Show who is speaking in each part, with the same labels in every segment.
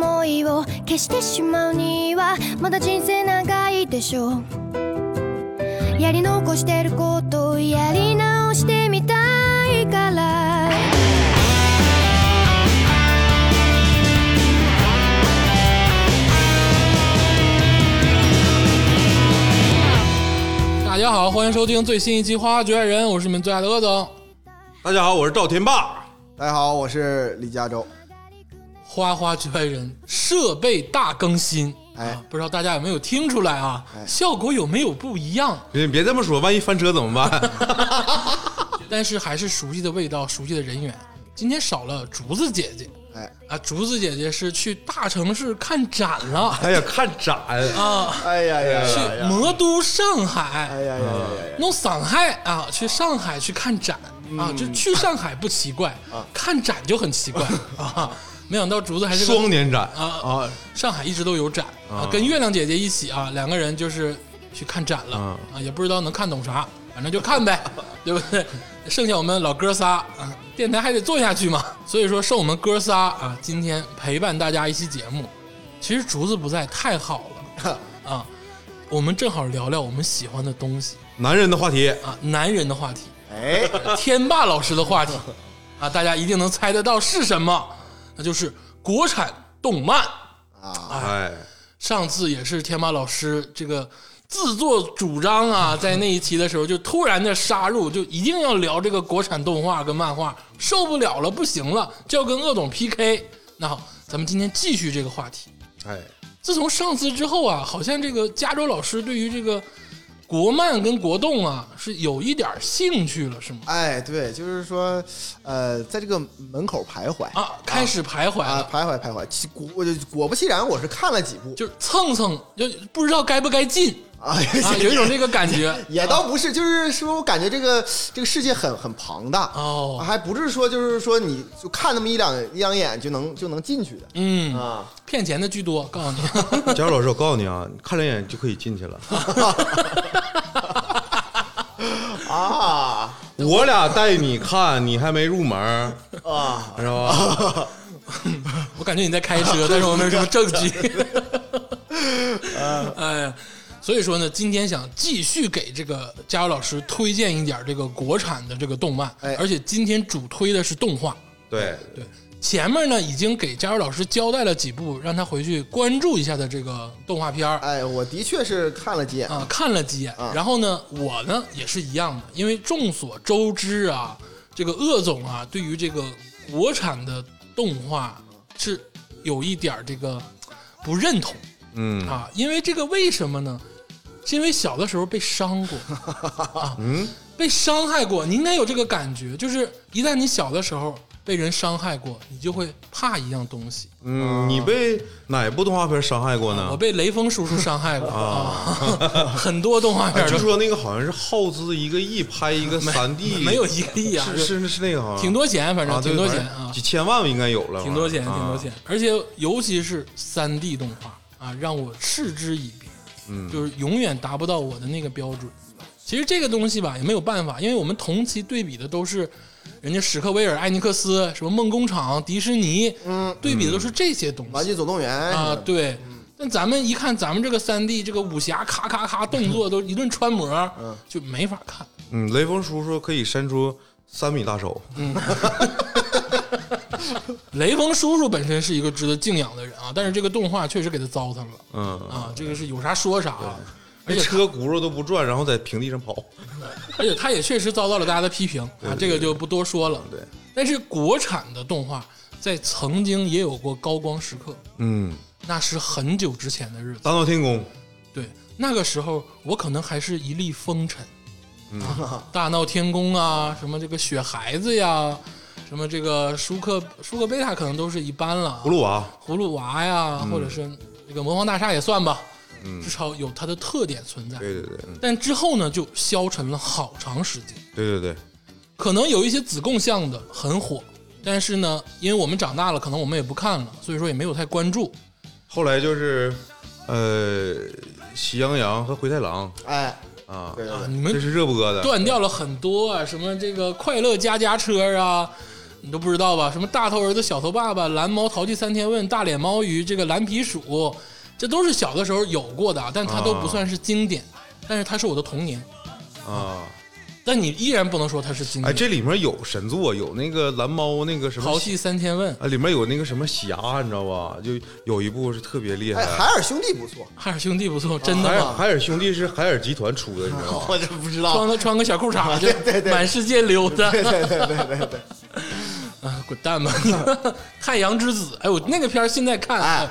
Speaker 1: を消してしまうにはまだ人生長いでしょうやり残してることをやり直してみたいから
Speaker 2: 大家好，欢迎收听最新一期《花花局外人》，我是你们最爱的鄂总。
Speaker 3: 大家好，我是赵天霸。
Speaker 4: 大家好，我是李佳洲。
Speaker 2: 花花局外人设备大更新，
Speaker 4: 哎
Speaker 2: 啊，不知道大家有没有听出来啊？效果有没有不一样？
Speaker 3: 别别这么说，万一翻车怎么 办？
Speaker 2: 但是还是熟悉的味道，熟悉的人员。今天少了竹子姐姐
Speaker 4: 哎
Speaker 2: 啊，竹子姐姐是去大城市看展了，
Speaker 3: 哎呀，看展啊！
Speaker 4: 哎呀呀
Speaker 2: 去
Speaker 4: 呀呀！
Speaker 2: 魔都上
Speaker 4: 哎
Speaker 2: 海，
Speaker 4: 呀呀呀呀！
Speaker 2: 弄上海啊，去上海去看展
Speaker 4: 嗯
Speaker 2: 啊，就去上海不奇 怪，
Speaker 4: 啊
Speaker 2: 看展就很奇怪啊。没想到竹子还是个
Speaker 3: 双年展
Speaker 2: 啊啊！上海一直都有展啊，跟月亮姐姐一起啊，两个人就是去看展了
Speaker 3: 啊
Speaker 2: 啊，也不知道能看懂啥，反正就看 呗，对不对？剩下我们老哥仨啊，电台还得做下去嘛，所以说剩我们哥仨啊，今天陪伴大家一期节目。其实竹子不在太好 了啊，我们正好聊聊我们喜欢的东西
Speaker 3: 男人的话题，
Speaker 2: 啊，男人的话 题，
Speaker 4: 哎，
Speaker 2: 天霸老师的话题啊，大家一定能猜得到是什么，那就是国产动漫。
Speaker 3: 哎，
Speaker 2: 上次也是天马老师这个自作主张啊，在那一期的时候就突然的杀入，就一定要聊这个国产动画跟漫画，受不了了，不行了，就要跟鄂总 PK。那好，咱们今天继续这个话题。
Speaker 3: 哎，
Speaker 2: 自从上次之后啊，好像这个加州老师对于这个国漫跟国动啊是有一点兴趣了，是吗？
Speaker 4: 哎，对，就是说，呃，在这个门口徘徊
Speaker 2: 啊，开始徘徊
Speaker 4: 啊
Speaker 2: 了，
Speaker 4: 徘徊徘徊，其果我就果不其然，我是看了几部，
Speaker 2: 就蹭蹭，就不知道该不该进
Speaker 4: 啊，
Speaker 2: 啊，有一种这个感觉。
Speaker 4: 也倒不是，就是说我感觉这个这个世界很很庞大
Speaker 2: 哦
Speaker 4: 还不是说就是说你就看那么一两一两眼就能就能进去的
Speaker 2: 嗯，
Speaker 4: 啊，
Speaker 2: 骗钱的居多，告诉你。
Speaker 3: 佳茹老师，我告诉 你啊，你看两眼就可以进去了。
Speaker 4: 啊
Speaker 3: 我俩带你看，你还没入门儿，
Speaker 4: 啊，
Speaker 3: 知道吧？
Speaker 2: 我感觉你在开车，但是我没有什么证据。哎呀，所以说呢，今天想继续给这个佳茹老师推荐一点这个国产的这个动漫，
Speaker 4: 哎
Speaker 2: 而且今天主推的是动画。
Speaker 3: 对，
Speaker 2: 对，前面呢已经给佳茹老师交代了几部，让他回去关注一下的这个动画片儿。
Speaker 4: 哎，我的确是看了几眼，
Speaker 2: 啊，看了几眼，
Speaker 3: 嗯
Speaker 2: 然后呢，我呢也是一样的，因为众所周知啊，这个鄂总啊，对于这个国产的动画是有一点儿这个不认同
Speaker 3: 嗯
Speaker 2: 啊，因为这个为什么呢？是因为小的时候被伤 过，啊，
Speaker 3: 嗯
Speaker 2: 被伤害过，你应该有这个感觉，就是一旦你小的时候被人伤害过，你就会怕一样东西。
Speaker 3: 嗯，你被哪部动画片伤害过
Speaker 2: 啊我
Speaker 3: 呢？
Speaker 2: 被雷锋叔叔伤害过啊， 很多动画片
Speaker 3: 哎
Speaker 2: 儿
Speaker 3: 据
Speaker 2: 都
Speaker 3: 说那个好像是耗资一个亿拍一个三 D，
Speaker 2: 没有一个亿啊，
Speaker 3: 是是是那个好像
Speaker 2: 挺多钱，反正
Speaker 3: 啊，对
Speaker 2: 挺多
Speaker 3: 反
Speaker 2: 钱
Speaker 3: 正
Speaker 2: 啊
Speaker 3: 几，千万应该有了吧，
Speaker 2: 挺多钱，
Speaker 3: 啊
Speaker 2: 挺多钱。。而且尤其是三 D 动画啊，让我嗤之以鼻，
Speaker 3: 嗯
Speaker 2: 就是永远达不到我的那个标准。其实这个东西吧，也没有办法，因为我们同期对比的都是人家史克威尔、艾尼克斯、什么梦工厂、迪士尼，
Speaker 4: 嗯，
Speaker 2: 对比的都是这些东
Speaker 4: 玩
Speaker 2: 西
Speaker 4: 具总动员
Speaker 2: 啊
Speaker 4: 什么，的
Speaker 2: 对。但咱们一看咱们这个三 D 这个武侠，咔咔咔动 作都一顿穿模，就没法看。
Speaker 3: 嗯，雷锋叔叔可以伸出三米大手，
Speaker 2: 雷锋叔叔本身是一个值得敬仰的人啊，但是这个动画确实给他糟蹋了
Speaker 3: 嗯，
Speaker 2: 啊，这个是有啥说啥啊，而
Speaker 3: 那
Speaker 2: 且他
Speaker 3: 车轱辘都不转，然后在平地上跑。
Speaker 2: 而且他也确实遭到了大家的批评啊，这个就不多说了。
Speaker 3: 对，
Speaker 2: 但是国产的动画在曾经也有过高光时刻，
Speaker 3: 嗯，
Speaker 2: 那是很久之前的日子。
Speaker 3: 大闹天宫，
Speaker 2: 对，那个时候我可能还是一粒风尘，
Speaker 3: 嗯
Speaker 2: 啊大闹天宫啊，什么这个雪孩子呀，什么这个舒克舒克贝塔可能都是一般了啊
Speaker 3: 葫。芦娃，
Speaker 2: 葫芦娃呀，
Speaker 3: 嗯
Speaker 2: 或者是这个魔方大厦也算吧，至少有它的特点存在。
Speaker 3: 对对对，嗯
Speaker 2: 但之后呢，就消沉了好长时间。
Speaker 3: 对对对，
Speaker 2: 可能有一些子贡像的很火，但是呢，因为我们长大了，可能我们也不看了，所以说也没有太关注。
Speaker 3: 后来就是，呃，喜羊羊和灰太狼
Speaker 4: 哎，
Speaker 3: 啊，
Speaker 4: 对对对
Speaker 2: 你
Speaker 3: 这
Speaker 2: 们
Speaker 3: 是热播的，
Speaker 2: 断掉了很多啊，什么这个快乐家家车啊，你都不知道吧？什么大头儿子、小头爸爸、蓝猫淘气三天问、大脸猫鱼、这个蓝皮鼠，这都是小的时候有过的，啊但它都不算是经典，但是它是我的童年。
Speaker 3: 啊，
Speaker 2: 但你依然不能说它是经
Speaker 3: 哎，
Speaker 2: 典。
Speaker 3: 这里面有神作，有那个蓝猫那个什么
Speaker 2: 淘气三千问，
Speaker 3: 啊，里面有那个什么侠，你知道吧？就有一部是特别厉害
Speaker 4: 哎，，海尔兄弟不错，
Speaker 2: 海尔兄弟不错，真的
Speaker 4: 哎
Speaker 3: 海尔
Speaker 2: 吗？
Speaker 3: 海尔兄弟是海尔集团出的，你知道吗？
Speaker 4: 我这不知
Speaker 2: 穿
Speaker 4: 道。
Speaker 2: 个穿个小裤衩就
Speaker 4: 啊对对
Speaker 2: 满世界溜达，
Speaker 4: 对对对对对对，
Speaker 2: 啊，滚蛋吧！ 太阳之子，哎，我那个片儿现在看，啊
Speaker 4: 哎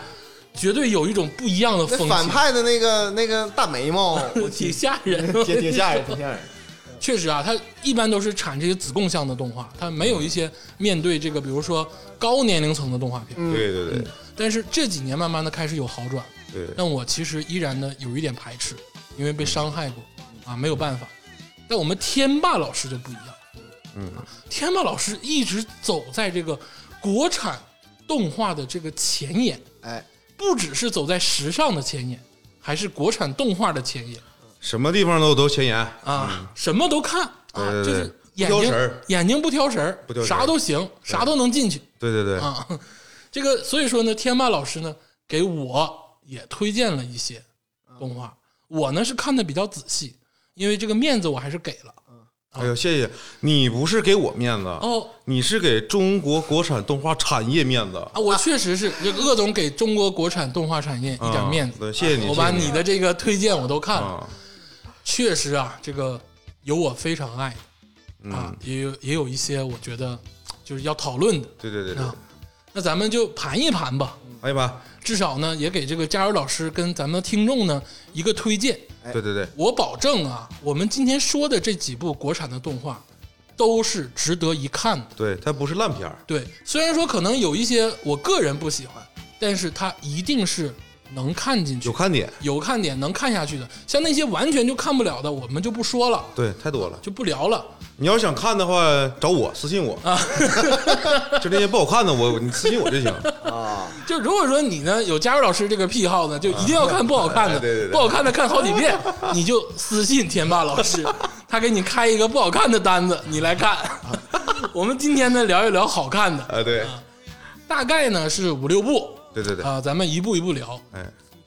Speaker 2: 绝对有一种不一样的
Speaker 4: 那
Speaker 2: 风
Speaker 4: 反
Speaker 2: 情，
Speaker 4: 派的那个那个大眉 毛，我
Speaker 2: 挺吓人，
Speaker 4: 挺挺吓人，挺吓人。
Speaker 2: 确实啊，它一般都是产这些子供向的动画，它没有一些面对这个，比如说高年龄层的动画
Speaker 4: 嗯
Speaker 2: 片。
Speaker 3: 对对对
Speaker 2: 但是这几年慢慢的开始有好转，
Speaker 3: 对，
Speaker 2: 但我其实依然呢有一点排斥，因为被伤害过啊，没有办法。但我们天霸老师就不一样，啊
Speaker 3: 嗯，
Speaker 2: 天霸老师一直走在这个国产动画的这个前沿，
Speaker 4: 哎，
Speaker 2: 不只是走在时尚的前沿，还是国产动画的前沿
Speaker 3: 什么地方都都前沿
Speaker 2: 啊，什么都看啊，
Speaker 3: 嗯对对对
Speaker 2: 就是眼
Speaker 3: 不挑
Speaker 2: 睛
Speaker 3: 食儿
Speaker 2: 眼睛不挑食儿，
Speaker 3: 不挑食儿
Speaker 2: 啥都行，啥都能进去
Speaker 3: 对对对，
Speaker 2: 啊。这个所以说呢，天霸老师呢给我也推荐了一些动画，我呢是看的比较仔细，因为这个面子我还是给了。
Speaker 3: 哎呦，谢谢你，不是给我面子，
Speaker 2: 哦
Speaker 3: 你是给中国国产动画产业面子。
Speaker 2: 啊，我确实是，这个鄂总给中国国产动画产业一点面
Speaker 3: 啊
Speaker 2: 子，
Speaker 3: 对谢谢你
Speaker 2: 我把
Speaker 3: 谢谢
Speaker 2: 你
Speaker 3: 你
Speaker 2: 的这个推荐我都看了，
Speaker 3: 啊，
Speaker 2: 确实啊，这个有我非常爱
Speaker 3: 嗯
Speaker 2: 的啊，也有也有一些我觉得就是要讨论的
Speaker 3: 对对对对，
Speaker 2: 啊。那咱们就盘一盘吧，
Speaker 3: 哎呀妈，
Speaker 2: 至少呢也给这个加油老师跟咱们的听众呢一个推荐。
Speaker 3: 对对对，
Speaker 2: 我保证啊，我们今天说的这几部国产的动画都是值得一看的。
Speaker 3: 对，它不是烂片儿，
Speaker 2: 对，虽然说可能有一些我个人不喜欢，但是它一定是能看进去
Speaker 3: 有，看点，
Speaker 2: 有看点能看下去的。像那些完全就看不了的，我们就不说了，
Speaker 3: 对，太多了。
Speaker 2: 就不聊了。
Speaker 3: 你要想看的话，找我私信我啊， 就那些不好看的，我你私信我就 行。啊
Speaker 2: 就如果说你呢有加入老师这个癖好呢，就一定要看不好看的，
Speaker 3: 哎 对对对
Speaker 2: 不好看的看好几遍，你就私信天霸老师，他给你开一个不好看的单子，你来 看。我们今天呢聊一聊好看的，
Speaker 3: 啊，对
Speaker 2: 大概呢是五六部
Speaker 3: 对对对，
Speaker 2: 啊、咱们一步一步聊。
Speaker 3: 哎，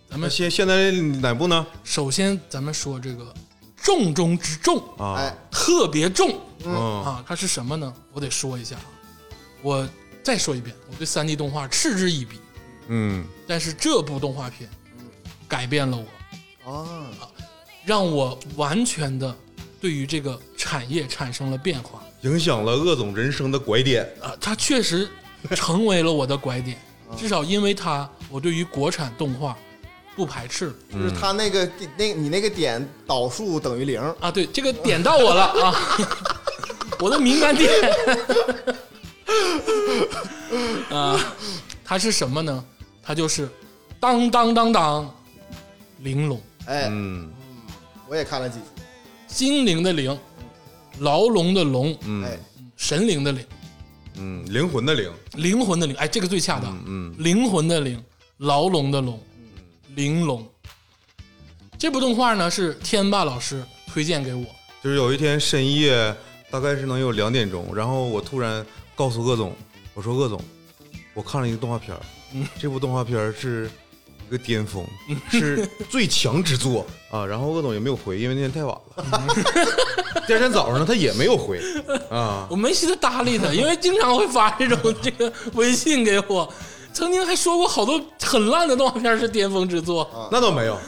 Speaker 2: 咱
Speaker 3: 那
Speaker 2: 们
Speaker 3: 现现在哪部呢？
Speaker 2: 首先咱们说这个重中之重，
Speaker 3: 啊
Speaker 4: 哎，
Speaker 2: 特别重
Speaker 3: 嗯，
Speaker 2: 啊，它是什么呢？我得说一下，啊我再说一遍，我对三 D 动画嗤之以鼻，
Speaker 3: 嗯，
Speaker 2: 但是这部动画片改变了我。
Speaker 4: 啊，
Speaker 2: 让我完全的对于这个产业产生了变化
Speaker 3: 影响了鄂总人生的拐点。
Speaker 2: 啊、它确实成为了我的拐点，
Speaker 3: 嗯
Speaker 2: 至少因为它，我对于国产动画不排斥了
Speaker 4: 就是他那个地那你那个点导数等于零，
Speaker 2: 啊。对，这个点到我了啊， 我的敏感点 啊，它是什么呢？它就是当当当当，玲珑，
Speaker 4: 哎，
Speaker 3: 嗯
Speaker 4: 我也看了几集，
Speaker 2: 精灵的灵，牢笼的笼，
Speaker 4: 哎
Speaker 3: 嗯，
Speaker 2: 神灵的灵。
Speaker 3: 嗯，灵魂的灵，
Speaker 2: 灵魂的灵，哎，这个最恰当。
Speaker 3: 嗯
Speaker 2: 灵魂的灵，牢笼的笼，玲珑。这部动画呢是天霸老师推荐给我，
Speaker 3: 就是有一天深夜，大概是能有两点钟，然后我突然告诉鄂总，我说鄂总，我看了一个动画片儿，
Speaker 2: 嗯
Speaker 3: 这部动画片儿是一个巅峰， 是最强之作啊。然后鄂总也没有回，因为那天太晚 了。第二天早上呢，他也没有回啊。
Speaker 2: 我没寻思搭理他，因为经常会发这 种这个微信给我。曾经还说过好多很烂的动画片是巅峰之作，
Speaker 3: 那倒没有，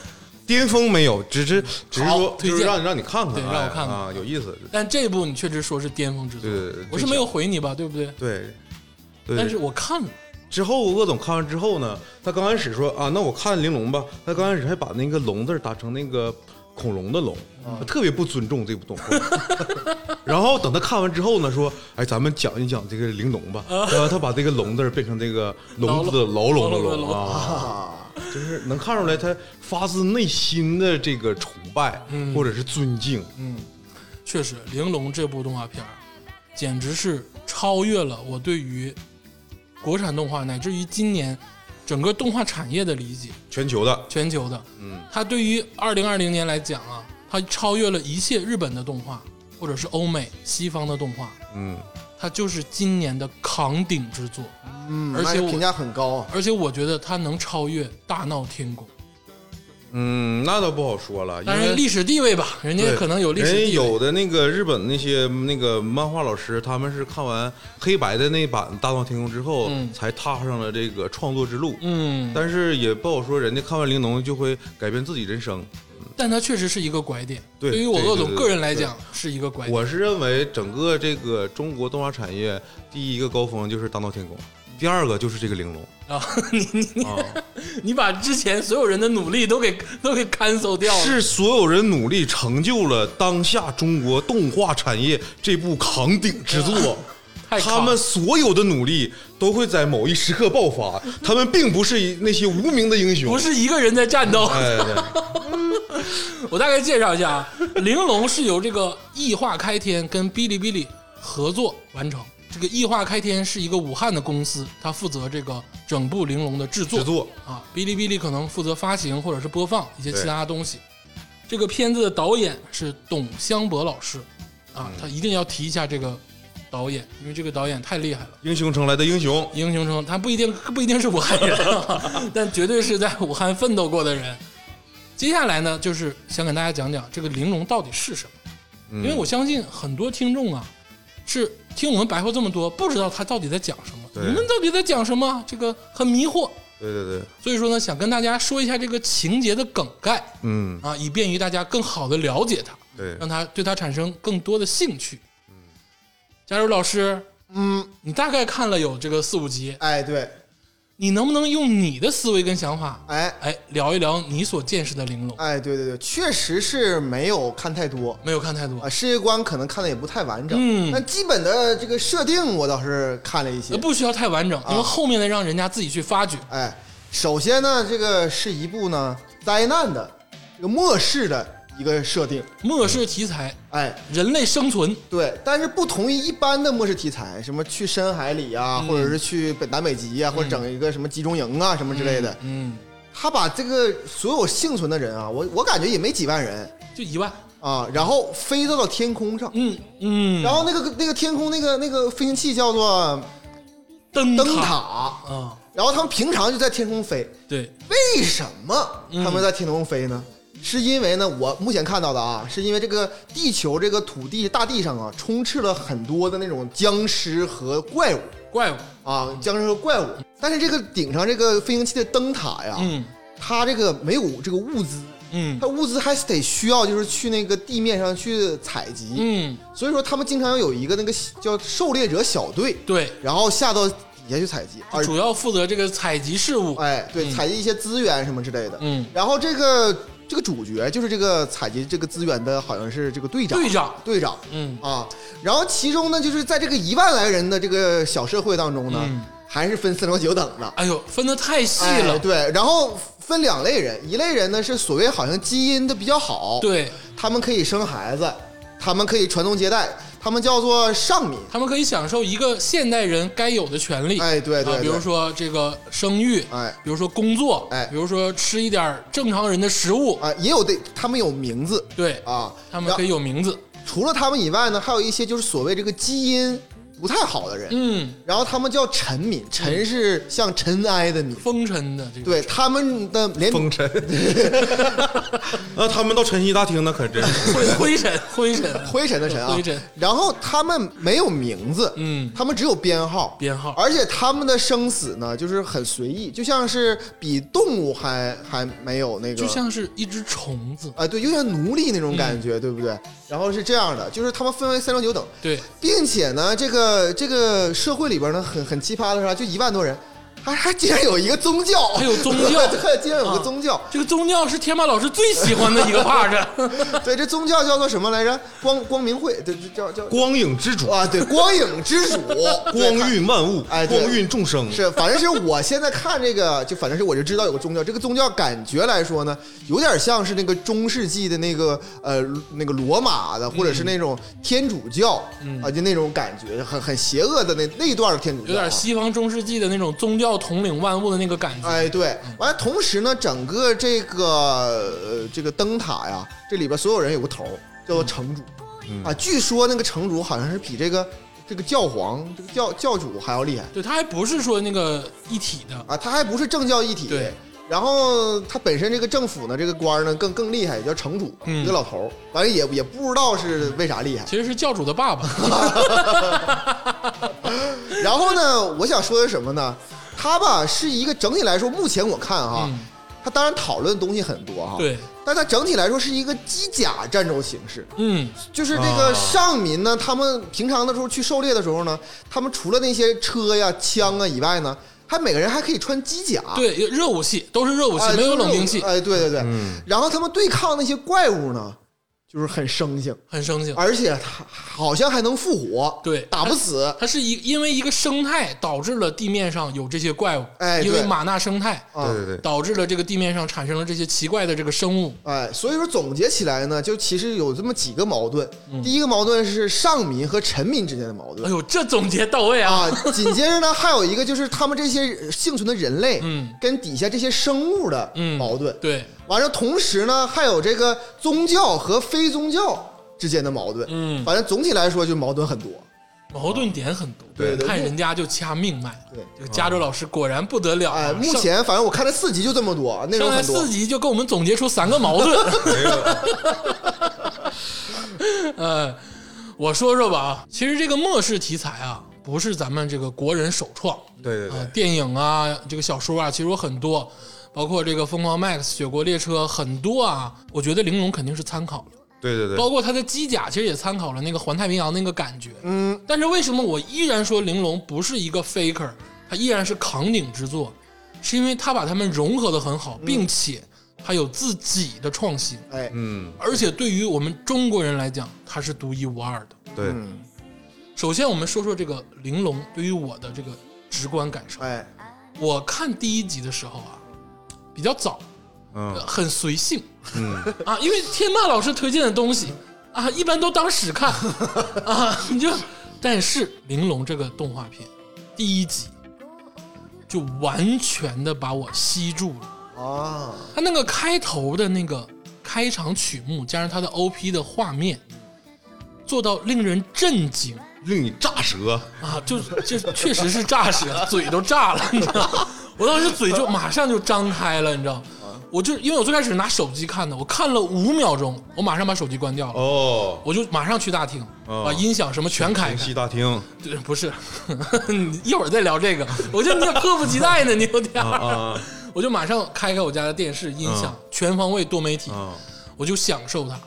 Speaker 3: 巅峰没有，只是只是说
Speaker 2: 好，推
Speaker 3: 就
Speaker 2: 荐
Speaker 3: 是让你让你看看，
Speaker 2: 对
Speaker 3: 哎
Speaker 2: 让我看看
Speaker 3: 啊，有意思。
Speaker 2: 但这部你确实说是巅峰之作
Speaker 3: 对对对，
Speaker 2: 我是没有回你吧，对不对？
Speaker 3: 对。对
Speaker 2: 但是我看了，
Speaker 3: 之后，鄂总看完之后呢，他刚开始说啊，那我看玲珑吧。他刚开始还把那个“龙”字儿打成那个恐龙的“龙”，他特别不尊重这部动画。然后等他看完之后呢，说，哎，咱们讲一讲这个玲珑吧。然后他把这个“龙”字儿变成这个“笼子”的“牢笼”的
Speaker 2: 牢
Speaker 3: “
Speaker 2: 笼的
Speaker 3: 笼”
Speaker 2: 笼
Speaker 3: 啊，
Speaker 4: 啊，
Speaker 3: 就是能看出来他发自内心的这个崇拜或者是尊敬。
Speaker 2: 确实，《玲珑》这部动画片儿简直是超越了我对于国产动画乃至于今年整个动画产业的理解，
Speaker 3: 全球的，
Speaker 2: 全球的。
Speaker 3: 嗯，
Speaker 2: 它对于二零二零年来讲啊，它超越了一切日本的动画，或者是欧美西方的动画。
Speaker 3: 嗯，
Speaker 2: 它就是今年的扛鼎之作，
Speaker 4: 嗯，
Speaker 2: 而且
Speaker 4: 那
Speaker 2: 我
Speaker 4: 评价很高，
Speaker 2: 而且我觉得它能超越《大闹天宫》，
Speaker 3: 嗯，那倒不好说了，因
Speaker 2: 但是
Speaker 3: 为
Speaker 2: 历史地位吧，人家
Speaker 3: 对
Speaker 2: 可能有历史
Speaker 3: 人
Speaker 2: 地
Speaker 3: 家
Speaker 2: 位。
Speaker 3: 有的那个日本那些那个漫画老师，他们是看完黑白的那版《大闹天宫》之后，
Speaker 2: 嗯
Speaker 3: 才踏上了这个创作之路。
Speaker 2: 嗯，
Speaker 3: 但是也不好说，人家看完《玲珑》就会改变自己人生。
Speaker 2: 但它确实是一个拐点。
Speaker 3: 对
Speaker 2: 于我
Speaker 3: 对对
Speaker 2: 鄂总
Speaker 3: 对
Speaker 2: 个人来
Speaker 3: 对
Speaker 2: 讲是一个拐点。
Speaker 3: 我是认为整个这个中国动画产业第一个高峰就是《大闹天宫》，第二个就是这个《玲珑
Speaker 2: 啊， 你你》
Speaker 3: 啊，
Speaker 2: 你把之前所有人的努力都给都给 cancel 掉了。
Speaker 3: 是所有人努力成就了当下中国动画产业这部扛鼎之作。
Speaker 2: 太
Speaker 3: 他们所有的努力都会在某一时刻爆发，他们并不是那些无名的英雄，
Speaker 2: 不是一个人在战斗。
Speaker 3: 哎，对
Speaker 2: 我大概介绍一下啊，玲珑是由这个异化开天跟哔哩哔哩合作完成。这个异化开天是一个武汉的公司，它负责这个整部玲珑的制作
Speaker 3: 制作
Speaker 2: 啊，哔哩哔哩可能负责发行或者是播放一些其他东西。这个片子的导演是董湘博老师啊，他一定要提一下这个导演，因为这个导演太厉害了。
Speaker 3: 英雄城来的英雄，
Speaker 2: 英雄城，他不一定不一定是武汉人，啊 但绝对是在武汉奋斗过的人。接下来呢，就是想给大家讲讲这个玲珑到底是什么，
Speaker 3: 嗯
Speaker 2: 因为我相信很多听众啊，是听我们白话这么多，不知道他到底在讲什么，
Speaker 3: 对
Speaker 2: 你们到底在讲什么，这个很迷惑。
Speaker 3: 对对对，
Speaker 2: 所以说呢，想跟大家说一下这个情节的梗概
Speaker 3: 嗯，
Speaker 2: 啊，以便于大家更好的了解它，
Speaker 3: 对，嗯
Speaker 2: 让他对它产生更多的兴趣。加入老师，
Speaker 4: 嗯，
Speaker 2: 你大概看了有这个四五集，
Speaker 4: 哎，对，
Speaker 2: 你能不能用你的思维跟想法，
Speaker 4: 哎，
Speaker 2: 哎，聊一聊你所见识的玲珑？
Speaker 4: 哎，对对对，确实是没有看太多
Speaker 2: 没有看太多
Speaker 4: 啊，，世界观可能看的也不太完整，
Speaker 2: 嗯
Speaker 4: 但基本的这个设定我倒是看了一些
Speaker 2: 呃，不需要太完整，
Speaker 4: 啊
Speaker 2: 因为后面的让人家自己去发掘。
Speaker 4: 哎，首先呢，这个是一部呢灾难的这个末世的一个设定，
Speaker 2: 末世题材，
Speaker 4: 哎，
Speaker 2: 人类生存，
Speaker 4: 对，但是不同于一般的末世题材，什么去深海里啊，
Speaker 2: 嗯
Speaker 4: 或者是去北南北极啊，或者整一个什么集中营啊什么之类的，
Speaker 2: 嗯，
Speaker 4: 他把这个所有幸存的人啊，我我感觉也没几万人
Speaker 2: 就一万，
Speaker 4: 啊，然后飞到了天空上，
Speaker 2: 嗯嗯，
Speaker 4: 然后那个那个天空那个那个飞行器叫做
Speaker 2: 灯
Speaker 4: 灯
Speaker 2: 塔
Speaker 4: 塔，
Speaker 2: 啊，
Speaker 4: 然后他们平常就在天空飞，
Speaker 2: 对，
Speaker 4: 为什么
Speaker 2: 嗯
Speaker 4: 他们在天空飞呢？是因为呢，我目前看到的啊，是因为这个地球这个土地大地上啊，充斥了很多的那种僵尸和怪物
Speaker 2: 怪物，
Speaker 4: 啊，僵尸和怪物。但是这个顶上这个飞行器的灯塔呀，
Speaker 2: 嗯
Speaker 4: 它这个没有这个物资，
Speaker 2: 嗯
Speaker 4: 它物资还得需要就是去那个地面上去采集，
Speaker 2: 嗯，
Speaker 4: 所以说他们经常有一个那个叫狩猎者小队，
Speaker 2: 对，
Speaker 4: 然后下到底下去采集，而
Speaker 2: 主要负责这个采集事务，
Speaker 4: 哎，对，
Speaker 2: 嗯
Speaker 4: 采集一些资源什么之类的。
Speaker 2: 嗯
Speaker 4: 然后这个这个主角就是这个采集这个资源的，好像是这个队长。
Speaker 2: 队长
Speaker 4: 队长，
Speaker 2: 嗯
Speaker 4: 啊。然后其中呢，就是在这个一万来人的这个小社会当中呢，
Speaker 2: 嗯
Speaker 4: 还是分三六九等的。
Speaker 2: 哎呦，分的太细
Speaker 4: 哎
Speaker 2: 了，
Speaker 4: 对，然后分两类人，一类人呢是所谓好像基因的比较好，，
Speaker 2: 对
Speaker 4: 他们可以生孩子，他们可以传宗接代，他们叫做上民。
Speaker 2: 他们可以享受一个现代人该有的权利，
Speaker 4: 哎，对对
Speaker 2: 啊，
Speaker 4: 对，
Speaker 2: 比如，说这个生育，
Speaker 4: 哎
Speaker 2: 比如说工作，
Speaker 4: 哎
Speaker 2: 比如说吃一点正常人的食物，
Speaker 4: 啊，也有的，他们有名字
Speaker 2: 对，
Speaker 4: 啊，
Speaker 2: 他们可以有名字，
Speaker 4: 除了他们以外呢，还有一些就是所谓这个基因不太好的人，
Speaker 2: 嗯，
Speaker 4: 然后他们叫尘民，尘是像尘埃的民，
Speaker 2: 风尘的这个，
Speaker 4: 对他们的连
Speaker 3: 风尘。那他们到晨曦大厅那可真 是，
Speaker 2: 灰灰 尘，灰尘，
Speaker 4: 灰尘的尘啊，
Speaker 2: 灰尘
Speaker 4: 然后他们没有名字，
Speaker 2: 嗯
Speaker 4: 他们只有编号，
Speaker 2: 编号
Speaker 4: 而且他们的生死呢，就是很随意，就像是比动物还还没有那个，
Speaker 2: 就像是一只虫子，
Speaker 4: 啊、对，有点奴隶那种感觉，对不对？然后是这样的，就是他们分为三六九等，
Speaker 2: 对，
Speaker 4: 并且呢，这个这个社会里边呢，很很奇葩的是啥，就一万多人，还还竟然有一个宗教，
Speaker 2: 还有宗教 啊
Speaker 4: 对，竟然有个宗教，
Speaker 2: 这个宗教是天霸老师最喜欢的一个 part，啊
Speaker 4: 对，这宗教叫做什么来着？光光明会，对，这叫叫
Speaker 3: 光影之主，
Speaker 4: 啊，对，光影 之主，对
Speaker 3: 光运万物，
Speaker 4: 哎对
Speaker 3: 光运众生，
Speaker 4: 是，反正是我现在看这个，就反正是我就知道有个宗教，这个宗教感觉来说呢，有点像是那个中世纪的那个呃那个罗马的，或
Speaker 2: 嗯
Speaker 4: 者是那种天主教、啊，就那种感觉，很很邪恶的那那段的天主教、
Speaker 2: 有
Speaker 4: 啊，
Speaker 2: 点西方中世纪的那种宗教统领万物的那个感觉，
Speaker 4: 哎，对，完了，同时呢，整个这个呃这个灯塔呀，
Speaker 2: 嗯
Speaker 4: 这里边所有人有个头儿，叫做城主、啊。据说那个城主好像是比这个这个教皇、这个教教主还要厉害
Speaker 2: 对，它还不是说那个一体的，
Speaker 4: 啊，他还不是政教一体。
Speaker 2: 对。
Speaker 4: 然后他本身这个政府呢，这个官儿呢更更厉害，叫城主，
Speaker 2: 嗯
Speaker 4: 一个老头儿，完了也也不知道是为啥 厉害。
Speaker 2: 其实是教主的爸爸。
Speaker 4: 然后呢，我想说的是什么呢？他吧是一个整体来说，目前我看哈，
Speaker 2: 嗯
Speaker 4: 他当然讨论的东西很多哈，，
Speaker 2: 对，
Speaker 4: 但他整体来说是一个机甲战斗形式，
Speaker 2: 嗯
Speaker 4: 就是这个
Speaker 3: 啊
Speaker 4: 上民呢，他们平常的时候去狩猎的时候呢，他们除了那些车呀、枪啊以外呢，还每个人还可以穿机甲，，
Speaker 2: 对，热武器都是热武器，
Speaker 4: 啊哎、
Speaker 2: 没有冷兵器，
Speaker 4: 哎，对对对，
Speaker 3: 嗯
Speaker 4: 然后他们对抗那些怪物呢，就是很生性，
Speaker 2: 很生性。
Speaker 4: 而且他好像还能复活，
Speaker 2: 对
Speaker 4: 打不死，
Speaker 2: 它是一因为一个生态导致了地面上有这些怪物，
Speaker 4: 哎
Speaker 2: 因为
Speaker 4: 对
Speaker 2: 马纳生态
Speaker 4: 啊
Speaker 3: 对对对，
Speaker 2: 导致了这个地面上产生了这些奇怪的这个生物。
Speaker 4: 哎，所以说总结起来呢，就其实有这么几个矛盾。
Speaker 2: 嗯
Speaker 4: 第一个矛盾是上民和臣民之间的矛
Speaker 2: 哎
Speaker 4: 盾
Speaker 2: 呦，这总结到位啊！
Speaker 4: 啊，紧接着呢还有一个就是他们这些幸存的人类，
Speaker 2: 嗯，
Speaker 4: 跟底下这些生物的
Speaker 2: 嗯
Speaker 4: 矛盾。
Speaker 2: 对，
Speaker 4: 完了，同时呢还有这个宗教和非宗教之间的矛盾。
Speaker 2: 嗯
Speaker 4: 反正总体来说就矛盾很多。
Speaker 2: 矛盾点很多，
Speaker 4: 对对
Speaker 2: 看
Speaker 4: 目
Speaker 2: 人家就掐命脉。
Speaker 4: 对
Speaker 2: 这个加州老师果然不得了啊！
Speaker 4: 哎，目
Speaker 2: 上
Speaker 4: 前反正我看了四集就这么多，内容
Speaker 2: 上来
Speaker 4: 很多
Speaker 2: 四。集就跟我们总结出三个矛 盾。
Speaker 3: 没有，
Speaker 2: 呃，我说说吧啊，其实这个末世题材啊，不是咱们这个国人首创，
Speaker 3: 对对
Speaker 2: 啊，
Speaker 3: 对，
Speaker 2: 电影啊，这个小说啊，其实有很多，包括这个《疯狂 Max》《雪国列车》很多啊，我觉得玲珑肯定是参考了，
Speaker 3: 对对对，
Speaker 2: 包括它的机甲其实也参考了那个环太平洋那个感觉。嗯，但是为什么我依然说玲珑不是一个 faker，它依然是扛鼎之作，是因为它把它们融合的很好，并且它有自己的创新，
Speaker 4: 哎，
Speaker 3: 嗯，
Speaker 2: 而且对于我们中国人来讲，它是独一无二的。
Speaker 3: 对，
Speaker 4: 嗯，
Speaker 2: 首先，我们说说这个玲珑对于我的这个直观感受。
Speaker 4: 哎，
Speaker 2: 我看第一集的时候啊，比较早，呃
Speaker 3: 嗯
Speaker 2: 很随性
Speaker 3: 嗯，
Speaker 2: 啊，因为天霸老师推荐的东西啊，一般都当屎 看啊，你就。但是《玲珑》这个动画片第一集就完全的把我吸住了，
Speaker 4: 啊，
Speaker 2: 它那个开头的那个开场曲目，加上它的 OP 的画面，做到令人震惊。
Speaker 3: 令你炸舌，
Speaker 2: 啊，就是这确实是炸舌，嘴都炸了，你知道吗？我当时嘴就马上就张开了，你知道吗？我就因为我最开始拿手机看的，我看了五秒钟，我马上把手机关掉了，
Speaker 3: 哦，
Speaker 2: 我就马上去大厅，
Speaker 3: 哦
Speaker 2: 把音响什么全开
Speaker 3: 晨
Speaker 2: 开
Speaker 3: 曦。大厅
Speaker 2: 对，不是， 你一会儿再聊这个，我觉得你也迫不及待呢，你有点儿。
Speaker 3: 啊啊
Speaker 2: 我就马上开开我家的电视，音响、
Speaker 3: 嗯
Speaker 2: 全方位多媒体，
Speaker 3: 啊，
Speaker 2: 我就享受它。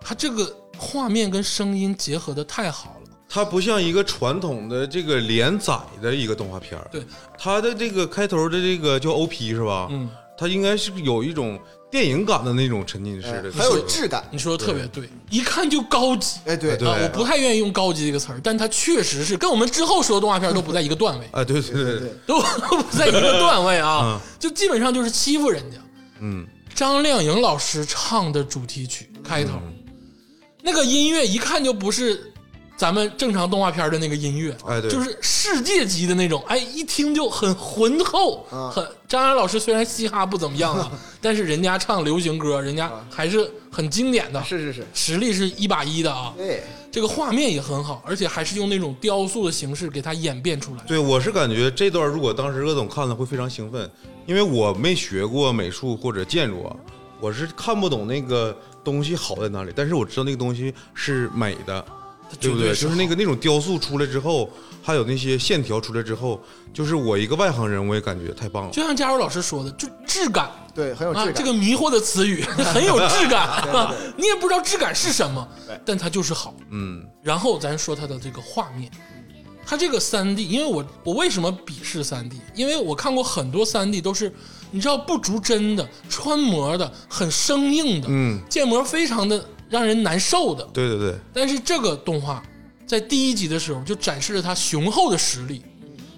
Speaker 2: 它这个画面跟声音结合的太好了。
Speaker 3: 它不像一个传统的这个连载的一个动画片儿，
Speaker 2: 对，
Speaker 3: 它的这个开头的这个叫 OP 是吧？
Speaker 2: 嗯，
Speaker 3: 它应该是有一种电影感的那种沉浸式
Speaker 4: 哎
Speaker 3: 的，
Speaker 4: 很有质感。
Speaker 2: 你说的特别对，一看就高级。
Speaker 4: 哎，对
Speaker 3: 哎对
Speaker 2: 啊，我不太愿意用“高级”这个词儿，但它确实是跟我们之后说的动画片都不在一个
Speaker 3: ，
Speaker 2: 段位
Speaker 3: 哎，对对
Speaker 4: 对
Speaker 3: 对
Speaker 4: 对，
Speaker 2: 都都不在一个段位啊，就基本上就是欺负人家。
Speaker 3: 嗯，
Speaker 2: 张靓颖老师唱的主题曲开头，
Speaker 3: 嗯
Speaker 2: 那个音乐一看就不是咱们正常动画片的那个音乐，
Speaker 3: 哎对
Speaker 2: 就是世界级的那种，哎，一听就很浑厚，
Speaker 3: 嗯
Speaker 4: 啊
Speaker 2: 很。张靓颖老师虽然嘻哈不怎么 样啊，但是人家唱流行歌，人家
Speaker 3: 嗯
Speaker 2: 还是很经典的，
Speaker 4: 是是哎是，
Speaker 2: 实力是一把一的啊。
Speaker 4: 对，
Speaker 2: 这个画面也很好，而且还是用那种雕塑的形式给它演变出来。
Speaker 3: 对，我是感觉这段如果当时鄂总看了会非常兴奋，因为我没学过美术或者建筑，啊，我是看不懂那个东西好在哪里，但是我知道那个东西是美的，对不
Speaker 2: 绝
Speaker 3: 对？
Speaker 2: 对是
Speaker 3: 就是那个那种雕塑出来之后，还有那些线条出来之后，就是我一个外行人，我也感觉太棒了。
Speaker 2: 就像佳茹老师说的，就质感
Speaker 4: 对，很有质
Speaker 2: 啊，
Speaker 4: 感。
Speaker 2: 这个迷惑的词语 很有质感、 啊， 你也不知道质感是什么，但它就是好。
Speaker 3: 嗯
Speaker 2: 然后咱说它的这个画面，它这个三 D，因为我我为什么鄙视三 D？因为我看过很多三 D 都是你知道不逐帧的、穿模的、很生硬的，
Speaker 3: 嗯，
Speaker 2: 建模非常的让人难受的。
Speaker 3: 对对对，
Speaker 2: 但是这个动画在第一集的时候就展示了他雄厚的实力。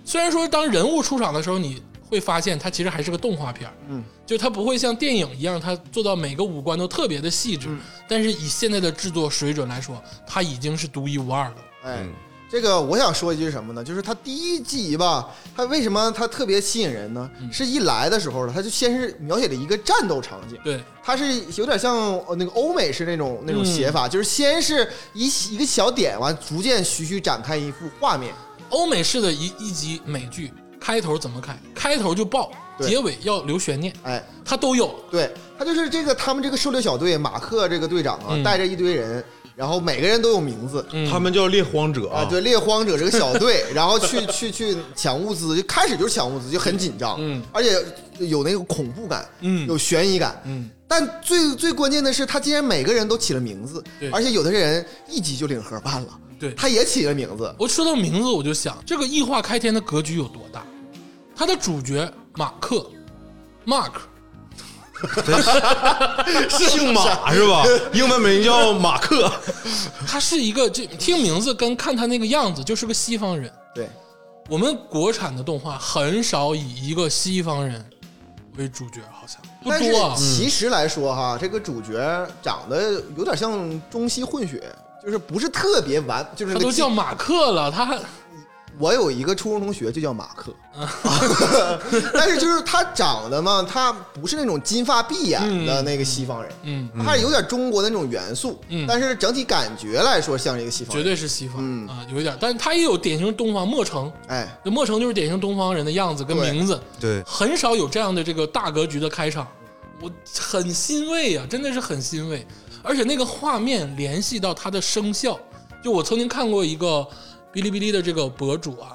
Speaker 2: 虽然说当人物出场的时候，你会发现它其实还是个动画片，嗯，就它不会像电影一样，它做到每个五官都特别的细致。但是以现在的制作水准来说，它已经是独一无二的。
Speaker 4: 哎，这个我想说一句是什么呢？就是它第一集吧，它为什么它特别吸引人呢？
Speaker 2: 嗯
Speaker 4: 是一来的时候呢，它就先是描写了一个战斗场景，
Speaker 2: 对，
Speaker 4: 它是有点像呃那个欧美式那种那种
Speaker 2: 嗯
Speaker 4: 写法，就是先是一一个小点，完逐渐徐徐展开一幅画面。
Speaker 2: 欧美式的一一集美剧开头怎么开？开头就爆，
Speaker 4: 对
Speaker 2: 结尾要留悬念，
Speaker 4: 哎，
Speaker 2: 它都有。
Speaker 4: 对他就是这个他们这个狩猎小队，马克这个队长啊，
Speaker 2: 嗯
Speaker 4: 带着一堆人，然后每个人都有名字。
Speaker 2: 嗯
Speaker 3: 他们叫猎荒者
Speaker 4: 啊，
Speaker 2: 哦
Speaker 3: 啊，
Speaker 4: 对，猎荒者这个小 队，然后去去去抢物资，就开始就是抢物资，就很紧张，
Speaker 2: 嗯，
Speaker 4: 而且有那个恐怖感，
Speaker 2: 嗯
Speaker 4: 有悬疑感，
Speaker 2: 嗯，
Speaker 4: 但最最关键的是，他竟然每个人都起了名字
Speaker 2: 对，
Speaker 4: 而且有的人一集就领盒饭了，
Speaker 2: 对
Speaker 4: 他也起了名字，
Speaker 2: 我说到名字，我就想这个异化开天的格局有多大？它的主角马克，Mark，
Speaker 3: 姓马是 吧？英文名叫马克，
Speaker 2: 他是一个这听名字跟看他那个样子就是个西方人。
Speaker 4: 对，
Speaker 2: 我们国产的动画很少以一个西方人为主角，好像不
Speaker 4: 但是
Speaker 2: 多啊。
Speaker 4: 其实来说哈，这个主角长得有点像中西混血，就是不是特别完，就是
Speaker 2: 他
Speaker 4: 那个
Speaker 2: 都
Speaker 4: 基
Speaker 2: 叫马克了，他还
Speaker 4: 我有一个初中同学就叫马克， 但是就是他长得嘛，他不是那种金发碧眼的那个西方人，
Speaker 2: 嗯，
Speaker 4: 他还是有点中国的那种元素，
Speaker 2: 嗯
Speaker 4: 但是整体感觉来说像一个西方
Speaker 2: 绝
Speaker 4: 人，
Speaker 2: 对是西方啊、
Speaker 4: 嗯
Speaker 2: 有一点，但是他也有典型东方莫城，
Speaker 4: 哎，
Speaker 2: 那莫城就是典型东方人的样子跟
Speaker 4: 对
Speaker 2: 名字，
Speaker 3: 对，
Speaker 2: 很少有这样的这个大格局的开场，我很欣慰呀、真的是很欣慰。而且那个画面联系到他的声效，就我曾经看过一个哔哩哔哩的这个博主啊，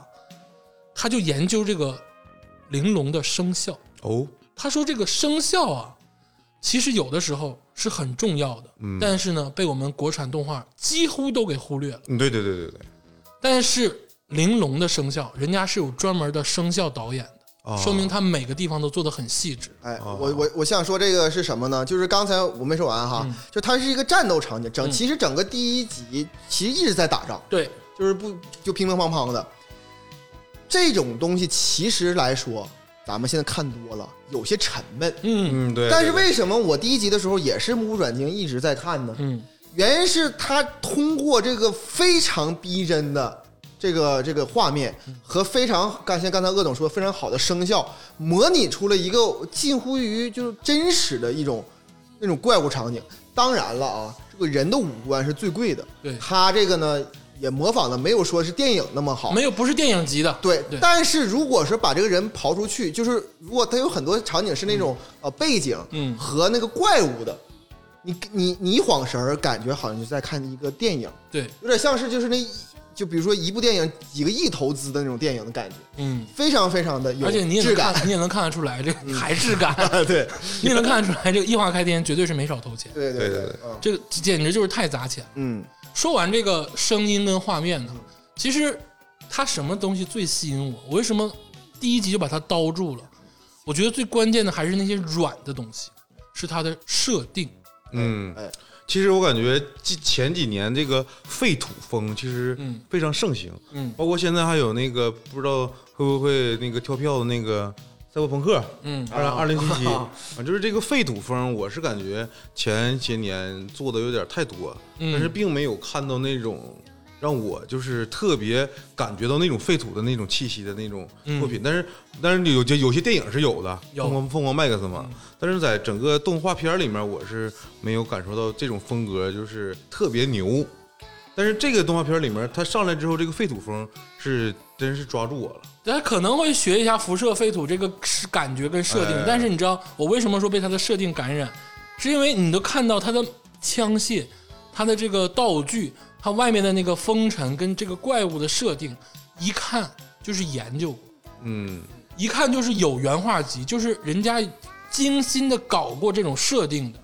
Speaker 2: 他就研究这个玲珑的声效，
Speaker 3: 哦，
Speaker 2: 他说这个声效啊，其实有的时候是很重要的，但是呢，被我们国产动画几乎都给忽略了。
Speaker 3: 嗯对对对对对，
Speaker 2: 但是玲珑的声效，人家是有专门的声效导演的，
Speaker 3: 啊
Speaker 2: 说明他每个地方都做得很细致。
Speaker 4: 哎，我我我想说这个是什么呢？就是刚才我没说完哈，
Speaker 2: 嗯
Speaker 4: 就它是一个战斗场景，整其实整个第一集其实一直在打仗，
Speaker 2: 对，
Speaker 4: 就是不就乒乒乓乓的。这种东西其实来说，咱们现在看多了，有些沉闷。
Speaker 2: 嗯
Speaker 3: 嗯对，
Speaker 4: 但是
Speaker 3: 对
Speaker 4: 为什么我第一集的时候也是目不转睛一直在看呢？
Speaker 2: 嗯
Speaker 4: 原因是他通过这个非常逼真的这个这个画面
Speaker 3: 嗯
Speaker 4: 和非常刚像刚才鄂总说非常好的声效，模拟出了一个近乎于就是真实的一种那种怪物场景。当然了啊，这个人的五官是最贵的，
Speaker 2: 对
Speaker 4: 他这个呢也模仿的没有说是电影那么好，
Speaker 2: 没有不是电影级的，
Speaker 4: 对，
Speaker 2: 对
Speaker 4: 但是如果是把这个人刨出去，就是如果他有很多场景是那种、呃背景，
Speaker 2: 嗯
Speaker 4: 和那个怪物的，你你你一晃神儿，感觉好像就在看一个电影，
Speaker 2: 对，
Speaker 4: 有点像是就是那一就比如说一部电影几个亿投资的那种电影的感觉，
Speaker 2: 嗯，
Speaker 4: 非常非常的有
Speaker 2: 而且你也
Speaker 4: 质
Speaker 2: 能
Speaker 4: 感，
Speaker 2: 看，你也能看得出来，这个还质感，
Speaker 4: 对
Speaker 2: 你也能看得出来，这个异化开天绝对是没少投钱，
Speaker 4: 对对
Speaker 3: 对对对
Speaker 4: 嗯
Speaker 2: 这个简直就是太砸钱。
Speaker 4: 嗯
Speaker 2: 说完这个声音跟画面呢，其实它什么东西最吸引我？我为什么第一集就把它刀住了？我觉得最关键的还是那些软的东西，是它的设定。
Speaker 3: 嗯
Speaker 4: 哎，
Speaker 3: 其实我感觉近前几年这个废土风其实
Speaker 2: 嗯
Speaker 3: 非常盛行，
Speaker 2: 嗯
Speaker 3: 包括现在还有那个不知道会不会那个跳票的那个赛博朋
Speaker 4: 啊
Speaker 3: 克
Speaker 2: 嗯
Speaker 3: 二零二零七 七啊，就是这个废土风，我是感觉前些年做的有点太多，
Speaker 2: 嗯
Speaker 3: 但是并没有看到那种。让我就是特别感觉到那种废土的那种气息的那种作品，但是但是有些有些电影是有的，
Speaker 2: 嗯有嗯
Speaker 3: 疯狂疯狂麦克斯嘛，但是在整个动画片里面，我是没有感受到这种风格，就是特别牛。但是这个动画片里面，它上来之后，这个废土风是真是抓住我了。
Speaker 2: 他可能会学一下辐射废土这个是感觉跟设定，
Speaker 3: 哎
Speaker 2: 但是你知道我为什么说被他的设定感染，是因为你都看到他的枪械、他的这个道具、他外面的那个风尘跟这个怪物的设定，一看就是研究过，
Speaker 3: 嗯，
Speaker 2: 一看就是有原画集，就是人家精心的搞过这种设定的，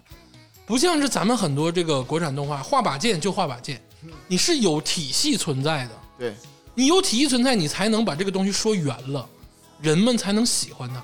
Speaker 2: 不像是咱们很多这个国产动画画把剑就画把剑，你是有体系存在的。
Speaker 4: 对，
Speaker 2: 你有体系存在，你才能把这个东西说圆了，人们才能喜欢它。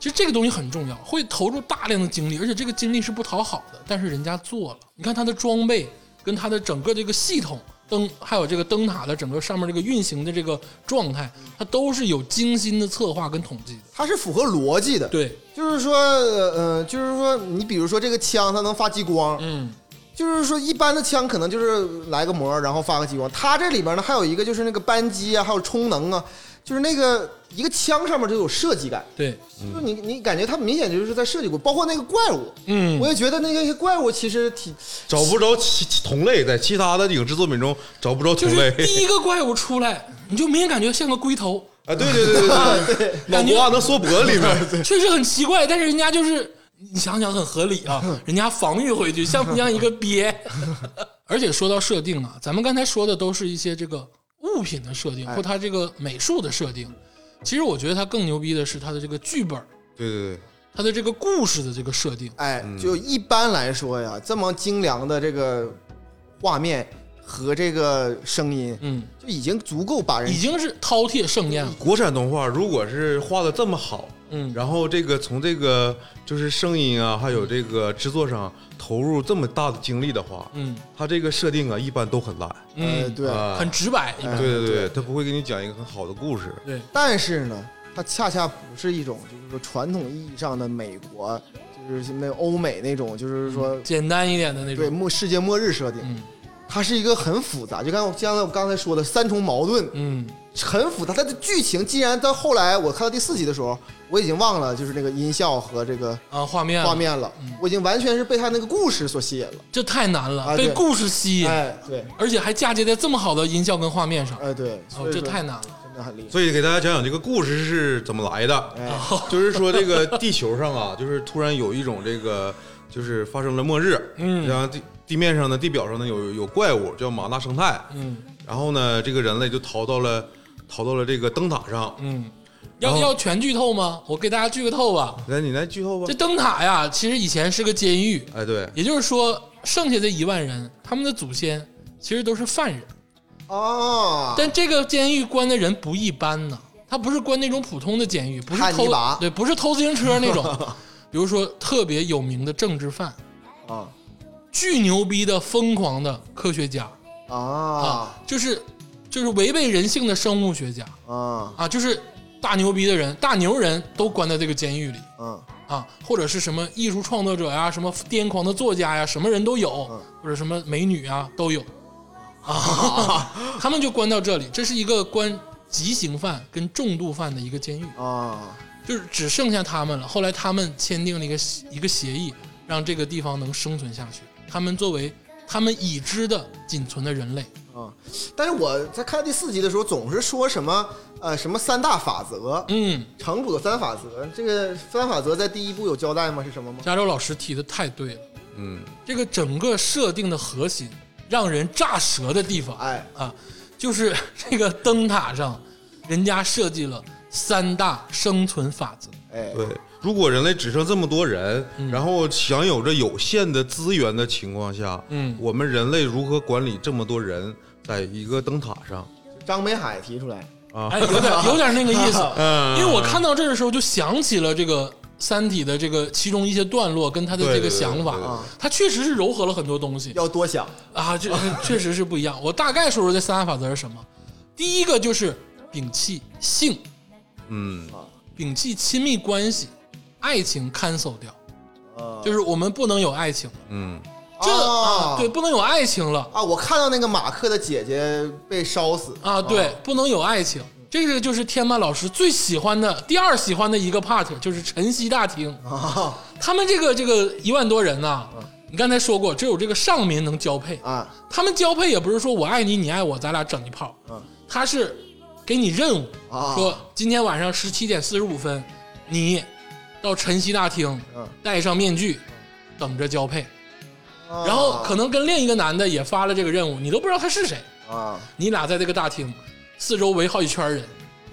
Speaker 2: 其实这个东西很重要，会投入大量的精力，而且这个精力是不讨好的。但是人家做了，你看它的装备跟它的整个这个系统灯，还有这个灯塔的整个上面这个运行的这个状态，它都是有精心的策划跟统计的。
Speaker 4: 它是符合逻辑的，
Speaker 2: 对，
Speaker 4: 就是说呃呃就是说你比如说这个枪它能发激光，
Speaker 2: 嗯，
Speaker 4: 就是说一般的枪可能就是来个膜，然后发个激光。它这里边呢还有一个就是那个扳机啊，还有充能啊，就是那个一个枪上面就有设计感，
Speaker 2: 对，
Speaker 4: 就是你你感觉它明显就是在设计过，包括那个怪物，
Speaker 2: 嗯
Speaker 4: 我也觉得那些怪物其实挺
Speaker 3: 找不着其其同类，在其他的影视作品中找不着
Speaker 2: 就
Speaker 3: 同类
Speaker 2: 是第一个怪物出来，你就明显感觉像个龟头，
Speaker 3: 啊！对对对对对对，脑
Speaker 2: 感觉
Speaker 3: 瓜能缩脖子里面，对
Speaker 2: 确实很奇怪，但是人家就是你想想很合理 啊，人家防御回去像不像一个鳖？ 而且说到设定啊，咱们刚才说的都是一些这个物品的设定
Speaker 4: 哎
Speaker 2: 或它这个美术的设定，其实我觉得它更牛逼的是它的这个剧本，
Speaker 3: 对对，
Speaker 2: 它的这个故事的这个设定。
Speaker 4: 哎，就一般来说呀，这么精良的这个画面和这个声音，
Speaker 2: 嗯，
Speaker 4: 就已经足够把人
Speaker 2: 已经是饕餮盛宴了。
Speaker 3: 国产动画如果是画的这么好，
Speaker 2: 嗯，
Speaker 3: 然后这个从这个就是声音啊，还有这个制作上投入这么大的精力的话，
Speaker 2: 嗯
Speaker 3: 它这个设定啊一般都很烂，
Speaker 4: 呃
Speaker 2: 嗯，
Speaker 4: 对，
Speaker 3: 啊
Speaker 2: 很直白。一般
Speaker 3: 对对对，他不会给你讲一个很好的故事，
Speaker 2: 对，
Speaker 4: 但是呢，它恰恰不是一种就是说传统意义上的美国，就是那欧美那种，就是说
Speaker 2: 简单一点的那
Speaker 4: 对
Speaker 2: 种。
Speaker 4: 末世界末日设定，
Speaker 2: 嗯
Speaker 4: 它是一个很复杂，就刚才我刚才我刚才说的三重矛盾，
Speaker 2: 嗯
Speaker 4: 很复杂。它的剧情既然到后来我看到第四集的时候，我已经忘了就是那个音效和这个
Speaker 2: 啊，画面
Speaker 4: 画面了，
Speaker 2: 嗯
Speaker 4: 我已经完全是被他那个故事所吸引了。
Speaker 2: 这太难了，
Speaker 4: 啊
Speaker 2: 被
Speaker 4: 对
Speaker 2: 故事吸引，
Speaker 4: 哎，对，
Speaker 2: 而且还嫁接在这么好的音效跟画面上。
Speaker 4: 哎对，
Speaker 2: 哦，
Speaker 4: 所以
Speaker 2: 这
Speaker 4: 说
Speaker 2: 太难了。
Speaker 4: 真的很厉害。
Speaker 3: 所以给大家讲讲这个故事是怎么来的。
Speaker 4: 哎，
Speaker 2: 哦
Speaker 3: 就是说这个地球上啊， 就是突然有一种这个，就是发生了末日，
Speaker 2: 嗯
Speaker 3: 然后地地面上呢、地表上呢有有怪物叫马纳生态，
Speaker 2: 嗯
Speaker 3: 然后呢，这个人类就逃到了逃到了这个灯塔上。
Speaker 2: 嗯，要
Speaker 3: 然后
Speaker 2: 要全剧透吗？我给大家剧个透吧。
Speaker 3: 来，你来剧透吧
Speaker 2: 这。灯塔呀，其实以前是个监狱，
Speaker 3: 哎，对，
Speaker 2: 也就是说，剩下的一万人，他们的祖先其实都是犯人。
Speaker 4: 哦，
Speaker 2: 但这个监狱关的人不一般呢，他不是关那种普通的监狱，不是
Speaker 4: 汉尼
Speaker 2: 偷
Speaker 4: 拔
Speaker 2: 对，不是偷自行车 那种，比如说特别有名的政治犯，
Speaker 4: 啊
Speaker 2: 巨牛逼的疯狂的科学家
Speaker 4: 啊
Speaker 2: 啊，就是就是违背人性的生物学家
Speaker 4: 啊
Speaker 2: 啊，就是大牛逼的人，大牛人都关在这个监狱里
Speaker 4: 啊！
Speaker 2: 啊，或者是什么艺术创作者呀，什么癫狂的作家呀，什么人都有
Speaker 4: 嗯，
Speaker 2: 或者什么美女啊都有啊， 他们就关到这里，这是一个关极刑犯跟重度犯的一个监狱，
Speaker 4: 啊，
Speaker 2: 就是只剩下他们了。后来他们签订了一个一个协议，让这个地方能生存下去。他们作为他们已知的仅存的人类，
Speaker 4: 啊！但是我在看第四集的时候，总是说什么呃什么三大法则，
Speaker 2: 嗯，
Speaker 4: 城主的三法则。这个三法则在第一部有交代吗？是什么吗？
Speaker 2: 加州老师提的太对了。
Speaker 3: 嗯，
Speaker 2: 这个整个设定的核心，让人炸舌的地方，
Speaker 4: 哎
Speaker 2: 啊，就是 这个灯塔上，人家设计了三大生存法则。
Speaker 4: 哎，
Speaker 3: 对。如果人类只剩这么多人，
Speaker 2: 嗯
Speaker 3: 然后享有着有限的资源的情况下，
Speaker 2: 嗯
Speaker 3: 我们人类如何管理这么多人在一个灯塔上
Speaker 4: 张北海提出来，
Speaker 3: 啊？
Speaker 2: 哎，有点有点那个意思，
Speaker 3: 嗯，
Speaker 2: 因为我看到这儿的时候，就想起了这个《三体》的这个其中一些段落跟他的这
Speaker 3: 对
Speaker 2: 个
Speaker 3: 对对
Speaker 2: 想
Speaker 3: 对对
Speaker 2: 法
Speaker 3: 对，
Speaker 2: 他确实是糅合了很多东西
Speaker 4: 要多想
Speaker 2: 啊，这确实是不一样。我大概说说这三大法则是什么？第一个就是摒弃性，
Speaker 3: 嗯，
Speaker 2: 摒弃亲密关系，爱情 cancel 掉，
Speaker 3: 哦
Speaker 4: 啊，
Speaker 2: 就是我们不能有爱情了。
Speaker 3: 嗯，
Speaker 2: 这
Speaker 4: 啊
Speaker 3: 哦
Speaker 2: 啊，对，不能有爱情了
Speaker 4: 啊！我看到那个马克的姐姐被烧死，
Speaker 2: 啊，对，不能有爱情。这个就是天曼老师最喜欢的第二喜欢的一个 part，就是晨曦大厅。
Speaker 4: 啊
Speaker 2: 他们这个这个一万多人呐、你刚才说过，只有这个上民能交配。
Speaker 4: 啊
Speaker 2: 他们交配也不是说我爱你，你爱我，咱俩整一炮
Speaker 4: 嗯，
Speaker 2: 他是给你任务，
Speaker 4: 啊
Speaker 2: 说今天晚上十七点四十五分，你到晨曦大厅
Speaker 4: 嗯，
Speaker 2: 戴上面具，等着交配。
Speaker 4: 啊
Speaker 2: 然后可能跟另一个男的也发了这个任务，你都不知道他是谁。
Speaker 4: 啊
Speaker 2: 你俩在这个大厅，四周围好几圈人，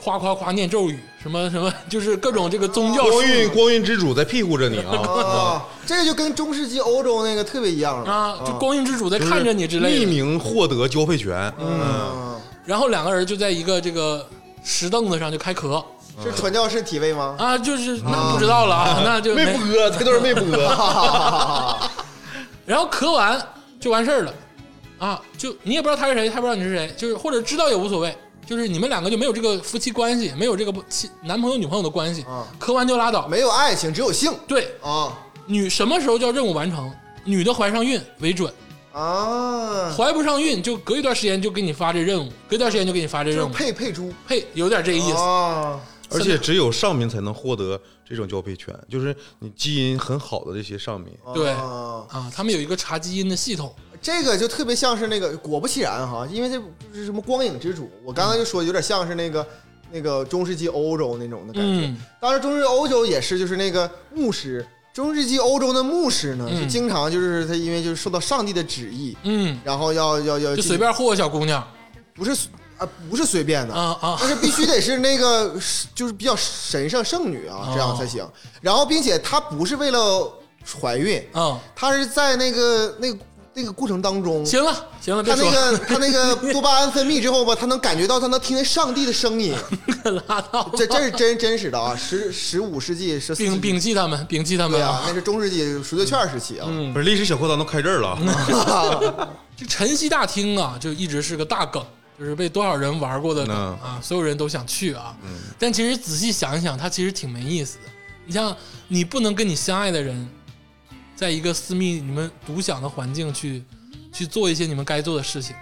Speaker 2: 夸夸夸念咒语，什么什么，就是各种这个宗教术
Speaker 3: 光
Speaker 2: 语
Speaker 3: 晕光晕之主在屁股着你啊，
Speaker 4: 啊，这个就跟中世纪欧洲那个特别一样了
Speaker 2: 啊，就光晕之主在 看着你之类
Speaker 3: 匿
Speaker 2: 的。
Speaker 3: 名获得交配权，
Speaker 4: 嗯，
Speaker 2: 然后两个人就在一个这个石凳子上就开咳
Speaker 4: 是传教士体位吗？
Speaker 2: 啊，就是那不知道了啊，那就
Speaker 3: 嗯没
Speaker 2: 没。
Speaker 3: 播，这段 没播，
Speaker 2: 啊然后咳完就完事儿了，啊，就你也不知道他是谁，他不知道你是谁，就是或者知道也无所谓，就是你们两个就没有这个夫妻关系，没有这个不妻男朋友女朋友的关系
Speaker 4: 啊，
Speaker 2: 咳完就拉倒。
Speaker 4: 没有爱情，只有性
Speaker 2: 对，
Speaker 4: 啊
Speaker 2: 女什么时候叫任务完成？女的怀上孕为准，
Speaker 4: 啊，
Speaker 2: 怀不上孕就隔一段时间就给你发这任务，隔一段时间就给你发这
Speaker 4: 就
Speaker 2: 任
Speaker 4: 是
Speaker 2: 务，
Speaker 4: 配配猪
Speaker 2: 呸，有点这意思。
Speaker 4: 啊，
Speaker 3: 而且只有上民才能获得这种交配权，就是你基因很好的这些上民。
Speaker 2: 对
Speaker 4: 啊
Speaker 2: 啊，他们有一个查基因的系统，
Speaker 4: 这个就特别像是那个，果不其然哈，因为这不是什么光影之主，我刚才就说有点像是那个那个中世纪欧洲那种的感觉。
Speaker 2: 嗯
Speaker 4: 当然，中世纪欧洲也是，就是那个牧师，中世纪欧洲的牧师呢，
Speaker 2: 嗯
Speaker 4: 就经常就是他因为就是受到上帝的旨意，
Speaker 2: 嗯，
Speaker 4: 然后要要要
Speaker 2: 就随，便霍霍小姑娘
Speaker 4: 不是随啊不是随便的
Speaker 2: 啊啊
Speaker 4: 但是必须得是那个是就是比较神圣圣女啊
Speaker 2: 哦，
Speaker 4: 这样才行。然后，并且她不是为了怀孕，
Speaker 2: 啊！
Speaker 4: 她是在那个那个那个过程当中，
Speaker 2: 行了行了，
Speaker 4: 她
Speaker 2: 别
Speaker 4: 那
Speaker 2: 说了，
Speaker 4: 个她 那个多巴胺分泌之后吧，她能感觉到她能听见上帝的 声音，
Speaker 2: 拉倒，
Speaker 4: 这这是真真实的啊，十十五世纪十四世
Speaker 2: 摒
Speaker 4: 纪
Speaker 2: 摒弃他们，摒弃他
Speaker 4: 对
Speaker 2: 们
Speaker 4: 啊，！那是中世纪赎罪券时期
Speaker 2: 嗯
Speaker 4: 啊，
Speaker 3: 不是历史小课堂都开这儿了啊，
Speaker 2: 这晨曦大厅啊，就一直是个大梗，就是被多少人玩过的梗
Speaker 3: 嗯
Speaker 2: 啊，所有人都想去啊。但其实仔细想一想，它其实挺没意思的。你像你不能跟你相爱的人，在一个私密你们独享的环境去去做一些你们该做的事情，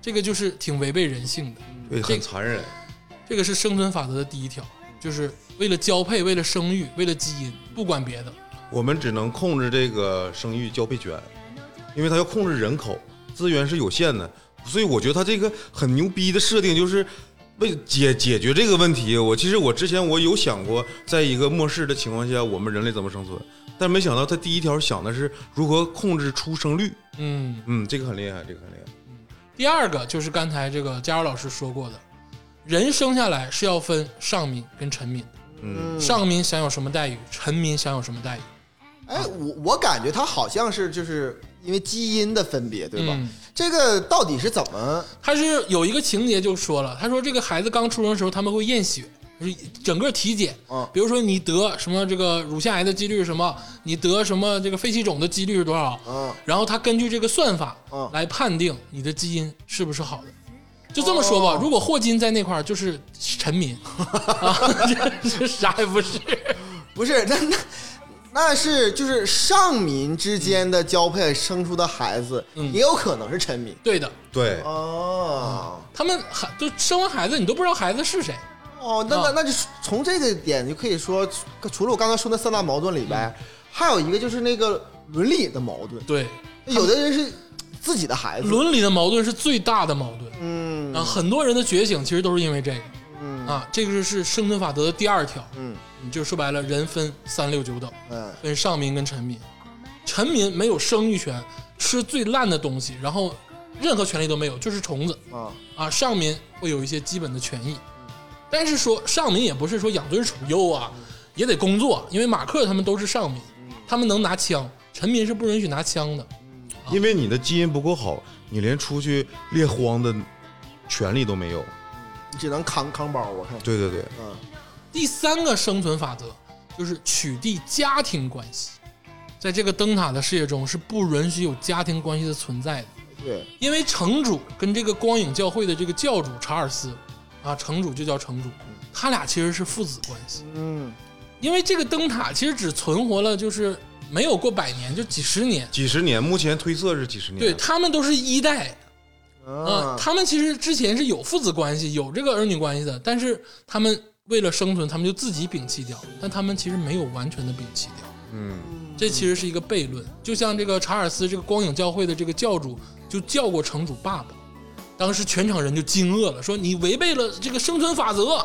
Speaker 2: 这个就是挺违背人性的。
Speaker 3: 对，很残忍。
Speaker 2: 这个是生存法则的第一条，就是为了交配、为了生育、为了基因，不管别的。
Speaker 3: 我们只能控制这个生育交配权，因为它要控制人口，资源是有限的，所以我觉得它这个很牛逼的设定就是为解解决这个问题。我其实我之前我有想过，在一个末世的情况下，我们人类怎么生存，但没想到它第一条想的是如何控制出生率。
Speaker 2: 嗯，
Speaker 3: 嗯，这个很厉害，这个很厉害。
Speaker 2: 第二个就是刚才这个佳茹老师说过的，人生下来是要分上民跟臣民，
Speaker 3: 嗯，
Speaker 2: 上民享有什么待遇，臣民享有什么待遇，
Speaker 4: 哎，我我感觉它好像是就是因为基因的分别，对吧？
Speaker 2: 嗯
Speaker 4: 这个到底是怎么？
Speaker 2: 他是有一个情节就说了，他说这个孩子刚出生的时候他们会验血，就是整个体检
Speaker 4: 嗯，
Speaker 2: 比如说你得什么这个乳腺癌的几率是什么，你得什么这个肺气肿的几率是多少，
Speaker 4: 嗯
Speaker 2: 然后他根据这个算法
Speaker 4: 嗯
Speaker 2: 来判定你的基因是不是好的。就这么说
Speaker 4: 哦
Speaker 2: 吧，如果霍金在那块儿就是臣民， 啊，这这啥也不是。
Speaker 4: 不是，那那那是就是上民之间的交配生出的孩子，
Speaker 2: 嗯
Speaker 4: 也有可能是臣民
Speaker 2: 对的，
Speaker 3: 对，
Speaker 4: 哦
Speaker 2: 他们还就生完孩子，你都不知道孩子是谁。
Speaker 4: 哦，那那那就从这个点就可以说，除了我刚才说那三大矛盾里边，还有一个就是那个伦理的矛盾，
Speaker 2: 对，
Speaker 4: 有的人是自己的孩子，
Speaker 2: 伦理的矛盾是最大的矛盾
Speaker 4: 嗯
Speaker 2: 啊！很多人的觉醒其实都是因为这个
Speaker 4: 嗯
Speaker 2: 啊，这个是生存法则的第二条。
Speaker 4: 嗯
Speaker 2: 你就说白了，人分三六九等，
Speaker 4: 嗯
Speaker 2: 分上民跟臣民。臣民没有生育权，吃最烂的东西，然后任何权利都没有，就是虫子
Speaker 4: 啊
Speaker 2: 啊。上民会有一些基本的权益，但是说上民也不是说养尊处优啊，也得工作，因为马克他们都是上民，
Speaker 4: 嗯
Speaker 2: 他们能拿枪，臣民是不允许拿枪的。
Speaker 3: 因为你的基因不够好，你连出去猎荒的权利都没有。
Speaker 4: 你只能扛扛包，我看，
Speaker 3: 对对对，
Speaker 4: 嗯
Speaker 2: 第三个生存法则就是取缔家庭关系，在这个灯塔的世界中是不允许有家庭关系的存在的，
Speaker 4: 对，
Speaker 2: 因为城主跟这个光影教会的这个教主查尔斯，啊，城主就叫城主，他俩其实是父子关系，
Speaker 4: 嗯
Speaker 2: 因为这个灯塔其实只存活了就是没有过百年，就几十年，
Speaker 3: 几十年，目前推测是几十年。
Speaker 2: 对他们都是一代。啊，
Speaker 4: 啊
Speaker 2: 他们其实之前是有父子关系，有这个儿女关系的，但是他们为了生存，他们就自己摒弃掉，但他们其实没有完全的摒弃掉。
Speaker 3: 嗯。
Speaker 2: 这其实是一个悖论。就像这个查尔斯这个光影教会的这个教主就叫过城主爸爸，当时全场人就惊愕了，说你违背了这个生存法则。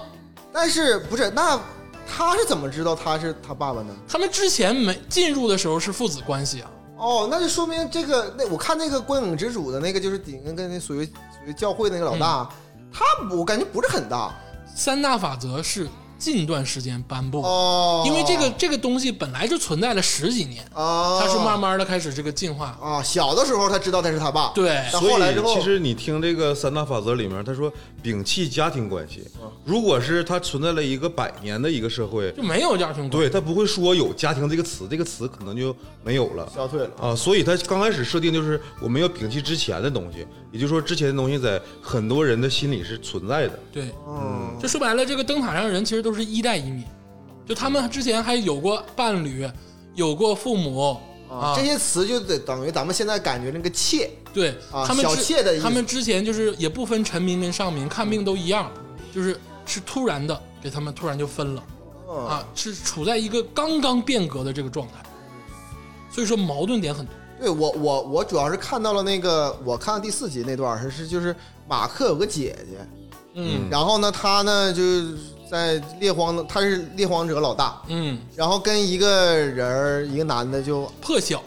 Speaker 4: 但是不是那他是怎么知道他是他爸爸呢？
Speaker 2: 他们之前没进入的时候是父子关系啊，
Speaker 4: 哦，那就说明这个那我看那个观影之主的那个就是顶跟跟那属于属于教会那个老大，
Speaker 2: 嗯
Speaker 4: 他我感觉不是很大
Speaker 2: 三大法则是近段时间颁布的，
Speaker 4: 哦，
Speaker 2: 因为这个这个东西本来就存在了十几年，
Speaker 4: 啊，
Speaker 2: 它是慢慢的开始这个进化。
Speaker 4: 啊小的时候他知道他是他爸，
Speaker 2: 对
Speaker 4: 但
Speaker 3: 所
Speaker 4: 后
Speaker 3: 以
Speaker 4: 来之后
Speaker 3: 其实你听这个三大法则里面，他说摒弃家庭关系。如果是它存在了一个百年的一个社会，
Speaker 2: 就没有家庭关系。
Speaker 3: 对他不会说有家庭这个词，这个词可能就没有了
Speaker 4: 消退了。
Speaker 3: 啊。所以他刚开始设定就是我们要摒弃之前的东西，也就是说之前的东西在很多人的心里是存在的。
Speaker 2: 对，
Speaker 4: 嗯
Speaker 2: 就说白了，这个灯塔上的人其实都是一代移民，就他们之前还有过伴侣，有过父母，
Speaker 4: 啊，这些词就得等于咱们现在感觉那个切，
Speaker 2: 对、
Speaker 4: 啊
Speaker 2: 他们
Speaker 4: 小
Speaker 2: 之
Speaker 4: 妾的意思
Speaker 2: 他们之前就是也不分臣民跟上民，看病都一样，就是是突然的给他们突然就分了，
Speaker 4: 嗯
Speaker 2: 啊，是处在一个刚刚变革的这个状态，所以说矛盾点很多。
Speaker 4: 对我我我主要是看到了那个，我看到第四集那段儿是是就是马克有个姐姐，
Speaker 2: 嗯
Speaker 4: 然后呢他呢就是在猎荒的，他是猎荒者老大，
Speaker 2: 嗯，
Speaker 4: 然后跟一个人儿一个男的就
Speaker 2: 破晓，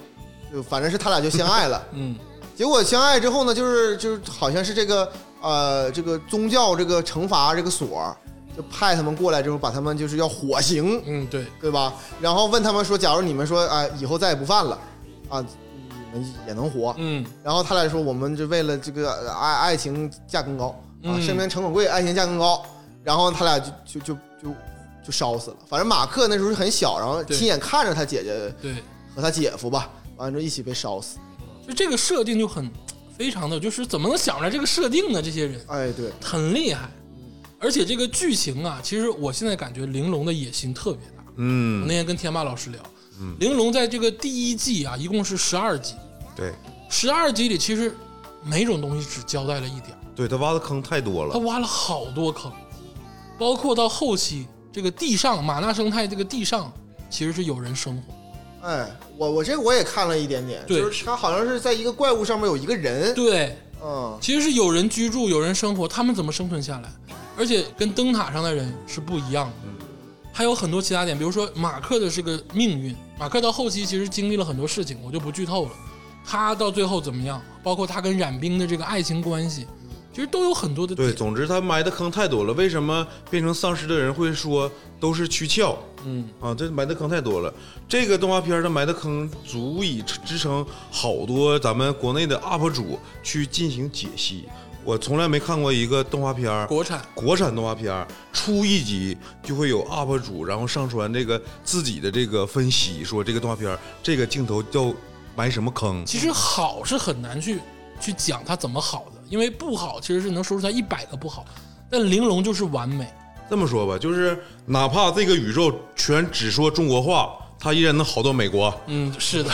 Speaker 4: 就反正是他俩就相 爱了，
Speaker 2: 嗯
Speaker 4: 结果相爱之后呢，就是就是好像是这个呃这个宗教这个惩罚这个所儿就派他们过来之后把他们就是要火刑，
Speaker 2: 嗯，对，
Speaker 4: 对吧？然后问他们说，假如你们说啊、以后再也不犯了，啊，你们也能活。
Speaker 2: 嗯
Speaker 4: 然后他俩说，我们就为了这个呃爱爱情价更高啊，
Speaker 2: 嗯
Speaker 4: 声名诚可贵，爱情价更高。然后他俩就就就就就烧死了。反正马克那时候是很小，然后
Speaker 2: 对
Speaker 4: 亲眼看着他姐姐
Speaker 2: 对，
Speaker 4: 和他姐夫吧，完了之后一起被烧死。
Speaker 2: 就这个设定就很非常的，就是怎么能想出来这个设定呢？这些人
Speaker 4: 哎，对，
Speaker 2: 很厉害，而且这个剧情啊，其实我现在感觉玲珑的野心特别大。我
Speaker 3: 嗯
Speaker 2: 那，天跟天霸老师聊，玲珑在这个第一季啊，一共是十二集，
Speaker 3: 对，
Speaker 2: 十二集里其实每种东西只交代了一点儿，
Speaker 3: 对他挖的坑太多
Speaker 2: 他
Speaker 3: 了，
Speaker 2: 挖了好多坑，包括到后期这个地上马纳生态这个地上其实是有人生活，
Speaker 4: 哎，我我这个我也看了一点点，
Speaker 2: 对
Speaker 4: 就是他好像是在一个怪物上面有一个人，
Speaker 2: 对，
Speaker 4: 嗯，
Speaker 2: 其实是有人居住，有人生活，他们怎么生存下来？而且跟灯塔上的人是不一样的。还有很多其他点，比如说马克的这个命运，马克到后期其实经历了很多事情，我就不剧透了。他到最后怎么样？包括他跟冉冰的这个爱情关系，其实都有很多的
Speaker 3: 对，
Speaker 2: 点。
Speaker 3: 总之他埋的坑太多了。为什么变成丧尸的人会说都是躯壳？
Speaker 2: 嗯，
Speaker 3: 啊，这埋的坑太多了。这个动画片儿它埋的坑足以支撑好多咱们国内的 UP 主去进行解析。我从来没看过一个动画片儿，
Speaker 2: 国产
Speaker 3: 国产动画片儿出一集就会有 UP 主，然后上传这个自己的这个分析，说这个动画片儿这个镜头要埋什么坑。
Speaker 2: 其实好是很难去去讲它怎么好的，因为不好其实是能说出它一百个不好，但玲珑就是完美。
Speaker 3: 这么说吧，就是哪怕这个宇宙全只说中国话，它依然能好到美国。
Speaker 2: 嗯，是的，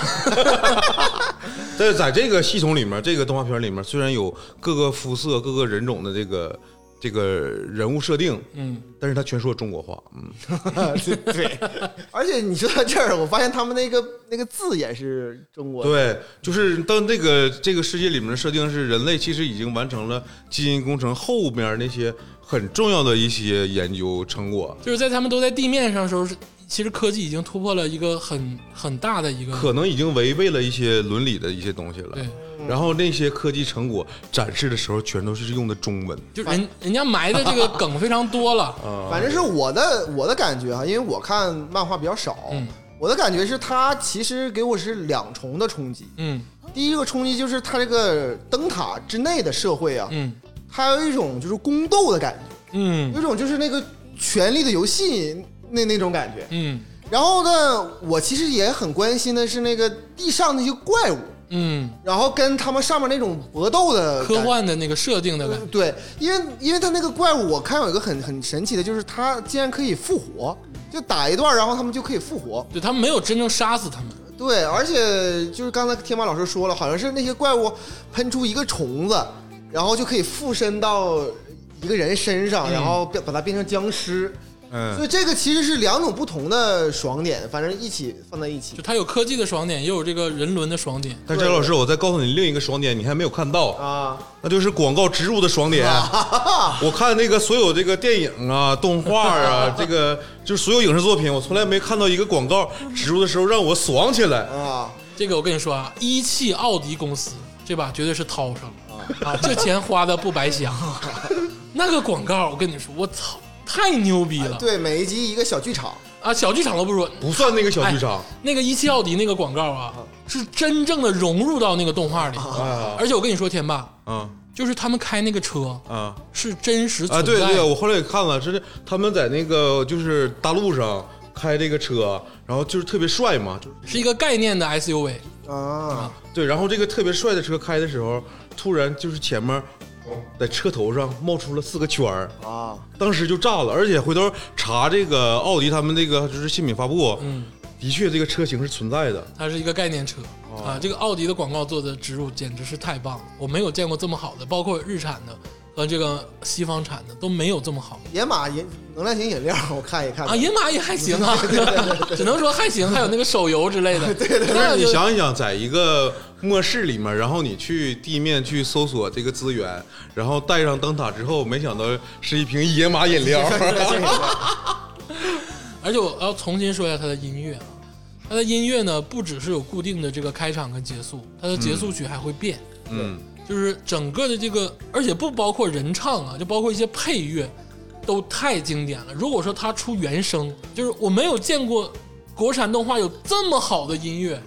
Speaker 3: 在在这个系统里面，这个动画片里面，虽然有各个肤色、各个人种的这个这个人物设定，
Speaker 2: 嗯，
Speaker 3: 但是他全说中国话，嗯，
Speaker 4: 对， 而且你说到这儿，我发现他们那个那个字也是中国的，
Speaker 3: 对，就是当这个这个世界里面的设定是人类其实已经完成了基因工程后面那些很重要的一些研究成果，
Speaker 2: 就是在他们都在地面上的时候，是其实科技已经突破了一个很很大的一个
Speaker 3: 可能已经违背了一些伦理的一些东西了
Speaker 2: 嗯对。，
Speaker 3: 然后那些科技成果展示的时候，全都是用的中文。
Speaker 2: 就人人家埋的这个梗非常多了，
Speaker 4: 反正是我的我的感觉啊，因为我看漫画比较少，
Speaker 2: 嗯
Speaker 4: 我的感觉是它其实给我是两重的冲击。
Speaker 2: 嗯
Speaker 4: 第一个冲击就是它这个灯塔之内的社会啊，
Speaker 2: 嗯
Speaker 4: 它有一种就是宫斗的感觉，有
Speaker 2: 嗯
Speaker 4: 一种就是那个权力的游戏那那种感觉。
Speaker 2: 嗯
Speaker 4: 然后呢，我其实也很关心的是那个地上那些怪物，
Speaker 2: 嗯，
Speaker 4: 然后跟他们上面那种搏斗的
Speaker 2: 科
Speaker 4: 感觉
Speaker 2: 幻的那个设定的感
Speaker 4: 嗯
Speaker 2: 觉，
Speaker 4: 对，因为因为他那个怪物，我看有一个很很神奇的，就是他竟然可以复活，就打一段，然后他们就可以复活。
Speaker 2: 对他们没有真正杀死他们，
Speaker 4: 对，而且就是刚才天马老师说了，好像是那些怪物喷出一个虫子，然后就可以附身到一个人身上，然后变把它变成僵尸。所
Speaker 3: 嗯，
Speaker 4: 以这个其实是两种不同的爽点，反正一起放在一起
Speaker 2: 就他有科技的爽点，也有这个人伦的爽点，
Speaker 3: 但是张老师，我再告诉你另一个爽点，你还没有看到
Speaker 4: 啊。
Speaker 3: 那就是广告植入的 爽点。我看那个所有这个电影啊、动画 啊，这个就是所有影视作品，我从来没看到一个广告植入的时候让我爽起来。
Speaker 4: 啊，
Speaker 2: 这个我跟你说啊，一汽奥迪公司这把绝对是掏上了啊，这钱花的不白瞎。 那个广告，我跟你说，我操，太牛逼了
Speaker 4: 对，每一集一个小剧场，
Speaker 2: 啊！小剧场都不说，
Speaker 3: 不算那个小剧场，
Speaker 2: 那个一汽奥迪那个广告啊，是真正的融入到那个动画里。
Speaker 3: 啊
Speaker 2: 而且我跟你说，天霸，
Speaker 3: 啊
Speaker 2: 就是他们开那个车
Speaker 3: 啊
Speaker 2: 是真实嗯
Speaker 3: 啊！
Speaker 2: 存在
Speaker 3: 对
Speaker 2: 的。
Speaker 3: 对，我后来也看了，就是他们在那个就是大路上开这个车，然后就是特别帅嘛，就是
Speaker 2: 是一个概念的 SUV。
Speaker 4: 啊，
Speaker 3: 对，然后这个特别帅的车开的时候，突然就是前面哦在车头上冒出了四个圈儿
Speaker 4: 啊，
Speaker 3: 当时就炸了，而且回头查这个奥迪他们这个就是新品发布，
Speaker 2: 嗯，
Speaker 3: 的确这个车型是存在的，
Speaker 2: 它是一个概念车
Speaker 3: 哦
Speaker 2: 啊。这个奥迪的广告做的植入简直是太棒了，我没有见过这么好的，包括日产的和这个西方产的都没有这么好
Speaker 4: 野马饮能量型饮料，我看一看
Speaker 2: 啊。野马也还行啊，只能说还行。还有那个手游之类的，
Speaker 3: 但
Speaker 2: 那
Speaker 3: 是你
Speaker 2: 啊就
Speaker 3: 想一想，在一个末世里面，然后你去地面去搜索这个资源，然后带上灯塔之后，没想到是一瓶野马 饮料。
Speaker 2: 而且我要重新说一下它的音乐啊，它的音乐呢不只是有固定的这个开场跟结束，它的结束曲还会变，
Speaker 3: 嗯，
Speaker 2: 就是整个的这个，而且不包括人唱啊，就包括一些配乐，都太经典了。如果说它出原声，就是我没有见过国产动画有这么好的音乐，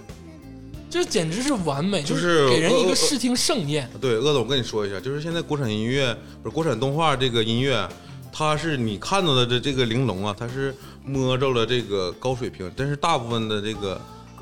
Speaker 2: 这简直是完美，就
Speaker 3: 就是
Speaker 2: 给人一
Speaker 3: 呃
Speaker 2: 个
Speaker 3: 呃
Speaker 2: 视听盛宴。
Speaker 3: 对，鄂总，我跟你说一下，就是现在国产音乐不是国产动画这个音乐，它是你看到的这这个玲珑啊，它是摸着了这个高水平，但是大部分的这个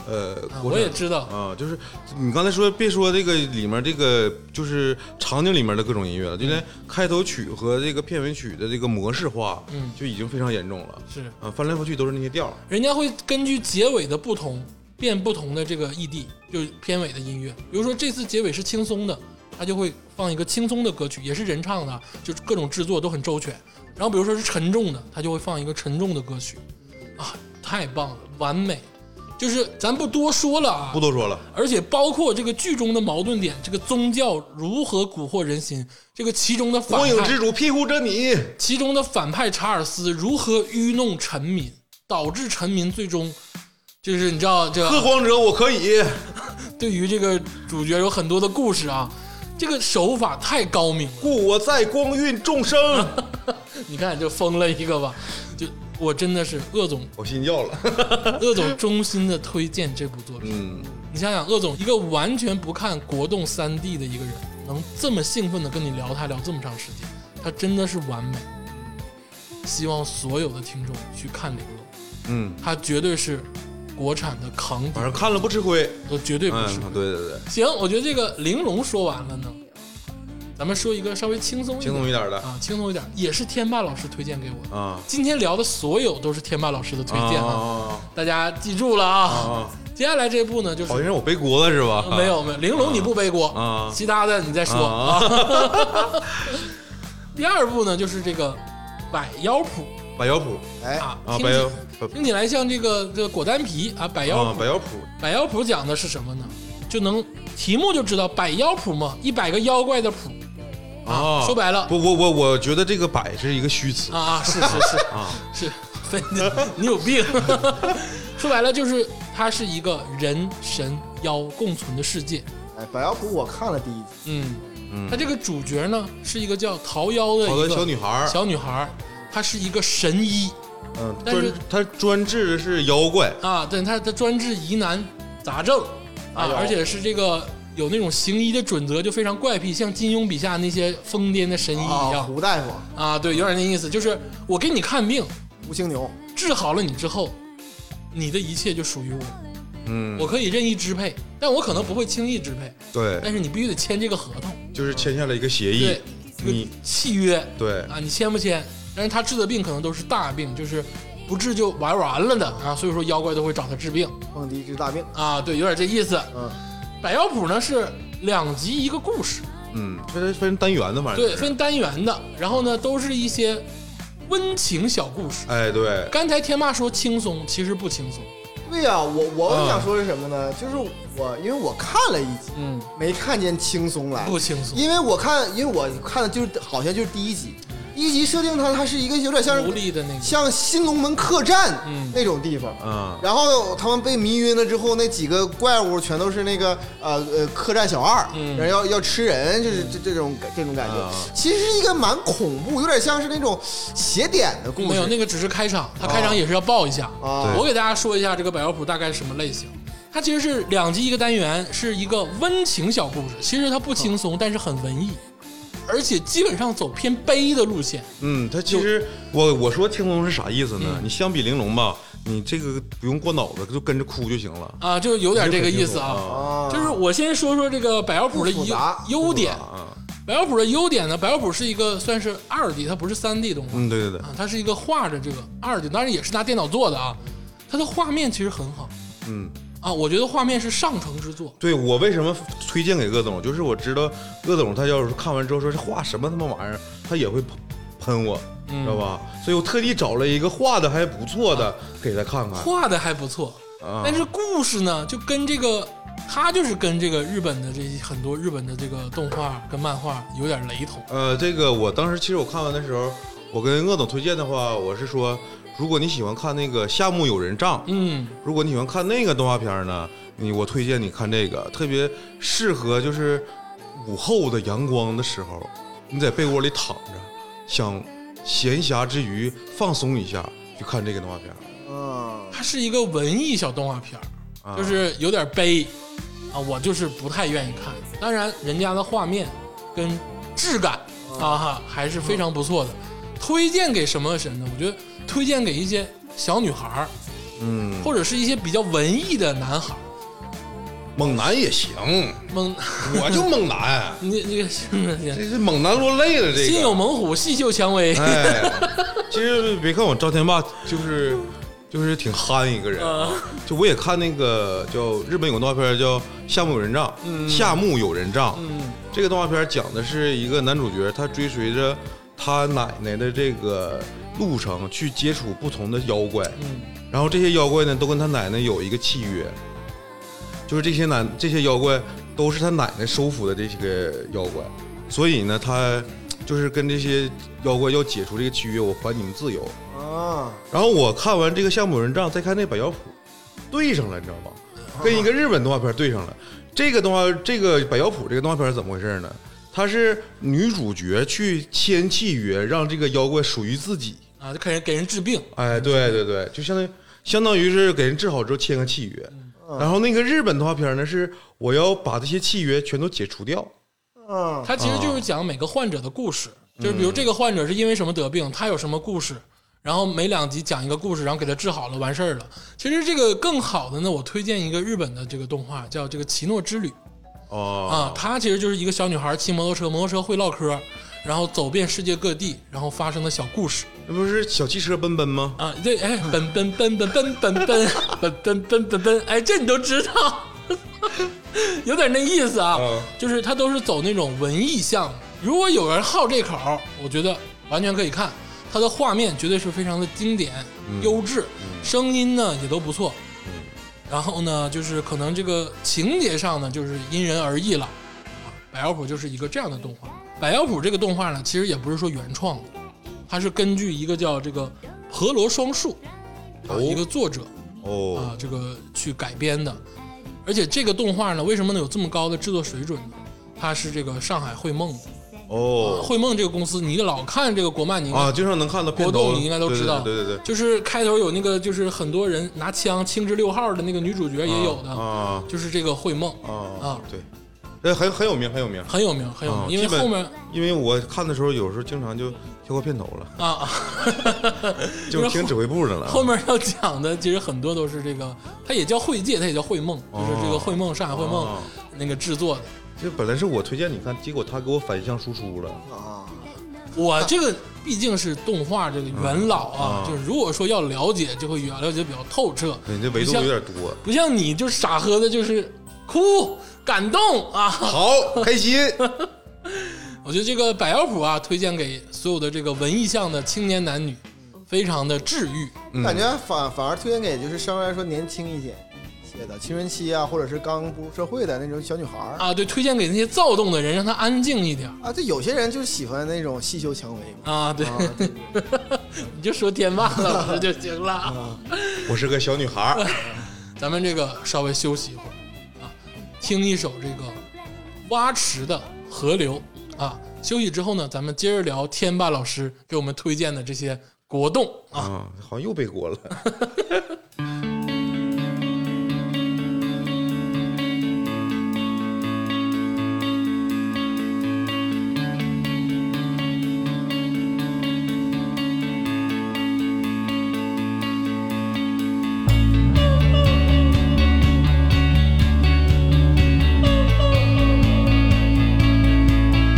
Speaker 3: 呃，
Speaker 2: 啊
Speaker 3: 国
Speaker 2: 我
Speaker 3: 产
Speaker 2: 也知道，
Speaker 3: 啊，就是你刚才说，别说这个里面这个就是场景里面的各种音乐了，就连开头曲和这个片尾曲的这个模式化，
Speaker 2: 嗯
Speaker 3: 就已经非常严重了。
Speaker 2: 是
Speaker 3: 啊，翻来覆去都是那些调儿。
Speaker 2: 人家会根据结尾的不同变不同的这个 ED，就是片尾的音乐。比如说这次结尾是轻松的，他就会放一个轻松的歌曲，也是人唱的啊，就是各种制作都很周全。然后比如说是沉重的，他就会放一个沉重的歌曲，啊，太棒了，完美。就是咱不多说了啊
Speaker 3: 不，多说了，
Speaker 2: 而且包括这个剧中的矛盾点，这个宗教如何蛊惑人心，这个其中的反
Speaker 3: 光影
Speaker 2: 派
Speaker 3: 之主庇护着你。
Speaker 2: 其中的反派查尔斯如何愚弄臣民，导致臣民最终就是你知道这
Speaker 3: 喝光者我可以，
Speaker 2: 对于这个主角有很多的故事啊，这个手法太高明了。
Speaker 3: 故我在光运众生。
Speaker 2: 你看就封了一个吧，就我真的是鄂总，
Speaker 3: 我心叫了，
Speaker 2: 鄂总衷心的推荐这部作品。
Speaker 3: 嗯，
Speaker 2: 你想想，鄂总一个完全不看国动三 D 的一个人，能这么兴奋的跟你聊他聊这么长时间，他真的是完美。希望所有的听众去看玲珑。
Speaker 3: 嗯，
Speaker 2: 它绝对是国产的扛底
Speaker 3: 反，正看了不吃亏。
Speaker 2: 都绝对不是。
Speaker 3: 嗯，对对对，
Speaker 2: 行，我觉得这个玲珑说完了呢，咱们说一个稍微轻松一
Speaker 3: 轻
Speaker 2: 点
Speaker 3: 松一点的
Speaker 2: 啊，轻松一点，也是天霸老师推荐给我的。
Speaker 3: 啊。
Speaker 2: 今天聊的所有都是天霸老师的推荐啊，
Speaker 3: 啊
Speaker 2: 大家记住了啊。
Speaker 3: 啊啊！
Speaker 2: 接下来这部呢，就是
Speaker 3: 好像是我背锅了是吧？
Speaker 2: 没有没有，玲珑你不背锅，
Speaker 3: 啊
Speaker 2: 其他的你再说。
Speaker 3: 啊，
Speaker 2: 第二部呢，就是这个百妖谱
Speaker 3: 百妖谱
Speaker 4: 哎，
Speaker 2: 啊，
Speaker 3: 啊，
Speaker 2: 听
Speaker 3: 百妖
Speaker 2: 起听起来像这个这个果丹皮啊，百妖
Speaker 3: 啊，
Speaker 2: 谱
Speaker 3: 百妖谱
Speaker 2: 百妖谱讲的是什么呢？就能题目就知道，百妖谱嘛，一百个妖怪的谱
Speaker 3: 啊，
Speaker 2: 说白了
Speaker 3: 不，我我我觉得这个“百”是一个虚词
Speaker 2: 啊啊，是是 是
Speaker 3: 啊，
Speaker 2: 是，非你你有病。 说白了就是它是一个人神妖共存的世界。
Speaker 4: 哎，百妖谱我看了第一集，
Speaker 2: 嗯，
Speaker 3: 嗯
Speaker 2: 它这个主角呢是一个叫桃妖的
Speaker 3: 好多
Speaker 2: 一
Speaker 3: 小
Speaker 2: 个
Speaker 3: 女孩儿，
Speaker 2: 小女孩儿，她是一个神医
Speaker 3: 嗯，
Speaker 2: 但是
Speaker 3: 专他专治的是妖怪，
Speaker 2: 啊，对，她她专治疑难杂症啊
Speaker 4: 哎，呦
Speaker 2: 而且是这个。有那种行医的准则，就非常怪癖，像金庸笔下那些疯癫的神医一
Speaker 4: 啊，
Speaker 2: 样。
Speaker 4: 胡大夫、
Speaker 2: 啊，对，有点那意思，就是我给你看病，
Speaker 4: 吴青牛，
Speaker 2: 治好了你之后，你的一切就属于我，
Speaker 3: 嗯，
Speaker 2: 我可以任意支配，但我可能不会轻易支配，
Speaker 4: 嗯
Speaker 3: 对，
Speaker 2: 但是你必须得签这个合同，
Speaker 3: 就是签下了一个协议
Speaker 2: 对，，一
Speaker 3: 你
Speaker 2: 个契约
Speaker 3: 对
Speaker 2: 啊，你签不签？但是他治的病可能都是大病，就是不治就玩完了的啊，所以说妖怪都会找他治病
Speaker 4: 梦迪治大病，
Speaker 2: 啊，对，有点这意思。
Speaker 4: 嗯，
Speaker 2: 百妖谱呢是两集一个故事，
Speaker 3: 嗯，分分单元的，反正
Speaker 2: 对，
Speaker 3: 哎是，
Speaker 2: 分单元的，然后呢都是一些温情小故事。
Speaker 3: 哎，对，
Speaker 2: 刚才天霸说轻松，其实不轻松。
Speaker 4: 对呀、我我
Speaker 3: 嗯
Speaker 4: 想说的是什么呢？就是我因为我看了一集，
Speaker 2: 嗯，
Speaker 4: 没看见轻松来，
Speaker 2: 不轻松，
Speaker 4: 因为我看，因为我看的就是好像就是第一集，第一集设定它它是一个有点像
Speaker 2: 无力的那个，
Speaker 4: 像新龙门客栈
Speaker 2: 嗯
Speaker 4: 那种地方。
Speaker 3: 嗯，
Speaker 4: 然后他们被迷晕了之后，那几个怪物全都是那个呃呃客栈小二，
Speaker 2: 嗯
Speaker 4: 然后要要吃人，就是这这种这种感
Speaker 3: 啊
Speaker 4: 觉，其实是一个蛮恐怖，有点像是那种邪典的故
Speaker 2: 没有
Speaker 4: 事
Speaker 2: 那个只是开场，他开场也是要报一下。
Speaker 4: 啊
Speaker 3: 对
Speaker 2: 我给大家说一下这个百妖谱大概是什么类型。它其实是两集一个单元，是一个温情小故事。其实它不轻
Speaker 4: 啊
Speaker 2: 松，但是很文艺，而且基本上走偏悲的路线。
Speaker 3: 嗯，他其实我我说青龙是啥意思
Speaker 2: 嗯
Speaker 3: 呢？你相比玲珑吧，你这个不用过脑子，就跟着哭就行了，
Speaker 2: 啊，就有点这个意思
Speaker 3: 你就
Speaker 2: 啊。
Speaker 3: 很轻松啊。
Speaker 4: 啊，
Speaker 2: 就是我先说说这个百妖谱的
Speaker 4: 不复
Speaker 2: 优
Speaker 4: 杂嗯
Speaker 2: 优点。
Speaker 3: 啊，
Speaker 2: 百妖谱的优点呢，百妖谱是一个算是二 D，它不是三 D 动画。
Speaker 3: 嗯，对对对，
Speaker 2: 啊，它是一个画着这个二 D，当然也是拿电脑做的啊。它的画面其实很好
Speaker 3: 嗯，
Speaker 2: 啊，我觉得画面是上乘之作。
Speaker 3: 对我为什么推荐给鄂总，就是我知道鄂总他要是看完之后说这画什么他妈玩意儿，他也会喷喷我，知道吧？所以我特地找了一个画的还不错的给他看看
Speaker 2: 画的还不错，
Speaker 4: 嗯
Speaker 3: 啊。
Speaker 2: 但是故事呢，就跟这个，它就是跟这个日本的这些很多日本的这个动画跟漫画有点雷同。
Speaker 3: 呃，这个我当时其实我看完的时候，我跟鄂总推荐的话，我是说，如果你喜欢看那个《夏目友人帐》，
Speaker 2: 嗯
Speaker 3: 如果你喜欢看那个动画片儿呢，你我推荐你看这个，特别适合就是午后的阳光的时候，你在被窝里躺着，想闲暇之余放松一下，去看这个动画片儿。
Speaker 4: 嗯，
Speaker 2: 它是一个文艺小动画片儿，
Speaker 3: 啊、
Speaker 2: 就是有点悲啊，我就是不太愿意看。当然，人家的画面跟质感啊哈还是非常不错的。推荐给什么神呢？我觉得推荐给一些小女孩儿，
Speaker 3: 嗯，
Speaker 2: 或者是一些比较文艺的男孩儿。
Speaker 3: 猛男也行，
Speaker 2: 猛，，
Speaker 3: 我就猛男
Speaker 2: 你你
Speaker 3: 这是猛男落泪了，这个
Speaker 2: 心有猛虎，细嗅蔷薇。
Speaker 3: 哎，其实别看我赵天霸就是就是挺憨一个人
Speaker 2: 嗯
Speaker 3: 啊，就我也看那个叫日本有个动画片叫《夏目友人帐》，夏目友人帐，
Speaker 2: 嗯
Speaker 3: 这个动画片讲的是一个男主角他追随着他奶奶的这个路程去接触不同的妖怪，
Speaker 2: 嗯
Speaker 3: 然后这些妖怪呢，都跟他奶奶有一个契约，就是这些男这些妖怪都是他奶奶收服的这些个妖怪，所以呢，他就是跟这些妖怪要解除这个契约，我还你们自由。
Speaker 4: 啊，
Speaker 3: 然后我看完这个《项目人帐》，再看那百妖谱，对上了，你知道吗？
Speaker 2: 啊
Speaker 3: 跟一个日本动画片对上了。这个动画，这个百妖谱这个动画片是怎么回事呢？它是女主角去签契约，让这个妖怪属于自己。
Speaker 2: 啊，就给人给人治病。
Speaker 3: 哎，对对对，就相当于相当于是给人治好之后签个契约。
Speaker 2: 嗯
Speaker 3: 然后那个日本动画片呢，是我要把这些契约全都解除掉。
Speaker 4: 嗯，
Speaker 2: 它其实就是讲每个患者的故事，就是比如这个患者是因为什么得病，他有什么故事，然后每两集讲一个故事，然后给他治好了，完事儿了。其实这个更好的呢，我推荐一个日本的这个动画，叫这个《奇诺之旅》啊
Speaker 3: 哦，，
Speaker 2: 它其实就是一个小女孩骑摩托车，摩托车会唠嗑，然后走遍世界各地，然后发生的小故事
Speaker 3: 那不是小汽车奔奔吗？
Speaker 2: 啊。对，哎，奔奔奔奔奔奔奔奔奔奔奔奔，哎，这你都知道，有点那意思啊。
Speaker 3: 嗯
Speaker 2: 就是他都是走那种文艺向的。如果有人好这口儿，我觉得完全可以看。它的画面绝对是非常的经典、
Speaker 3: 嗯
Speaker 2: 优质，声音呢也都不错。然后呢，就是可能这个情节上呢，就是因人而异了。啊，百妖谱就是一个这样的动画。百妖谱这个动画呢，其实也不是说原创的，它是根据一个叫这个婆罗双树，啊
Speaker 3: 哦
Speaker 2: 一个作者啊
Speaker 3: 哦，
Speaker 2: 这个去改编的。而且这个动画呢，为什么能有这么高的制作水准呢？它是这个上海绘梦的，
Speaker 3: 哦，
Speaker 2: 绘梦这个公司，你老看这个国漫，你应该
Speaker 3: 啊，经常能看到片
Speaker 2: 活
Speaker 3: 头，
Speaker 2: 动你应该都知道，
Speaker 3: 对对对对对，
Speaker 2: 就是开头有那个，就是很多人拿枪，青之六号的那个女主角也有的，
Speaker 3: 啊
Speaker 2: 就是这个绘梦
Speaker 3: 啊啊
Speaker 2: 啊，
Speaker 3: 对，这很很有名，很有名。
Speaker 2: 很有名，很有名，
Speaker 3: 啊
Speaker 2: 因为
Speaker 3: 基本
Speaker 2: 后面
Speaker 3: 因为我看的时候，有时候经常就跳过片头了，
Speaker 2: 啊啊，
Speaker 3: 就听指挥部的了。
Speaker 2: 后面要讲的其实很多都是这个，它也叫绘界，它也叫绘梦，就是这个绘梦上海绘梦
Speaker 3: 哦
Speaker 2: 那个制作的。
Speaker 3: 这本来是我推荐你看，结果他给我反向输出了。
Speaker 4: 啊，
Speaker 2: 我这个毕竟是动画这个元老啊，
Speaker 3: 嗯
Speaker 2: 就是如果说要了解，就会了解比较透彻，
Speaker 3: 你这维度有点多。
Speaker 2: 不像你就傻呵的，就是哭感动啊。
Speaker 3: 好，开心。
Speaker 2: 我觉得这个百药谱啊，推荐给所有的这个文艺向的青年男女，非常的治愈。
Speaker 3: 嗯
Speaker 4: 感觉反反而推荐给就是相对来说年轻一些些的青春期啊，或者是刚步入社会的那种小女孩儿
Speaker 2: 啊，对，推荐给那些躁动的人，让他安静一点
Speaker 4: 啊，这有些人就是喜欢那种细嗅蔷薇嘛。
Speaker 2: 啊。对，
Speaker 4: 啊对
Speaker 2: 你就说天霸老师就行了啊。
Speaker 3: 我是个小女孩儿，
Speaker 2: 咱们这个稍微休息一会儿啊，听一首这个蛙池的河流啊。休息之后呢，咱们接着聊天霸老师给我们推荐的这些国动啊。
Speaker 3: 啊，好像又背锅了。
Speaker 5: 「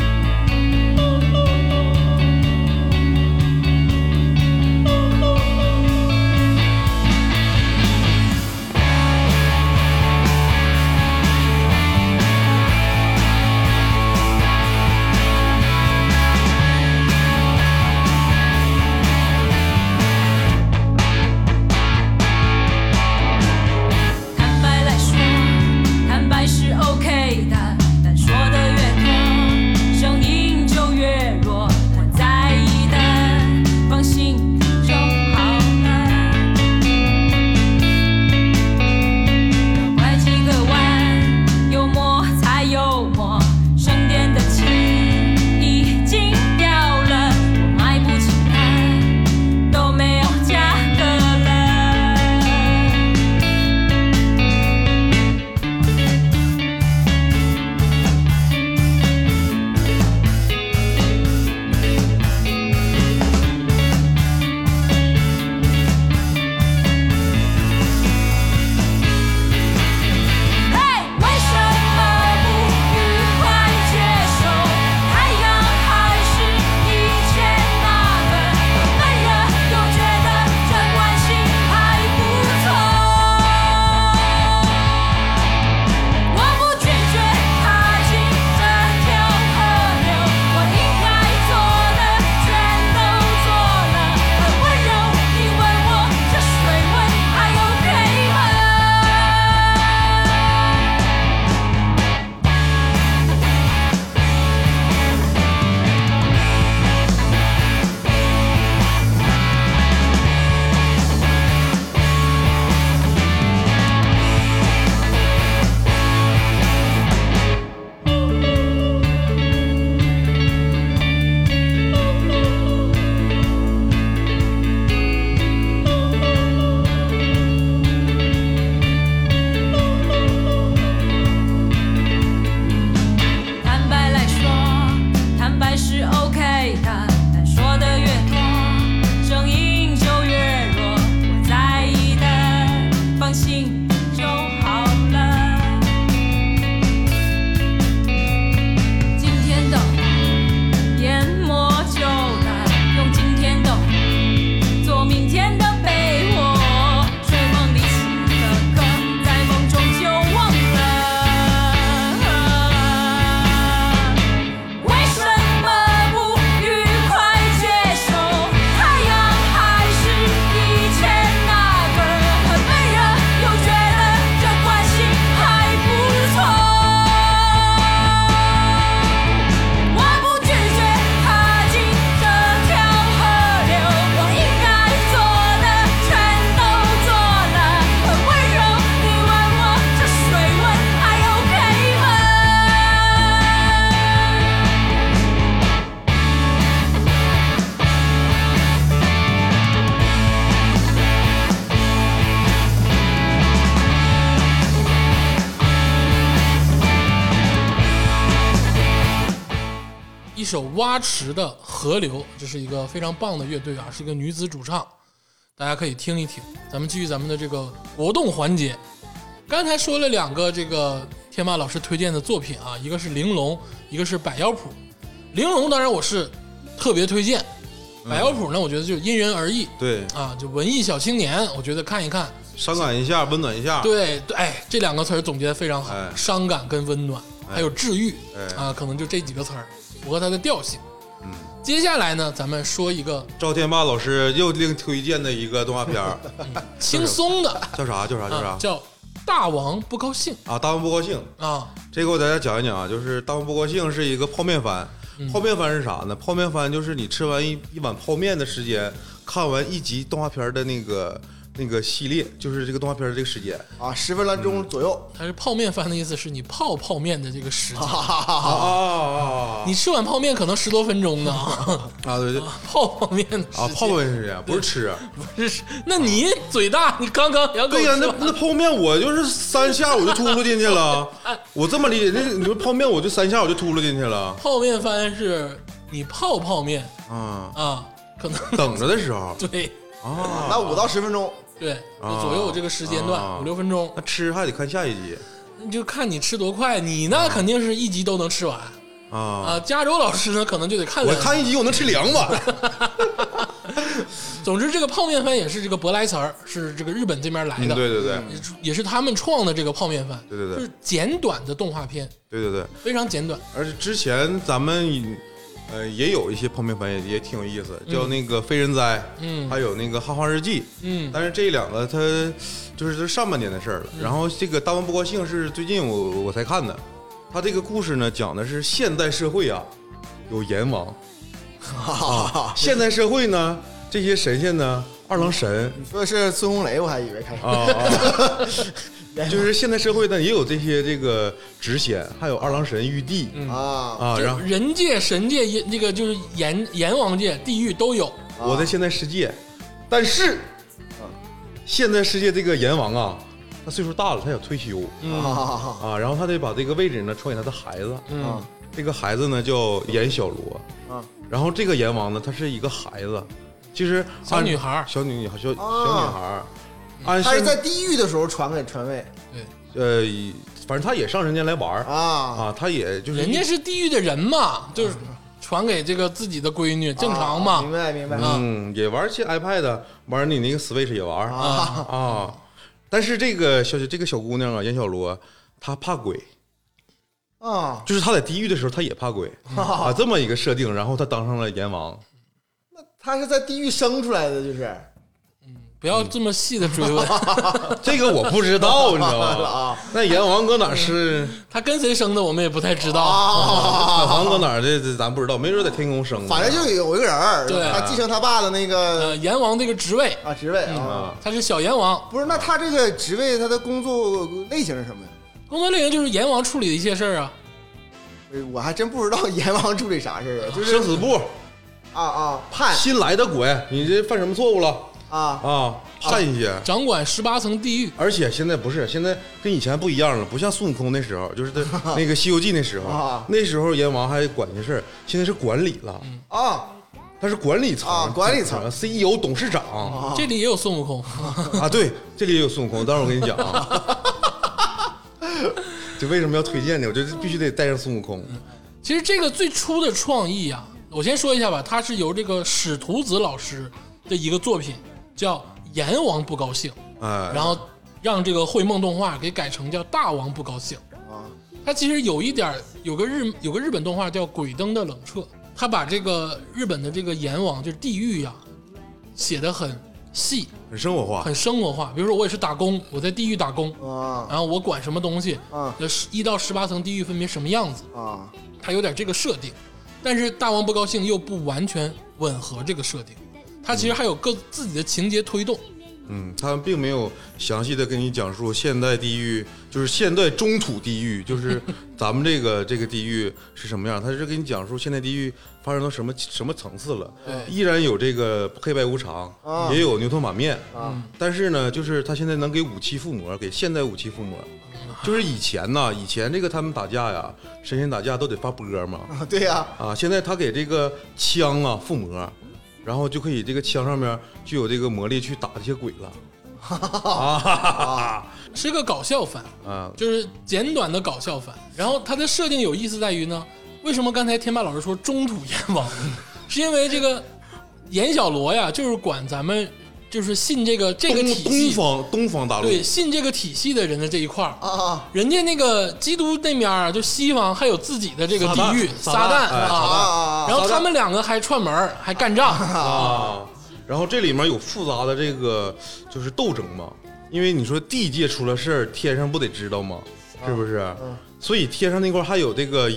Speaker 2: 首蛙池的河流，这是一个非常棒的乐队啊，是一个女子主唱，大家可以听一听。咱们继续咱们的这个活动环节，刚才说了两个这个天霸老师推荐的作品啊，一个是玲珑，一个是百妖谱。玲珑当然我是特别推荐，百妖谱呢，我觉得就因人而异
Speaker 3: 对，
Speaker 2: 啊，就文艺小青年，我觉得看一看。
Speaker 3: 伤感一下，温暖一下，
Speaker 2: 对对，哎，这两个词儿总结的非常好，
Speaker 3: 啊哎
Speaker 2: 伤感跟温暖，
Speaker 3: 哎
Speaker 2: 还有治愈、
Speaker 3: 哎
Speaker 2: 啊，可能就这几个词儿符合它的调性。
Speaker 3: 嗯，
Speaker 2: 接下来呢，咱们说一个
Speaker 3: 赵天霸老师又另推荐的一个动画片儿
Speaker 2: 轻松的，
Speaker 3: 叫啥？叫啥？叫
Speaker 2: 啊
Speaker 3: 啥，？
Speaker 2: 叫《大王不高兴
Speaker 3: 啊，大王不高兴。》
Speaker 2: 啊，
Speaker 3: 这个我给大家讲一讲啊，就是大王不高兴是一个泡面番。泡面番是啥呢？泡面番就是你吃完一一碗泡面的时间，看完一集动画片的那个那个系列，就是这个动画片的这个时间
Speaker 4: 啊，十分来
Speaker 2: 嗯
Speaker 4: 钟左右，
Speaker 2: 它是泡面番的意思，是你泡泡面的这个时间。
Speaker 4: 哈哈哈
Speaker 3: 啊
Speaker 4: 哈。
Speaker 3: 啊
Speaker 2: 你吃碗泡面可能十多分钟呢，
Speaker 3: 啊！对对
Speaker 2: 泡泡面的时间
Speaker 3: 啊，泡面时间不是吃。
Speaker 2: 不是，那你嘴大，你刚刚两口
Speaker 3: 对呀，
Speaker 2: 吃
Speaker 3: 那
Speaker 2: 完
Speaker 3: 那泡面我就是三下我就秃噜进去 了，我这么理解，那你说泡面我就三下我就秃噜进去了，
Speaker 2: 泡面番是你泡泡面
Speaker 3: 啊，
Speaker 2: 啊，可能
Speaker 3: 等着的时候
Speaker 2: 对
Speaker 3: 啊，
Speaker 4: 那五到十分钟，
Speaker 2: 对，就
Speaker 3: 啊
Speaker 2: 左右这个时间
Speaker 3: 啊
Speaker 2: 段五六分钟
Speaker 3: 那，吃还得看下一集
Speaker 2: 你就看你吃多快。你呢，肯定是一集都能吃完
Speaker 3: 啊，
Speaker 2: 啊。加州老师呢，可能就得看
Speaker 3: 我
Speaker 2: 两集。
Speaker 3: 看一集我能吃两碗，
Speaker 2: 总之，这个泡面番也是这个舶来词儿，是这个日本这边来
Speaker 3: 嗯
Speaker 2: 的，
Speaker 3: 对对对
Speaker 2: 也是也是他们创的这个泡面番，
Speaker 3: 对对对
Speaker 2: 就是简短的动画片，
Speaker 3: 对对对，
Speaker 2: 非常简短。
Speaker 3: 而且之前咱们呃也有一些泡面番也也挺有意思，叫那个《非人哉》，
Speaker 2: 嗯
Speaker 3: 还有那个《汉化日记》，
Speaker 2: 嗯
Speaker 3: 但是这两个它就是都是上半年的事儿了。然后这个《大王不高兴》是最近我我才看的，他这个故事呢讲的是现代社会啊有阎
Speaker 2: 嗯
Speaker 3: 王，
Speaker 4: 哈哈
Speaker 2: 啊
Speaker 4: 哈。
Speaker 3: 现代社会呢这些神仙呢二 郎神
Speaker 4: 你说的是孙红雷，我还以为开始
Speaker 3: 啊。啊就是现代社会呢，也有这些这个执仙，还有二郎神、玉帝
Speaker 2: 嗯
Speaker 4: 啊
Speaker 3: 啊，
Speaker 2: 就
Speaker 3: 然后
Speaker 2: 人界、神界、也那个就是阎阎王界、地狱都有。
Speaker 3: 我在现代世界，但是
Speaker 2: 啊
Speaker 3: 现代世界这个阎王啊，他岁数大了，他想退休
Speaker 4: 啊啊
Speaker 3: 啊，然后他得把这个位置呢传给他的孩子，
Speaker 2: 嗯
Speaker 3: 这个孩子呢叫阎小罗，
Speaker 4: 啊！
Speaker 3: 然后这个阎王呢，他是一个孩子，其实按
Speaker 2: 小女孩儿哦
Speaker 3: 小女小小女
Speaker 4: 啊
Speaker 3: 孩儿，按
Speaker 4: 他是
Speaker 3: 现
Speaker 4: 在地狱的时候传给传位
Speaker 3: 呃，反正他也上人间来玩儿
Speaker 4: 啊
Speaker 3: 啊，他也就是
Speaker 2: 人家是地狱的人嘛，就是传给这个自己的闺女，正常嘛。
Speaker 4: 啊明白明白
Speaker 2: 啊
Speaker 3: 嗯也玩儿些 iPad，玩儿你那个 Switch 也玩儿
Speaker 4: 啊
Speaker 3: 啊，但是这个小这个小姑娘啊，严小罗，她怕鬼，
Speaker 4: 啊！
Speaker 3: 就是她在地狱的时候，她也怕鬼啊，这么一个设定，然后她当上了阎王。
Speaker 4: 他是在地狱生出来的，就是
Speaker 2: 不要这么细的追 问，
Speaker 3: 这个我不知道，你知道吗
Speaker 4: 啊？
Speaker 3: 那阎王搁哪儿是？
Speaker 2: 他跟谁生的我们也不太知道。
Speaker 4: 啊，
Speaker 3: 海王搁哪儿的？这咱不知道，没准在天宫生的。
Speaker 4: 反正就有一个人儿，
Speaker 2: 对
Speaker 4: 他继承他爸的那个
Speaker 2: 呃，阎王这个职位，
Speaker 4: 啊职位啊。
Speaker 3: 啊，
Speaker 2: 他是小阎王，
Speaker 4: 不是，那他这个职位，他的工作类型是什么呀？
Speaker 2: 工作类型就是阎王处理的一些事儿啊。
Speaker 4: 呃我还真不知道阎王处理啥事儿啊，就是
Speaker 3: 生死簿，
Speaker 4: 啊啊判
Speaker 3: 新来的鬼，你这犯什么错误了
Speaker 4: 啊
Speaker 3: 啊？判一些。
Speaker 2: 掌管十八层地狱。
Speaker 3: 而且现在不是，现在跟以前不一样了，不像孙悟空那时候，就是他 那个《西游记》那时候
Speaker 4: 啊，
Speaker 3: 那时候阎王还管些事儿，现在是管理了，
Speaker 4: 啊
Speaker 3: 他是管理层
Speaker 4: 啊管理 层
Speaker 3: ，CEO、董事长
Speaker 2: 这里也有孙悟空，
Speaker 3: 啊。对，这里也有孙悟空，待会儿我跟你讲啊。 就为什么要推荐呢？我觉得必须得带上孙悟空。
Speaker 2: 其实这个最初的创意啊，我先说一下吧，它是由这个史徒子老师的一个作品叫《阎王不高兴》，
Speaker 4: 嗯
Speaker 3: 哎，
Speaker 2: 然后让这个绘梦动画给改成叫《大王不高兴》。
Speaker 4: 啊
Speaker 2: 它其实有一点儿有个日有个日本动画叫《鬼灯的冷彻》，它把这个日本的这个阎王就是地狱呀、写的很细，
Speaker 3: 很生活化
Speaker 2: 很生活化。比如说我也是打工，我在地狱打
Speaker 3: 嗯
Speaker 2: 工，
Speaker 4: 啊
Speaker 2: 然后我管什么东西，
Speaker 4: 啊
Speaker 2: 呃，一到十八层地狱分别什么样子，
Speaker 4: 啊！
Speaker 2: 它有点这个设定。但是大王不高兴又不完全吻合这个设定，它其实还有各自己的情节推动。
Speaker 3: 嗯，他们并没有详细的跟你讲述现代地狱，就是现代中土地狱，就是咱们这个这个地狱是什么样。他是给你讲述现代地狱发展到什么什么层次了，
Speaker 2: 对
Speaker 3: 依然有这个黑白无常，
Speaker 4: 啊
Speaker 3: 也有牛头马面，
Speaker 4: 啊，
Speaker 3: 但是呢，就是他现在能给武器附魔，给现代武器附魔。就是以前呐，以前这个他们打架呀，神仙打架都得发波嘛，
Speaker 4: 对呀、
Speaker 3: 啊，现在他给这个枪啊附魔，然后就可以这个枪上面具有这个魔力去打这些鬼了。啊
Speaker 2: 是个搞笑番，
Speaker 3: 啊！
Speaker 2: 就是简短的搞笑番。然后它的设定有意思在于呢，为什么刚才天霸老师说中土阎王， 是因为这个阎小罗呀，就是管咱们就是信这个这个
Speaker 3: 东
Speaker 2: 体
Speaker 3: 东
Speaker 2: 系，
Speaker 3: 方东方大陆
Speaker 2: 对，信这个体系的人的这一块儿。
Speaker 4: 啊啊
Speaker 2: 人家那个基督那面儿，就西方还有自己的这个地狱
Speaker 3: 撒
Speaker 2: 撒
Speaker 3: 旦
Speaker 2: 旦
Speaker 3: 撒旦哎
Speaker 4: 啊
Speaker 2: 啊，
Speaker 4: 啊！
Speaker 2: 然后他们两个还串门儿还干仗，
Speaker 3: 啊，然后这里面有复杂的这个就是斗争嘛，因为你说地界出了事儿，天上不得知道吗？
Speaker 2: 啊
Speaker 3: 是不是？
Speaker 2: 嗯
Speaker 3: 所以天上那块儿还有这个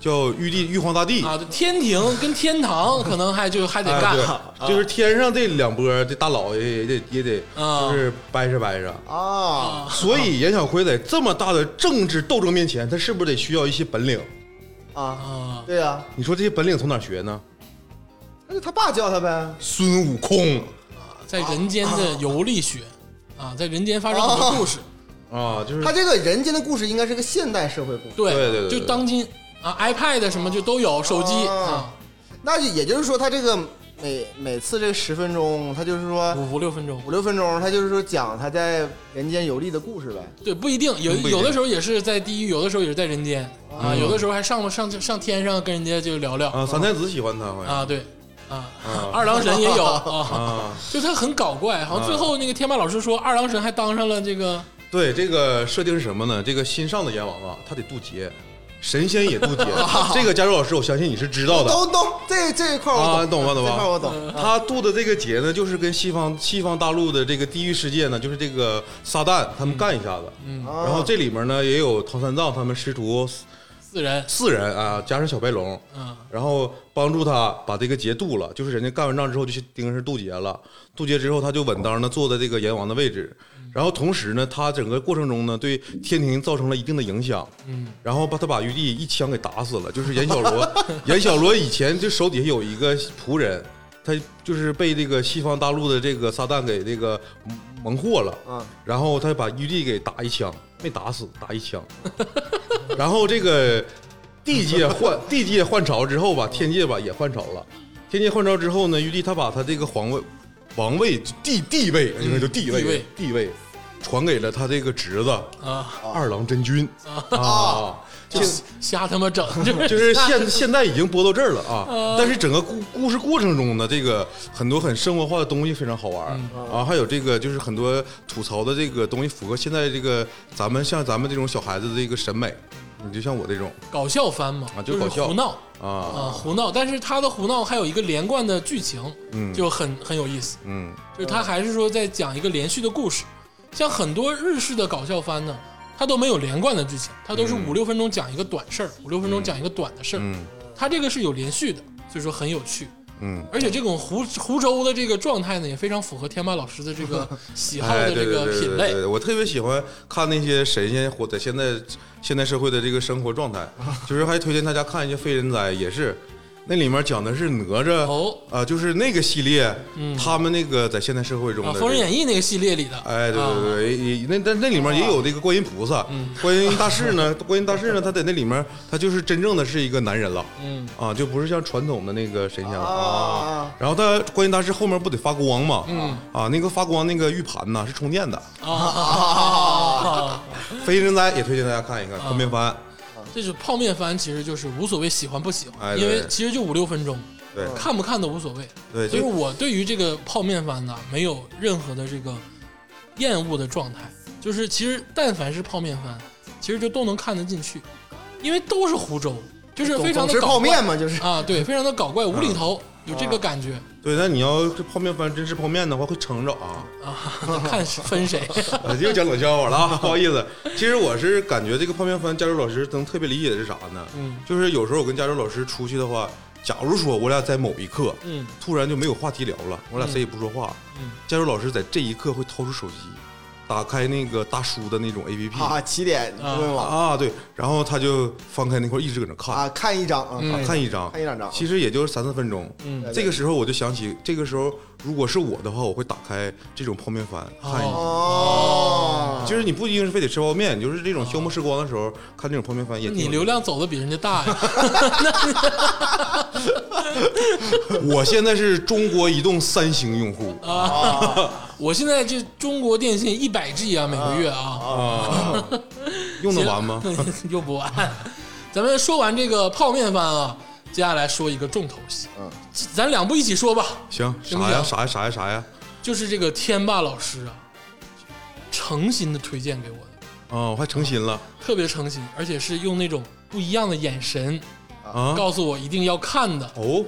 Speaker 3: 叫玉帝玉皇大帝
Speaker 2: 啊，天庭跟天 堂可能还就还得干，
Speaker 3: 哎对，就是天上这两波这大佬也也得也得
Speaker 2: 啊
Speaker 3: 就是掰扯掰扯。
Speaker 4: 啊，
Speaker 3: 所以严小辉在这么大的政治斗争面前，他是不是得需要一些本领？
Speaker 4: 啊，
Speaker 2: 啊，
Speaker 4: 对呀、
Speaker 3: 你说这些本领从哪儿学呢？
Speaker 4: 那就他爸教他呗。
Speaker 3: 孙悟空
Speaker 2: 在人间的游历学啊，在人间发生很多故事，
Speaker 3: 啊，就是
Speaker 4: 他这个人间的故事应该是个现代社会故事，
Speaker 2: 对
Speaker 3: 对对对对哦
Speaker 2: 就当今啊，iPad 什么就都有，手机啊
Speaker 4: 啊，那就也就是说，他这个每每次这十分钟，他就是说
Speaker 2: 五五六分钟，
Speaker 4: 五六分钟，他就是说讲他在人间游历的故事呗。
Speaker 2: 对，不一定，有
Speaker 3: 嗯不一定嗯
Speaker 2: 有的时候也是在地狱，有的时候也是在人间啊，有的时候还上上上天上跟人家就聊聊
Speaker 3: 啊，三太子喜欢他好像
Speaker 2: 啊，对啊，
Speaker 3: 嗯
Speaker 2: 二郎神也有啊。
Speaker 3: 啊，
Speaker 2: 就他很搞怪，
Speaker 3: 嗯
Speaker 2: 好像最后那个天霸老师说，二郎神还当上了这个
Speaker 3: 对，这个设定是什么呢？这个新上的阎王啊，他得渡劫，神仙也 渡劫。这个加州老师，我相信你是知道的。
Speaker 4: 都都这这一块
Speaker 3: 啊，
Speaker 4: 我
Speaker 3: 你
Speaker 4: 懂，
Speaker 3: 懂吧？懂
Speaker 4: 这块
Speaker 3: 吧？
Speaker 4: 我懂。
Speaker 3: 他渡的这个劫呢，就是跟西方西方大陆的这个地狱世界呢，就是这个撒旦他们干一下子。
Speaker 2: 嗯
Speaker 4: 啊
Speaker 3: 然后这里面呢，也有唐三藏他们师徒
Speaker 2: 四人，
Speaker 3: 四人啊，加上小白龙，
Speaker 2: 嗯，
Speaker 3: 然后帮助他把这个劫渡了，就是人家干完仗之后就去盯着是渡劫了，渡劫之后他就稳当的坐在这个阎王的位置，
Speaker 2: 嗯
Speaker 3: 然后同时呢，他整个过程中呢对天庭造成了一定的影响，
Speaker 2: 嗯，
Speaker 3: 然后把他把玉帝一枪给打死了，就是阎小罗， 阎小罗以前就手底下有一个仆人，他就是被这个西方大陆的这个撒旦给这个蒙蒙获了，
Speaker 4: 啊
Speaker 3: 然后他把玉帝给打一枪，没打死，打一枪。 然后这个地界换 地界换朝之后吧，天界吧也换朝了。天界换朝之后呢，玉帝他把他这个皇位、王位、地地位，应该就地位、
Speaker 2: 地位
Speaker 3: 地位传给了他这个侄子
Speaker 2: 啊
Speaker 3: 二郎真君啊。
Speaker 2: 就
Speaker 3: 现
Speaker 2: 瞎他妈整，就是
Speaker 3: 就是现现在已经播到这儿了
Speaker 2: 哦
Speaker 3: 啊，但是整个故故事过程中呢，这个很多很生活化的东西非常好玩儿
Speaker 2: 嗯
Speaker 3: 啊，还有这个就是很多吐槽的这个东西符合现在这个咱们像咱们这种小孩子的这个审美，你就像我这种
Speaker 2: 搞笑番嘛，
Speaker 3: 啊
Speaker 2: 就
Speaker 3: 就搞
Speaker 2: 是
Speaker 3: 笑
Speaker 2: 胡闹
Speaker 3: 啊，
Speaker 2: 啊，胡闹。但是他的胡闹还有一个连贯的剧情，
Speaker 3: 嗯
Speaker 2: 就很很有意思，
Speaker 3: 嗯
Speaker 2: 就是他还是说在讲一个连续的故事，像很多日式的搞笑番呢。它都没有连贯的剧情，它都是五六分钟讲一个短事儿，五六分钟讲一个短的事儿。
Speaker 3: 嗯
Speaker 2: 它这个是有连续的，所以说很有趣。
Speaker 3: 嗯，
Speaker 2: 而且这种湖湖州的这个状态呢，也非常符合天霸老师的这 个喜好
Speaker 3: 哎，
Speaker 2: 的这
Speaker 3: 对对
Speaker 2: 个
Speaker 3: 对
Speaker 2: 品
Speaker 3: 对对
Speaker 2: 类。
Speaker 3: 对，我特别喜欢看那些神仙活在现在现代社会的这个生活状 态，就是还推荐大家看一些《非人哉》，也是那里面讲的是哪吒
Speaker 2: 哦，嗯
Speaker 3: 啊，就是那个系列，他们那个在现代社会中
Speaker 2: 啊，
Speaker 3: 的
Speaker 2: 《
Speaker 3: 这
Speaker 2: 封
Speaker 3: 个
Speaker 2: 神演义》那个系列里的，
Speaker 3: 哎，对对
Speaker 2: 啊，
Speaker 3: 对，也也那但那里面也有这个观音菩萨， 观音大士呢，观音大士呢，他在那里面他就是真正的是一个男人了，
Speaker 2: 嗯
Speaker 3: 啊，就不是像传统的那个神仙了
Speaker 4: 啊
Speaker 3: 然后他观音大士后面不得发光吗？嗯，啊，那个发光那个玉盘呐是充电的，
Speaker 2: 啊，
Speaker 3: 非人哉也推荐大家看一看，昆明番，
Speaker 2: 这是泡面番，其实就是无所谓喜欢不喜
Speaker 3: 哎
Speaker 2: 欢，
Speaker 3: 对
Speaker 2: 因为其实就五六分钟，
Speaker 3: 对
Speaker 2: 看不看都无所谓。
Speaker 3: 对，
Speaker 2: 所以
Speaker 3: 就
Speaker 2: 我对于这个泡面番呢，没有任何的这个厌恶的状态，就是其实但凡是泡面番，其实就都能看得进去，因为都是湖州，就是非常
Speaker 4: 总
Speaker 2: 的
Speaker 4: 吃
Speaker 2: 搞
Speaker 4: 泡
Speaker 2: 怪
Speaker 4: 面嘛，就是
Speaker 2: 啊，对，非常的搞怪，无厘头，有这个感觉
Speaker 3: 对，那你要这泡面番真吃泡面的话会撑着啊。
Speaker 2: 啊，看是分谁
Speaker 3: 呃又讲冷笑话了啊， 不好意思。其实我是感觉这个泡面番，加州老师能特别理解的是啥呢？
Speaker 2: 嗯，
Speaker 3: 就是有时候我跟加州老师出去的话，假如说我俩在某一刻，
Speaker 2: 嗯
Speaker 3: 突然就没有话题聊了，我俩谁也不说话，
Speaker 2: 嗯，
Speaker 3: 佳茹老师在这一刻会掏出手机，打开那个大叔的那种 A P P
Speaker 4: 啊，起点
Speaker 2: 啊
Speaker 4: 互联网
Speaker 3: 啊，对，然后他就翻开那块儿一直搁那看，
Speaker 4: 啊，看一张啊，
Speaker 2: 嗯
Speaker 3: 看一张，
Speaker 4: 看一两张
Speaker 3: 其实也就是三四分钟。
Speaker 2: 嗯
Speaker 3: 这个时候我就想起，这个时候如果是我的话，我会打开这种泡面番看一眼。
Speaker 4: 哦，
Speaker 3: 就是你不一定是非得吃泡面，就是这种消磨时光的时候看这种泡面番也挺
Speaker 2: 你
Speaker 3: 有
Speaker 2: 流量走的比人家大呀，
Speaker 3: 我现在是中国移动三星用户
Speaker 2: 哦我现在这中国电信一百 G 啊，每个月啊，
Speaker 3: 啊，用得完吗？
Speaker 2: 又不完。咱们说完这个泡面番啊，接下来说一个重头戏，
Speaker 4: 嗯
Speaker 2: 咱两部一起说吧，
Speaker 3: 行，
Speaker 2: 行不
Speaker 3: 啥呀？
Speaker 2: 行
Speaker 3: 啥呀？啥呀？啥呀？
Speaker 2: 就是这个天霸老师啊，诚心的推荐给我的，
Speaker 3: 啊，我还成心了
Speaker 2: 特别诚心，而且是用那种不一样的眼神
Speaker 3: 啊！
Speaker 2: 告诉我一定要看的，
Speaker 3: 哦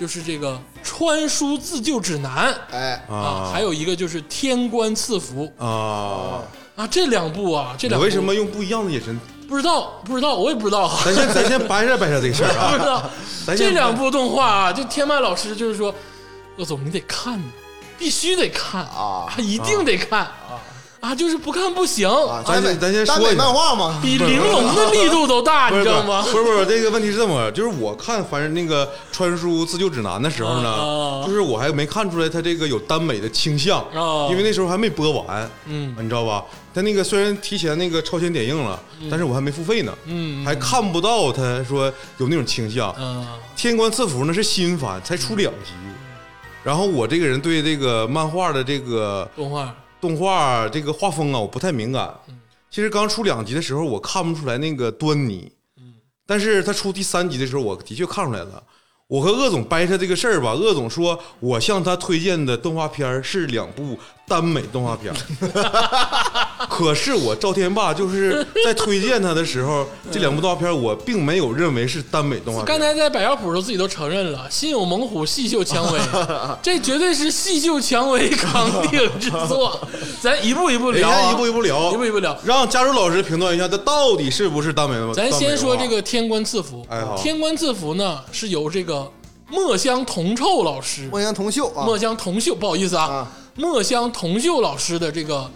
Speaker 2: 就是这个《穿书自救指南》
Speaker 4: 哎，
Speaker 2: 啊，
Speaker 3: 啊
Speaker 2: 还有一个就是《天官赐福》
Speaker 3: 啊！
Speaker 2: 啊，这两部啊，这
Speaker 3: 我
Speaker 2: 两部
Speaker 3: 为什么用不一样的眼神？
Speaker 2: 不知道？不知道，我也不知道啊。
Speaker 3: 咱先咱先掰扯掰扯这个事儿
Speaker 2: 不
Speaker 3: 啊！
Speaker 2: 知道
Speaker 3: 咱先
Speaker 2: 这两部动画啊，这天麦老师就是说，鄂总你得看，必须得看
Speaker 4: 啊
Speaker 2: 一定得看啊就是不看不行，
Speaker 4: 啊
Speaker 3: 咱先
Speaker 4: 耽美
Speaker 3: 咱先说
Speaker 4: 耽
Speaker 3: 一下
Speaker 4: 美漫画嘛，
Speaker 2: 比玲珑的密度都大，
Speaker 3: 不
Speaker 2: 你
Speaker 3: 是
Speaker 2: 知
Speaker 3: 不
Speaker 2: 道
Speaker 3: 是
Speaker 2: 吗？
Speaker 3: 不是不是，这个问题是这么，就是我看凡是那个《穿书自救指南》的时候
Speaker 2: 啊
Speaker 3: 呢，就是我还没看出来他这个有耽美的倾向
Speaker 2: 啊，
Speaker 3: 因为那时候还没播完，
Speaker 2: 嗯
Speaker 3: 你知道吧？他那个虽然提前那个超前点映了，但是我还没付费呢，
Speaker 2: 嗯
Speaker 3: 还看不到他说有那种倾向。
Speaker 2: 嗯、
Speaker 3: 天官赐福呢是新番，才出两集。然后我这个人对这个漫画的这个
Speaker 2: 动画
Speaker 3: 动画这个画风啊，我不太敏感。其实刚出两集的时候，我看不出来那个端倪。但是他出第三集的时候，我的确看出来了。我和鄂总掰扯这个事儿吧，鄂总说我向他推荐的动画片儿是两部耽美动画片儿， 可是我赵天霸就是在推荐他的时候，这两部动画片儿我并没有认为是耽美动画
Speaker 2: 刚
Speaker 3: 片儿。
Speaker 2: 才在百药谱的时候自己都承认
Speaker 3: 啊
Speaker 2: 了，心有猛虎，细嗅 蔷薇，这绝对是细嗅蔷薇扛鼎之 作。咱一步一步
Speaker 3: 人
Speaker 2: 聊啊、
Speaker 3: 家哎一步一步聊，
Speaker 2: 一步一步聊。
Speaker 3: 让加州老师评断一下，他到底是不是耽美动画？
Speaker 2: 咱先说
Speaker 3: 耽
Speaker 2: 这
Speaker 3: 美动
Speaker 2: 个天官赐福。
Speaker 3: 哎好
Speaker 2: 天官赐福呢是由这个墨香铜臭老师，
Speaker 4: 梦阳同秀啊，
Speaker 2: 墨香铜臭，不好意思啊
Speaker 4: 啊，
Speaker 2: 墨香铜臭老师的这个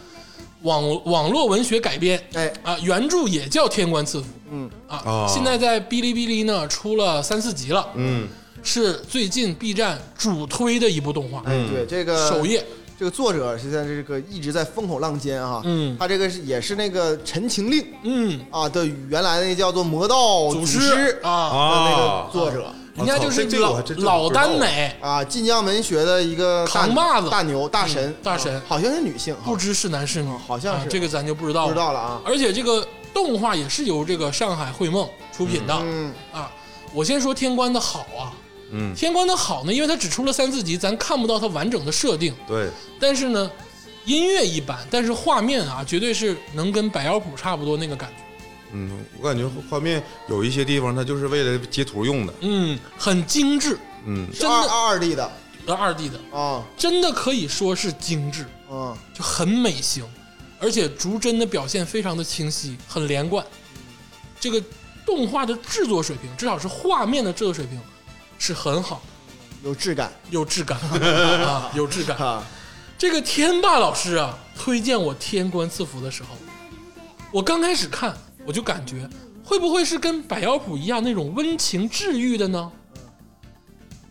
Speaker 2: 网网络文学改编。
Speaker 4: 哎，
Speaker 2: 啊，原著也叫《天官赐福》，嗯啊，
Speaker 3: 哦
Speaker 2: 现在在哔哩哔哩呢出了三四集了，
Speaker 3: 嗯，
Speaker 2: 是最近 B 站主推的一部动画，
Speaker 4: 哎，对这个
Speaker 2: 首页，
Speaker 4: 这个作者现在这个一直在风口浪尖啊，
Speaker 2: 嗯
Speaker 4: 他这个是也是那个《陈情令》
Speaker 2: 嗯，
Speaker 4: 啊的原来那叫做魔道
Speaker 2: 祖
Speaker 4: 哦师
Speaker 2: 师啊，
Speaker 4: 的那
Speaker 3: 啊
Speaker 4: 个，作者
Speaker 2: 人家就是
Speaker 3: 这这个我
Speaker 2: 老
Speaker 3: 还真
Speaker 2: 老
Speaker 3: 不知道
Speaker 2: 耽美，
Speaker 4: 啊，晋江文学的一个大
Speaker 2: 扛把子
Speaker 4: 大牛大神
Speaker 2: 大神
Speaker 4: 啊好像是女性，
Speaker 2: 不知是男是女，
Speaker 4: 好像
Speaker 2: 啊
Speaker 4: 是
Speaker 2: 这个咱就不知道
Speaker 4: 不
Speaker 2: 了，
Speaker 4: 知道了啊，
Speaker 2: 而且这个动画也是由这个上海绘梦出品的、
Speaker 4: 嗯
Speaker 2: 啊。我先说天官的好啊，
Speaker 3: 嗯
Speaker 2: 天官的好呢，因为它只出了三四集，咱看不到它完整的设定，
Speaker 3: 对，
Speaker 2: 但是呢，音乐一般，但是画面啊，绝对是能跟百妖谱差不多那个感觉，
Speaker 3: 嗯，我感觉画面有一些地方它就是为了截图用的，
Speaker 2: 嗯，很精致，
Speaker 3: 嗯，
Speaker 2: 真
Speaker 4: 二
Speaker 2: 的
Speaker 4: 二二 D 的
Speaker 2: 呃二 D 的，
Speaker 4: 啊
Speaker 2: 真的可以说是精致，
Speaker 4: 啊，
Speaker 2: 就很美型，而且逐帧的表现非常的清晰，很连贯。这个动画的制作水平，至少是画面的制作水平是很好，
Speaker 4: 有质感
Speaker 2: 有质感啊，有质感。
Speaker 4: 啊，
Speaker 2: 这个天霸老师啊，推荐我《天官赐福》的时候，我刚开始看我就感觉，会不会是跟百妖谱一样那种温情治愈的呢？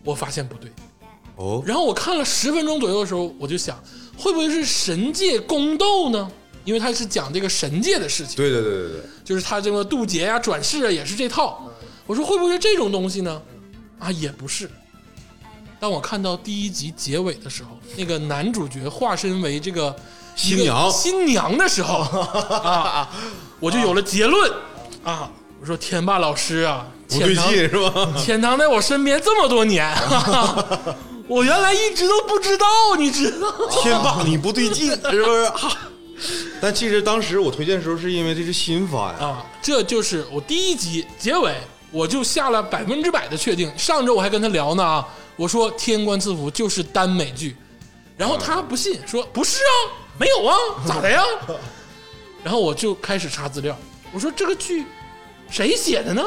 Speaker 2: 我发现不对，
Speaker 3: 哦，
Speaker 2: 然后我看了十分钟左右的时候，我就想，会不会是神界宫斗呢？因为它是讲这个神界的事情，
Speaker 3: 对对对对对，
Speaker 2: 就是它这个渡劫呀、转世啊，也是这套。我说会不会是这种东西呢？啊，也不是。当我看到第一集结尾的时候，那个男主角化身为这个
Speaker 3: 新娘
Speaker 2: 一个新娘的时 候啊，我就有了结论啊。我说天霸老师啊，
Speaker 3: 不对
Speaker 2: 潜藏
Speaker 3: 劲是吧？
Speaker 2: 潜藏在我身边这么多 年，我原来一直都不知道，你知道吗？
Speaker 3: 天霸你不对劲 是不是？哈但其实当时我推荐的时候，是因为这是新番啊，
Speaker 2: 啊，这就是我第一集结尾我就下了百分之百的确定。上周我还跟他聊呢啊，我说《天官赐福》就是耽美剧，然后他不信，说不是啊，没有啊，咋 的呀？然后我就开始查资料，嗯我说这个剧谁写的呢？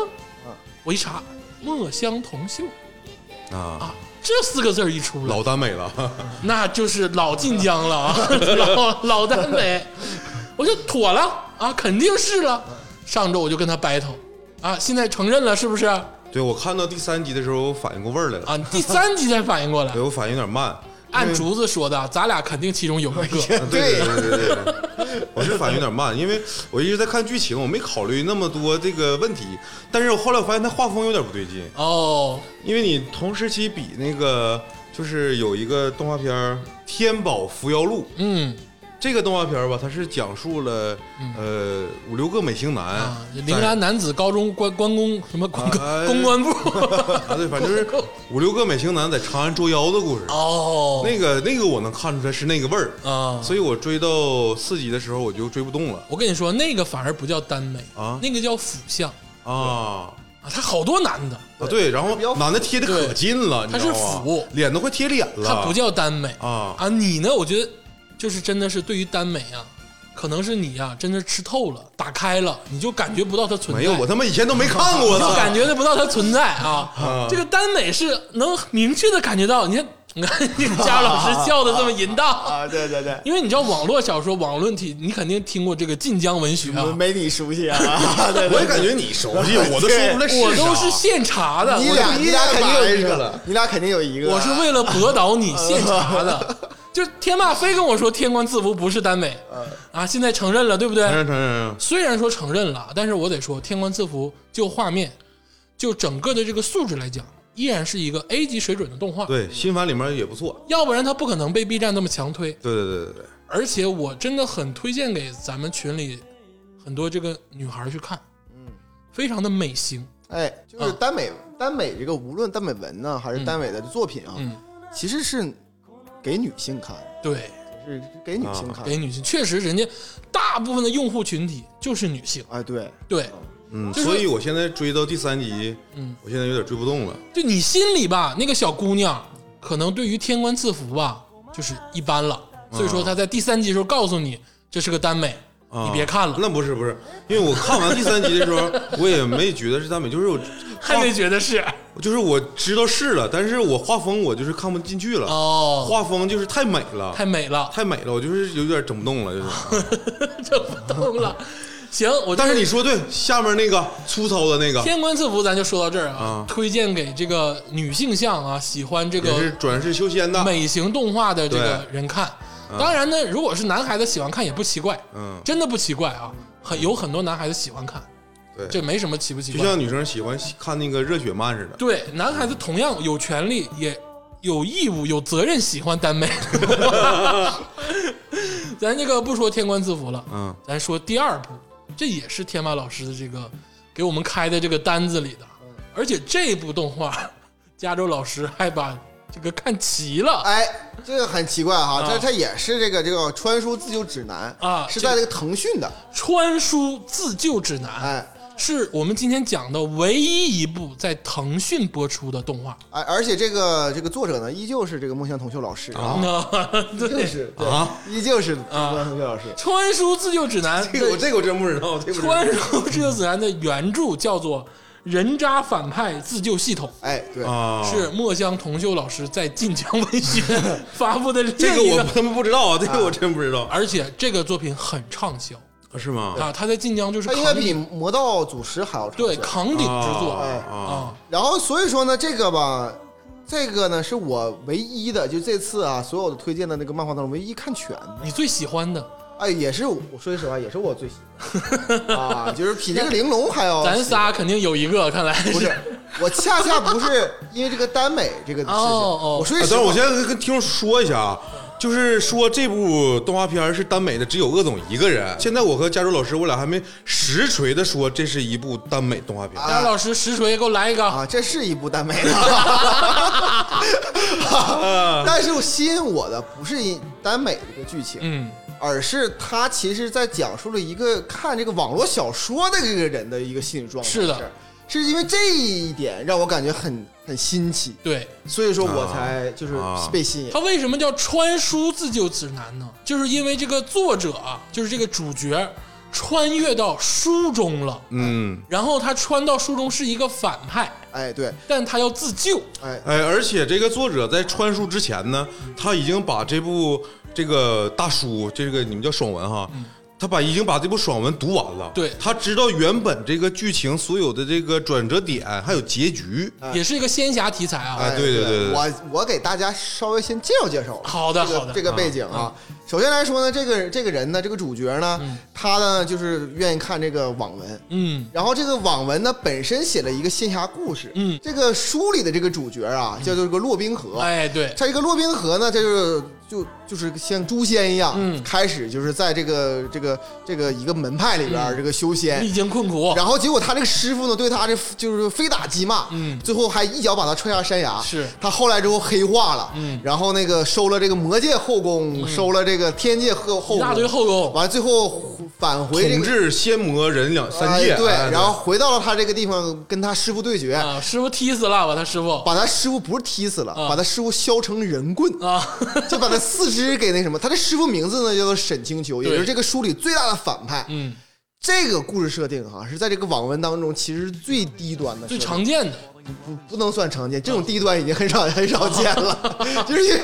Speaker 2: 我一查，墨香铜臭，
Speaker 3: 啊，
Speaker 2: 这四个字儿一出来，
Speaker 3: 老耽美了，
Speaker 2: 那就是老晋江了啊，老老耽美，我就妥了啊，肯定是了。上周我就跟他 battle 啊，现在承认了是不是？啊，
Speaker 3: 对我看到第三集的时候，我反应过味儿来了，
Speaker 2: 第三集才反应过来
Speaker 3: 对，我反应有点慢，啊
Speaker 2: 按竹子说的，咱俩肯定其中有一
Speaker 3: 哎
Speaker 2: 个。
Speaker 3: 对对对对，我是反应有点慢，因为我一直在看剧情，我没考虑那么多这个问题。但是我后来发现他画风有点不对劲，
Speaker 2: 哦，
Speaker 3: 因为你同时期比那个就是有一个动画片儿《天宝扶摇录》，
Speaker 2: 嗯
Speaker 3: 这个动画片儿吧，它是讲述了呃五六个美型男
Speaker 2: 啊，铃兰男子高中关关公什么公
Speaker 3: 哎
Speaker 2: 公关 部，
Speaker 3: 啊，对，反正就是 五六个美型男在长安捉妖的故事。
Speaker 2: 哦，
Speaker 3: 那个那个我能看出来是那个味儿，
Speaker 2: 啊，
Speaker 3: 所以我追到四集的时候我就追不动了
Speaker 2: 我跟你说，那个反而不叫耽美
Speaker 3: 啊
Speaker 2: 那个叫腐向
Speaker 3: 啊
Speaker 2: 啊，他好多男的，
Speaker 3: 啊！对，然后
Speaker 4: 比较
Speaker 3: 男的贴的可近了，你
Speaker 2: 他
Speaker 3: 知道
Speaker 2: 是
Speaker 3: 吗
Speaker 2: 腐？
Speaker 3: 脸都快贴脸了，
Speaker 2: 他不叫耽美
Speaker 3: 啊
Speaker 2: 啊，你呢？我觉得就是真的是对于耽美啊，可能是你啊，真的吃透了，打开了，你就感觉不到它存在，
Speaker 3: 没有，我他妈以前都没看过
Speaker 2: 你就感
Speaker 3: 的，
Speaker 2: 觉得不到它存在啊。这个耽美是能明确的感觉到，你看， 你看，你家老师笑的这么淫荡。
Speaker 5: 啊，对对 对，
Speaker 2: 因为你知道网络小说、网论体，你肯定听过这个晋江文学啊，
Speaker 5: 没你熟悉啊，对对
Speaker 3: 我也感觉你熟悉，我都说不出来啥。
Speaker 2: 我都是现查的，
Speaker 4: 你
Speaker 2: 我
Speaker 4: 俩
Speaker 5: 对
Speaker 4: 你俩肯定有一
Speaker 5: 白扯
Speaker 4: 个
Speaker 5: 了，你俩肯定有一个，
Speaker 2: 我是为了博导你现查的。就是天马飞跟我说天官赐福不是耽美，啊，现在承认了，对不对？
Speaker 3: 承认承认，
Speaker 2: 虽然说承认了，但是我得说，《天官赐福》就画面，就整个的这个素质来讲，依然是一个 A 级水准的动画。
Speaker 3: 对，新番里面也不错，
Speaker 2: 要不然它不可能被 B 站这么强推。
Speaker 3: 对对对对对，
Speaker 2: 而且我真的很推荐给咱们群里很多这个女孩去看，嗯，非常的美型。
Speaker 4: 哎，就是耽美耽美这个，无论耽美文呢，还是耽美的作品啊，
Speaker 2: 嗯
Speaker 4: 其实是给女性看，
Speaker 2: 对，
Speaker 4: 是给女性看。
Speaker 2: 给女性确实，人家大部分的用户群体就是女性。
Speaker 4: 哎，对，
Speaker 2: 对，
Speaker 3: 嗯，
Speaker 2: 就是
Speaker 3: 所以我现在追到第三集，
Speaker 2: 嗯，
Speaker 3: 我现在有点追不动了。
Speaker 2: 就你心里吧，那个小姑娘可能对于天官赐福吧，就是一般了。
Speaker 3: 嗯
Speaker 2: 所以说她在第三集的时候告诉你，这是个耽美，
Speaker 3: 啊
Speaker 2: 你别看了。
Speaker 3: 那不是不是，因为我看完第三集的时候，我也没觉得是耽美，就是我
Speaker 2: 还没觉得是
Speaker 3: 就是我知道是了，但是我画风我就是看不进去了，
Speaker 2: 哦，
Speaker 3: 画风就是太美了，
Speaker 2: 太
Speaker 3: 太
Speaker 2: 美了，
Speaker 3: 美了，我就是有点整不动了，就是。
Speaker 2: 这不动了。行，我
Speaker 3: 但是你
Speaker 2: 说
Speaker 3: 说对，下面那个粗糙的那个
Speaker 2: 天官赐福，咱就说到这儿啊
Speaker 3: 啊。
Speaker 2: 推荐给这个女性向啊，喜欢这
Speaker 3: 也是
Speaker 2: 个
Speaker 3: 啊转世修仙的，
Speaker 2: 美型动画的这个人看。当然呢，如果是男孩子喜欢看也不奇怪，
Speaker 3: 嗯，
Speaker 2: 真的不奇怪啊。很有很多男孩子喜欢看，
Speaker 3: 对，
Speaker 2: 这没什么奇不奇
Speaker 3: 就
Speaker 2: 怪。
Speaker 3: 像女生喜欢看那个热血漫似的。
Speaker 2: 对，男孩子同样有权利，也有义务、有责任喜欢耽美。 咱这个不说天官赐福了，
Speaker 3: 嗯，
Speaker 2: 咱说第二部，这也是天马老师的这个给我们开的这个单子里的，而且这部动画，加州老师还把这个看齐了。
Speaker 4: 哎，这个很奇怪哈，
Speaker 2: 啊
Speaker 4: 这它也是这个这个穿书自救指南
Speaker 2: 啊
Speaker 4: 是在这个腾讯的，
Speaker 2: 川书自救指南
Speaker 4: 哎
Speaker 2: 是我们今天讲的唯一一部在腾讯播出的动画。
Speaker 4: 哎，而且这个这个作者呢，依旧是这个梦乡同秀老师啊，
Speaker 2: 那
Speaker 4: 依 旧
Speaker 2: 对，
Speaker 4: 是
Speaker 3: 啊，
Speaker 4: 依旧是梦乡同秀老师，
Speaker 2: 川书自救指南，
Speaker 3: 这个我这个我真不知道，这个我真不知道
Speaker 2: 川州自救指南的原著叫做《人渣反派自救系统
Speaker 4: 哎，对，
Speaker 3: 啊，》，
Speaker 2: 是墨香铜臭老师在晋江文 学发布的另
Speaker 3: 这个
Speaker 2: 一
Speaker 3: 我
Speaker 2: 个，
Speaker 3: 他妈不知道啊，这个我真不知道，
Speaker 2: 而且这个作品很畅销
Speaker 3: 是吗？
Speaker 2: 啊，他在晋江就是
Speaker 4: 它应该
Speaker 2: 扛
Speaker 4: 比
Speaker 2: 鼎，
Speaker 4: 《魔道祖师》还要长
Speaker 2: 对
Speaker 4: 久
Speaker 2: 扛鼎之作
Speaker 4: 哎
Speaker 3: 啊
Speaker 2: 啊，
Speaker 4: 然后所以说呢，这个吧，这个呢是我唯一的，就这次啊，所有的推荐的那个漫画当中唯一看全的。
Speaker 2: 你最喜欢的，
Speaker 4: 哎，也是我说句实话，也是我最喜 欢的啊，就是比这个玲珑还要。
Speaker 2: 咱仨肯定有一个，看来
Speaker 4: 不是，啊我恰恰不是因为这个耽美这个事情。
Speaker 2: 哦哦
Speaker 4: 我说
Speaker 3: 啊
Speaker 4: 句实
Speaker 3: 但是我
Speaker 4: 话，
Speaker 3: 现在跟听众说一下啊，就是说这部动画片是耽美的，只有鄂总一个人。现在我和加州老师，我俩还没实锤的说这是一部耽美动画片。
Speaker 2: 大家老师实锤给我来一个，
Speaker 4: 啊，这是一部 耽美 的，
Speaker 3: 嗯
Speaker 4: 但是吸引我的不是因耽美这个剧情，
Speaker 2: 嗯
Speaker 4: 而是它其实在讲述了一个看这个网络小说的这个人的一个心理状态。
Speaker 2: 是的，
Speaker 4: 是因为这一点让我感觉很很新奇，
Speaker 2: 对，
Speaker 4: 所以说我才就是
Speaker 3: 啊
Speaker 4: 被吸引。
Speaker 2: 它为什么叫《穿书自救指南》呢？就是因为这个作者啊，就是这个主角，穿越到书中了，
Speaker 3: 嗯，
Speaker 2: 然后他穿到书中是一个反派，
Speaker 4: 哎，对，
Speaker 2: 但他要自救，
Speaker 4: 哎，
Speaker 3: 哎，而且这个作者在穿书之前呢，他已经把这部这个大书，这个你们叫爽文哈，嗯他把已经把这部爽文读完了。
Speaker 2: 对
Speaker 3: 他知道原本这个剧情所有的这个转折点还有结局。
Speaker 4: 哎
Speaker 2: 也是一个仙侠题材啊。
Speaker 3: 哎对对对对
Speaker 4: 我我给大家稍微先介绍介绍吧。
Speaker 2: 好的
Speaker 4: 这个
Speaker 2: 好的嗯
Speaker 4: 这个背景啊，首先来说呢，这个这个人呢，这个主角呢，他呢就是愿意看这个网文。
Speaker 2: 嗯
Speaker 4: 然后这个网文呢本身写了一个仙侠故事，
Speaker 2: 嗯
Speaker 4: 这个书里的这个主角啊叫做这个洛冰河，
Speaker 2: 哎，对，
Speaker 4: 在这个洛宾河呢，这就是就就是像诛仙一样，
Speaker 2: 嗯
Speaker 4: 开始就是在这个这个这个一个门派里
Speaker 2: 嗯
Speaker 4: 边儿这个修仙，
Speaker 2: 历经困苦，
Speaker 4: 哎然后结果他这个师傅呢，对他这就是非打即骂，
Speaker 2: 嗯
Speaker 4: 最后还一脚把他踹下山崖。
Speaker 2: 是
Speaker 4: 他后来之后黑化了，
Speaker 2: 嗯
Speaker 4: 然后那个收了这个魔界后宫，收了这个天界后后
Speaker 2: 一大堆
Speaker 4: 宫，
Speaker 2: 后宫，
Speaker 4: 完了最后返回这
Speaker 3: 统
Speaker 4: 个。
Speaker 3: 治仙魔人两三界，
Speaker 4: 哎对，
Speaker 3: 哎
Speaker 4: 然后回到了他这个地方，跟他师傅对决，
Speaker 2: 啊，师傅踢死了，把他师傅
Speaker 4: 把他师傅不是踢死了，
Speaker 2: 啊
Speaker 4: 把他师傅削成人棍，
Speaker 2: 啊，
Speaker 4: 就把他四肢给那什么。他的师傅名字呢叫做沈清秋，也
Speaker 2: 对
Speaker 4: 就是这个书里最大的反派。
Speaker 2: 嗯，
Speaker 4: 这个故事设定哈、是在这个网文当中其实是最低端的设
Speaker 2: 最啊
Speaker 4: 定，
Speaker 2: 常见的，
Speaker 4: 不不能算常见，这种低端已经很少很少见 了，就是因为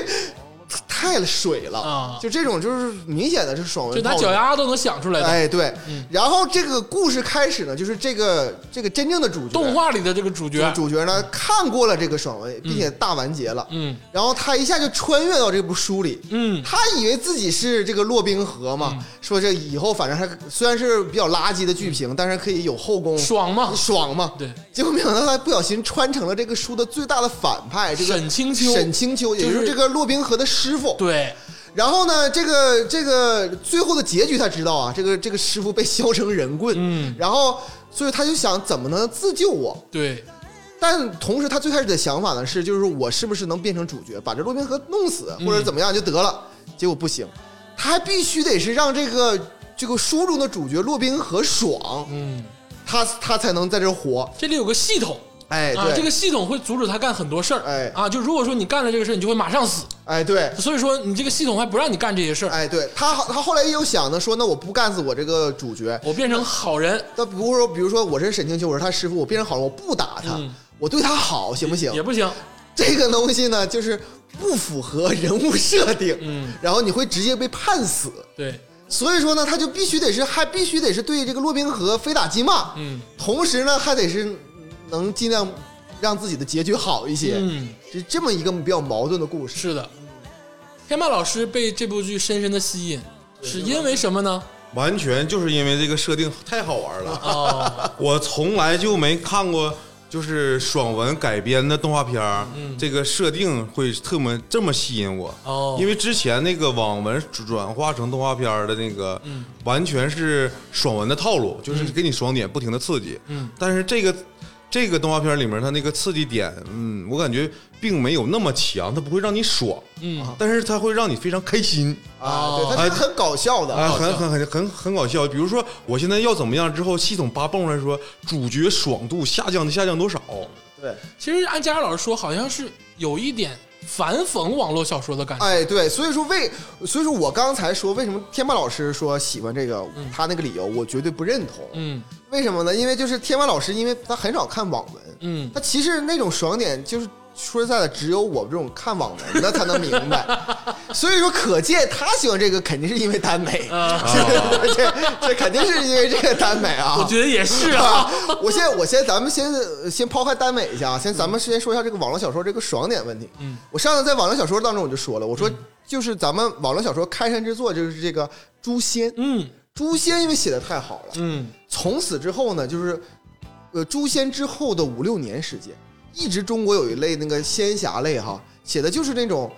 Speaker 4: 太水了
Speaker 2: 啊
Speaker 4: 就这种就是明显的是爽
Speaker 2: 就
Speaker 4: 文
Speaker 2: 拿
Speaker 4: 套路
Speaker 2: 脚。丫嗯都能想出来的。
Speaker 4: 哎，对，然后这个故事开始呢，就是这个这个真正的主角，
Speaker 2: 动画里的这个主
Speaker 4: 这个
Speaker 2: 角，
Speaker 4: 主角呢看过了这个爽文，并且大完结了，
Speaker 2: 嗯
Speaker 4: 然后他一下就穿越到这部书里，
Speaker 2: 嗯，
Speaker 4: 他以为自己是这个洛冰河嘛，说这以后反正还虽然是比较垃圾的剧评，但是可以有后宫，
Speaker 2: 嗯爽嘛，
Speaker 4: 爽嘛。
Speaker 2: 对，
Speaker 4: 结果没想到他不小心穿成了这个书的最大的反派，这个
Speaker 2: 沈清秋
Speaker 4: 沈清秋，也
Speaker 2: 就
Speaker 4: 就是是这个洛冰河的师傅。
Speaker 2: 对，
Speaker 4: 然后呢，这个这个最后的结局他知道啊，这个这个师傅被削成人棍，
Speaker 2: 嗯
Speaker 4: 然后所以他就想怎么能自救我？
Speaker 2: 对，
Speaker 4: 但同时，他最开始的想法呢是，就是我是不是能变成主角，把这洛宾河弄死或者怎么样就得了？结果不行，他还必须得是让这个这个书中的主角洛宾河爽，
Speaker 2: 嗯，
Speaker 4: 他他才能在这儿活。
Speaker 2: 这里有个系统。
Speaker 4: 哎，对，
Speaker 2: 啊，这个系统会阻止他干很多事儿。
Speaker 4: 哎
Speaker 2: 啊，就如果说你干了这个事儿，你就会马上死。
Speaker 4: 哎对。
Speaker 2: 所以说，你这个系统还不让你干这些事儿，
Speaker 4: 哎，对他，他后来也有想呢，说那我不干死我这个主角，
Speaker 2: 我变成好人
Speaker 4: 那比如说，比如说我是沈清秋，我是他师傅，我变成好了，我不打他，
Speaker 2: 嗯
Speaker 4: 我对他好行不行？嗯
Speaker 2: 也不行。
Speaker 4: 这个东西呢，就是不符合人物设定，
Speaker 2: 嗯，
Speaker 4: 然后你会直接被判死。
Speaker 2: 对，
Speaker 4: 所以说呢，他就必须得是还必须得是对这个洛宾河非打即骂，
Speaker 2: 嗯
Speaker 4: 同时呢还得是能尽量让自己的结局好一些，
Speaker 2: 嗯，
Speaker 4: 是这么一个比较矛盾的故事。
Speaker 2: 是的。天霸老师被这部剧深深的吸引，是因为什么呢？
Speaker 3: 完全就是因为这个设定太好玩了。
Speaker 2: 哦，
Speaker 3: 我从来就没看过，就是爽文改编的动画片儿，
Speaker 4: 嗯
Speaker 3: 这个设定会特么这么吸引我。
Speaker 2: 哦
Speaker 3: 因为之前那个网文转化成动画片儿的那个，
Speaker 4: 嗯
Speaker 3: 完全是爽文的套路，就是给你爽点，不停的刺激。
Speaker 2: 嗯，
Speaker 3: 但是这个这个动画片儿里面，它那个刺激点，嗯，我感觉并没有那么强，它不会让你爽，
Speaker 2: 嗯，
Speaker 3: 但是它会让你非常开心。
Speaker 4: 啊，对，他
Speaker 2: 哦
Speaker 4: 是很搞笑的，
Speaker 3: 啊，
Speaker 2: 搞
Speaker 3: 很
Speaker 2: 笑
Speaker 3: 很很很很搞笑。比如说，我现在要怎么样之后，系统扒蹦出来说主角爽度下降的下降多少？
Speaker 4: 对，
Speaker 2: 其实按佳老师说，好像是有一点反讽网络小说的感觉。
Speaker 4: 哎，对，所以说为，所以说我刚才说为什么天霸老师说喜欢这个，他那个理由我绝对不认同。
Speaker 2: 嗯
Speaker 4: 为什么呢？因为就是天霸老师，因为他很少看网文，
Speaker 2: 嗯，
Speaker 4: 他其实那种爽点就是。说实在的，只有我这种看网文的才能明白， 所以说可见他喜欢这个肯定是因为耽美，
Speaker 2: 呃，
Speaker 3: 啊
Speaker 4: 这这 这肯定是因为这个耽美啊。
Speaker 2: 我觉得也是
Speaker 4: 啊
Speaker 2: 啊。，
Speaker 4: 我先我先咱们先先抛开耽美一下啊，先咱们先说一下这个网络小说这个爽点问题。
Speaker 2: 嗯，
Speaker 4: 我上次在网络小说当中我就说了，我说就是咱们网络小说开山之作就是这个《诛仙》，《
Speaker 2: 嗯
Speaker 4: 诛仙》因为写的太好了，
Speaker 2: 嗯，
Speaker 4: 从此之后呢，就是呃《诛仙》之后的五六年时间，一直中国有一类那个仙侠类哈，写的就是那种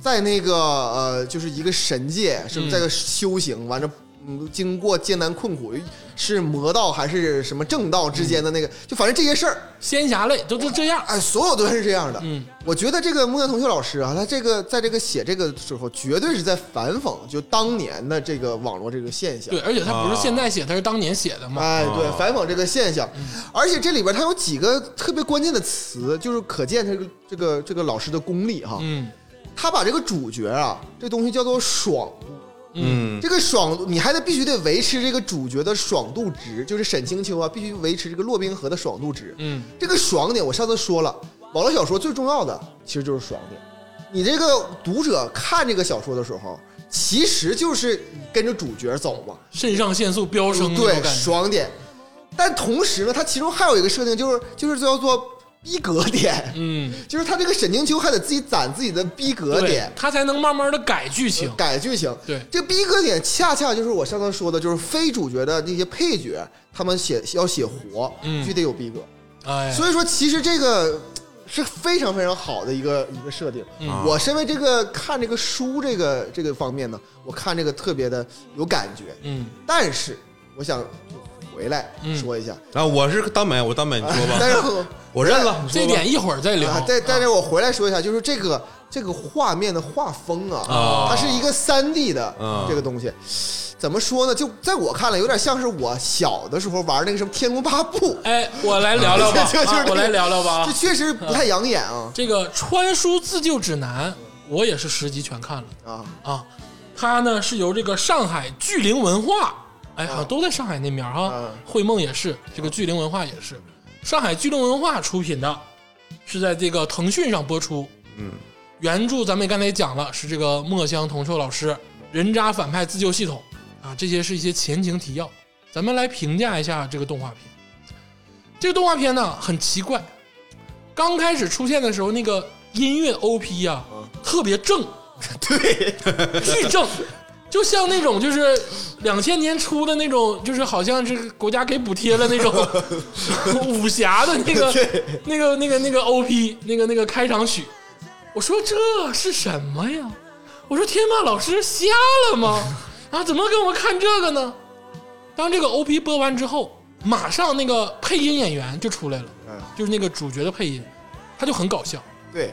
Speaker 4: 在那个呃就是一个神界，是
Speaker 2: 嗯
Speaker 4: 不是在个修行完了。嗯，经过艰难困苦，是魔道还是什么正道之间的那个，就反正这些事儿，
Speaker 2: 仙侠类都都这样。
Speaker 4: 哎，所有都是这样的。
Speaker 2: 嗯，
Speaker 4: 我觉得这个木原同学老师啊，他这个在这个写这个时候，绝对是在反讽就当年的这个网络这个现象。
Speaker 2: 对，而且他不是现在写，他是当年写的嘛。哦嗯
Speaker 4: 哎，对
Speaker 3: 啊，
Speaker 4: 反讽这个现象，而且这里边它有几个特别关键的词，就是可见这个这个这个老师的功力哈。
Speaker 2: 嗯
Speaker 4: 他把这个主角啊，这东西叫做爽度，
Speaker 3: 嗯
Speaker 4: 这个爽度，你还得必须得维持这个主角的爽度值，就是沈清秋啊，必须维持这个洛冰河的爽度值。
Speaker 2: 嗯，
Speaker 4: 这个爽点，我上次说了，网络小说最重要的其实就是爽点。你这个读者看这个小说的时候，其实就是跟着主角走嘛，
Speaker 2: 肾上腺素飙升那种
Speaker 4: 嗯对，
Speaker 2: 感觉，
Speaker 4: 爽点。但同时呢，它其中还有一个设定，就是就是叫做逼格点，
Speaker 2: 嗯，
Speaker 4: 就是他这个沈清秋还得自己攒自己的逼格
Speaker 2: 对
Speaker 4: 点，
Speaker 2: 他才能慢慢的改剧情。
Speaker 4: 改剧情。
Speaker 2: 对，
Speaker 4: 这逼格点恰恰就是我上头说的，就是非主角的那些配角，他们写要写活，
Speaker 2: 嗯
Speaker 4: 必须得有逼格。
Speaker 2: 哎，
Speaker 4: 呃所以说，其实这个是非常非常好的一个一个设定。
Speaker 2: 嗯
Speaker 3: 啊
Speaker 4: 我身为这个看这个书这个这个方面呢，我看这个特别的有感觉。
Speaker 2: 嗯，
Speaker 4: 但是我想回来
Speaker 2: 嗯
Speaker 4: 说一下，
Speaker 3: 啊，我是耽美，我耽美，你说吧，
Speaker 4: 但是我
Speaker 3: 我认了，你说
Speaker 2: 这
Speaker 3: 吧
Speaker 2: 点一会儿再聊。
Speaker 4: 啊，但但是我回来说一下，就是这个这个画面的画风啊，
Speaker 3: 啊
Speaker 4: 它是一个三 D 的
Speaker 2: 嗯
Speaker 3: 啊
Speaker 4: 这个东西，怎么说呢？就在我看来，有点像是我小的时候玩那个什么《天龙八部
Speaker 2: 哎，我来聊聊吧，
Speaker 4: 就就是
Speaker 2: 啊
Speaker 4: 这个
Speaker 2: 我来聊聊吧》，
Speaker 4: 这
Speaker 2: 啊。
Speaker 4: 确实不太养眼啊
Speaker 2: 这个《穿书自救指南》，我也是十集全看了
Speaker 4: 啊！
Speaker 2: 啊。它呢是由这个上海巨灵文化，哎，好像都在上海那面儿哈
Speaker 4: 啊。
Speaker 2: 汇梦也是，这个巨灵文化也是，上海巨灵文化出品的，是在这个腾讯上播出。
Speaker 3: 嗯，
Speaker 2: 原著咱们也刚才也讲了，是这个墨香铜臭老师人渣反派自救系统啊，这些是一些前情提要。咱们来评价一下这个动画片。这个动画片呢很奇怪，刚开始出现的时候，那个音乐 OP 啊特别正，对，巨正，就像那种就是两千年初的那种，就是好像是国家给补贴了 那种武侠的那个那个那个那个 OP 那个那个开场曲。我说这是什么呀？我说天霸老师瞎了吗？啊，怎么给我们看这个呢？当这个 OP 播完之后，马上那个配音演员就出来了，
Speaker 4: 嗯
Speaker 2: 就是那个主角的配音，他就很搞笑，
Speaker 4: 对，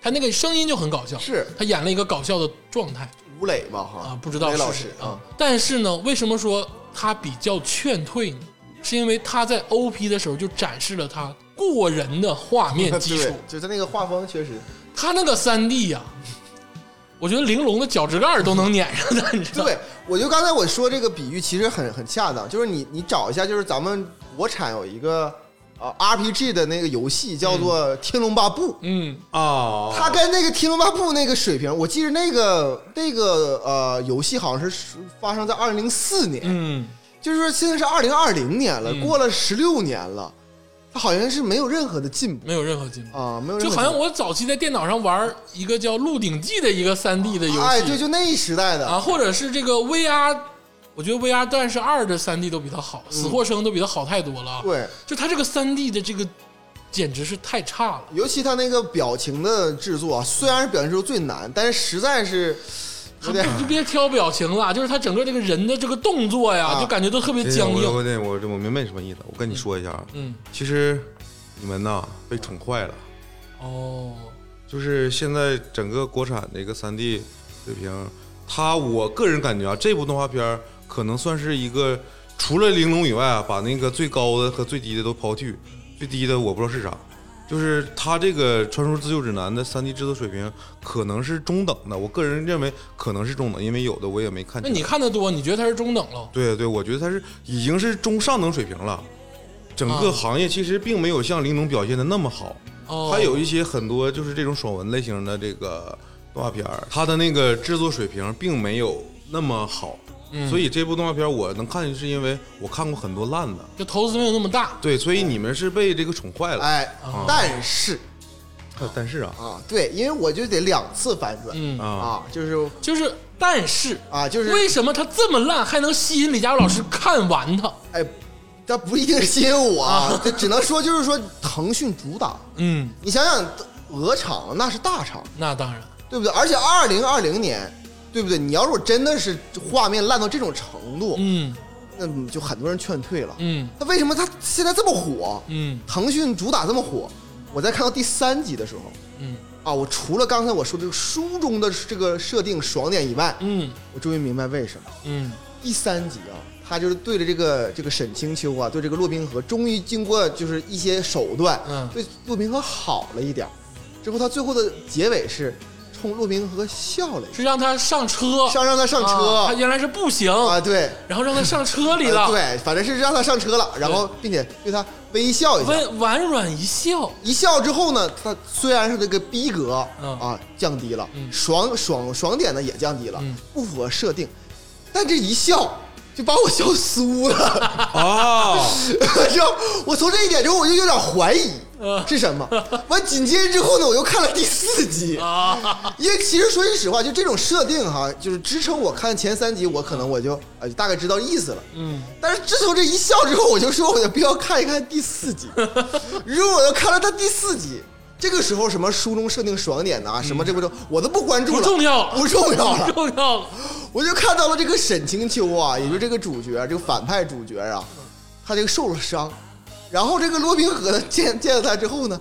Speaker 2: 他那个声音就很搞笑，
Speaker 4: 是
Speaker 2: 他演了一个搞笑的状态
Speaker 4: 吴磊吧？哈
Speaker 2: 啊，不知道
Speaker 4: 吴
Speaker 2: 是
Speaker 4: 磊老
Speaker 2: 谁
Speaker 4: 师
Speaker 2: 啊
Speaker 4: 啊。。
Speaker 2: 但是呢，为什么说他比较劝退呢？是因为他在 OP 的时候就展示了他过人的画面基础
Speaker 4: 对，，就他那个画风确实，
Speaker 2: 他那个三 D 啊呀、我觉得玲珑的脚趾盖儿都能撵上他，你知道吗？
Speaker 4: 对，我就刚才我说这个比喻其实很很恰当，就是你你找一下，就是咱们国产有一个呃 RPG 的那个游戏叫做《天龙八部》，
Speaker 2: 嗯，
Speaker 3: 啊，
Speaker 4: 它跟那个《天龙八部》那个水平，我记得那个那个呃游戏好像是发生在二零零四年，
Speaker 2: 嗯，
Speaker 4: 就是说现在是二零二零年了，
Speaker 2: 嗯
Speaker 4: 过了十六年了，它好像是没有任何的进步
Speaker 2: 没有任何进步。
Speaker 4: 啊、没有任
Speaker 2: 就
Speaker 4: 何
Speaker 2: 好像
Speaker 4: 进步
Speaker 2: 我早期在电脑上玩一个叫《鹿鼎记》的一个三 D 的游戏，
Speaker 4: 哎，对，就那一时代的，
Speaker 2: 啊，或者是这个 VR，我觉得 VR 战士二的三 D 都比它好，死
Speaker 4: 嗯
Speaker 2: 或生都比它好太多了。，啊
Speaker 4: 对，
Speaker 2: 就它这个三 D 的这个简直是太差了。
Speaker 4: 尤其他那个表情的制作啊，虽然是表情制作最难，但是实在是有点。
Speaker 2: 就别挑表情了，就是他整个这个人的这个动作呀，
Speaker 4: 啊
Speaker 2: 就感觉都特别
Speaker 3: 这
Speaker 2: 僵
Speaker 3: 点我
Speaker 2: 硬。
Speaker 3: 我我我明白你什么意思，我跟你说一下啊，
Speaker 2: 嗯，
Speaker 3: 其实你们呐被宠坏了，
Speaker 2: 哦，
Speaker 3: 就是现在整个国产的一个三 D 水平，它我个人感觉啊，这部动画片儿可能算是一个除了玲珑以外啊，把那个最高的和最低的都抛去，最低的我不知道是啥。就是它这个《传说自救指南》的三 D 制作水平可能是中等的，我个人认为可能是中等，因为有的我也没看
Speaker 2: 那
Speaker 3: 清。
Speaker 2: 你看的多，你觉得他是中等了？
Speaker 3: 对对，我觉得它是已经是中上等水平了。整
Speaker 2: 啊
Speaker 3: 个行业其实并没有像玲珑表现的那么好，
Speaker 2: 哦，
Speaker 3: 它有一些很多就是这种爽文类型的这个动画片儿，它的那个制作水平并没有那么好，
Speaker 2: 嗯
Speaker 3: 所以这部动画片儿我能看，是因为我看过很多烂的。
Speaker 2: 就投资没有那么大。
Speaker 3: 对，所以你们是被这个宠坏了。
Speaker 4: 哎，但是
Speaker 3: 但是啊，
Speaker 4: 啊，对，因为我就得两次反转、
Speaker 2: 嗯，
Speaker 3: 啊，
Speaker 4: 啊，就是
Speaker 2: 就是但是
Speaker 4: 啊，就是
Speaker 2: 为什么他这么烂还能吸引李佳茹老师看完他？
Speaker 4: 哎，它不一定是吸引 我啊，这只能说就是说腾讯主打，
Speaker 2: 嗯，
Speaker 4: 你想想，鹅厂那是大厂，
Speaker 2: 那当然。
Speaker 4: 对不对？而且二零二零年，对不对？你要如果真的是画面烂到这种程度，
Speaker 2: 嗯
Speaker 4: 那你就很多人劝退了。
Speaker 2: 嗯
Speaker 4: 那为什么它现在这么火？
Speaker 2: 嗯
Speaker 4: 腾讯主打这么火，我在看到第三集的时候
Speaker 2: 嗯
Speaker 4: 啊，我除了刚才我说这个书中的这个设定爽点以外，
Speaker 2: 嗯
Speaker 4: 我终于明白为什么
Speaker 2: 嗯
Speaker 4: 第三集啊，他就是对着这个这个沈清秋啊，对这个骆冰河，终于经过就是一些手段，
Speaker 2: 嗯
Speaker 4: 对骆冰河好了一点儿之后，他最后的结尾是。冲骆宾和笑了一
Speaker 2: 是让他上车，
Speaker 4: 下，想让他上
Speaker 2: 啊他
Speaker 4: 车
Speaker 2: 原来是不行，
Speaker 4: 啊，对，
Speaker 2: 然后让他上车里
Speaker 4: 呃
Speaker 2: 了，
Speaker 4: 对，反正是让他上车了，然后并且对他微笑一下，
Speaker 2: 温婉软一笑，
Speaker 4: 一笑之后呢，他虽然是这个逼格、
Speaker 2: 嗯
Speaker 4: 啊降低了，
Speaker 2: 嗯
Speaker 4: 爽爽爽点呢也降低了，
Speaker 2: 嗯
Speaker 4: 不符合设定，但这一笑就把我笑酥了。
Speaker 3: 哦，
Speaker 4: 就我从这一点之后，我就有点怀疑
Speaker 2: 嗯
Speaker 4: 是什么。完紧接着之后呢，我又看了第四集，
Speaker 2: 啊
Speaker 4: 因为其实说句实话，就这种设定哈，就是支撑我看前三集，我可能我就呃大概知道意思了。
Speaker 2: 嗯，
Speaker 4: 但是自从这一笑之后，我就说我有必要看一看第四集。 如果我要看了他第四集，这个时候什么书中设定爽点呐、什么这不中，我都不关注了，
Speaker 2: 不重要了
Speaker 4: 不重要了
Speaker 2: 不。重要了，
Speaker 4: 我就看到了这个沈清秋啊，也就是这个主角，这个反派主角啊，他这个受了伤，然后这个罗宾和呢见见了他之后呢，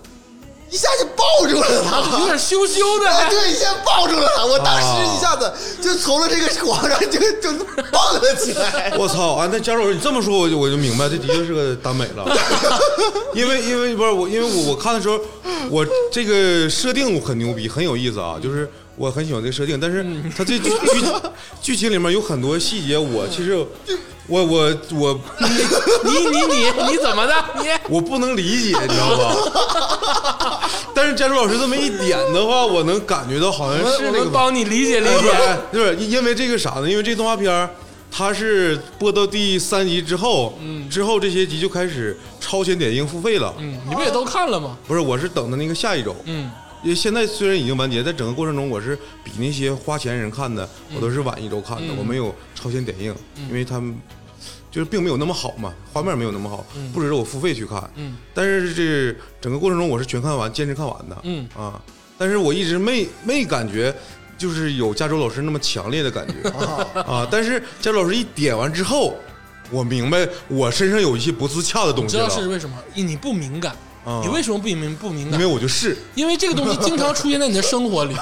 Speaker 4: 一下就抱住了
Speaker 2: 有
Speaker 4: 他。
Speaker 2: 点羞羞
Speaker 4: 哎，
Speaker 2: 的，
Speaker 4: 对，一下抱住了他，我当时一下子就从了这个床上就就蹦了起来。
Speaker 3: 我操啊！那假如你这么说，我就我就明白，这的确是个耽美了。 因为因为不是我，因为我我看的时候，我这个设定很牛逼，很有意思啊，就是我很喜欢这个设定。但是它这剧剧剧情里面有很多细节，我其实我我我
Speaker 2: 你你你你怎么的？你
Speaker 3: 我不能理解，你知道吧？ 但是佳茹老师这么一点的话，我能感觉到好像
Speaker 2: 我
Speaker 3: 是
Speaker 2: 们
Speaker 3: 那
Speaker 2: 我
Speaker 3: 个
Speaker 2: 们帮你理解理
Speaker 3: 哎
Speaker 2: 解，
Speaker 3: 就是因为这个啥呢？因为这动画片儿它是播到第三集之后，之后这些集就开始超前点映付费了。
Speaker 2: 嗯，你不也都看了吗？
Speaker 3: 不是，我是等的那个下一周。
Speaker 2: 嗯，
Speaker 3: 因为现在虽然已经完结，在整个过程中，我是比那些花钱人看的，
Speaker 2: 嗯
Speaker 3: 我都是晚一周看的，我没有超前点映，因为他们就是并没有那么好嘛，画面没有那么好，不值得我付费去看。
Speaker 2: 嗯，
Speaker 3: 但是这整个过程中我是全看完，坚持看完的。
Speaker 2: 嗯
Speaker 3: 啊，但是我一直没没感觉。就是有加州老师那么强烈的感 觉啊！但是加州老师一点完之后，我明白我身上有一些不自洽的东
Speaker 2: 你
Speaker 3: 西
Speaker 2: 知
Speaker 3: 了
Speaker 2: 道，是为什么？你不敏感，
Speaker 3: 啊
Speaker 2: 你为什么不敏不敏
Speaker 3: 因为
Speaker 2: 感？
Speaker 3: 我就是
Speaker 2: 因为这个东西经常出现在你的生活里，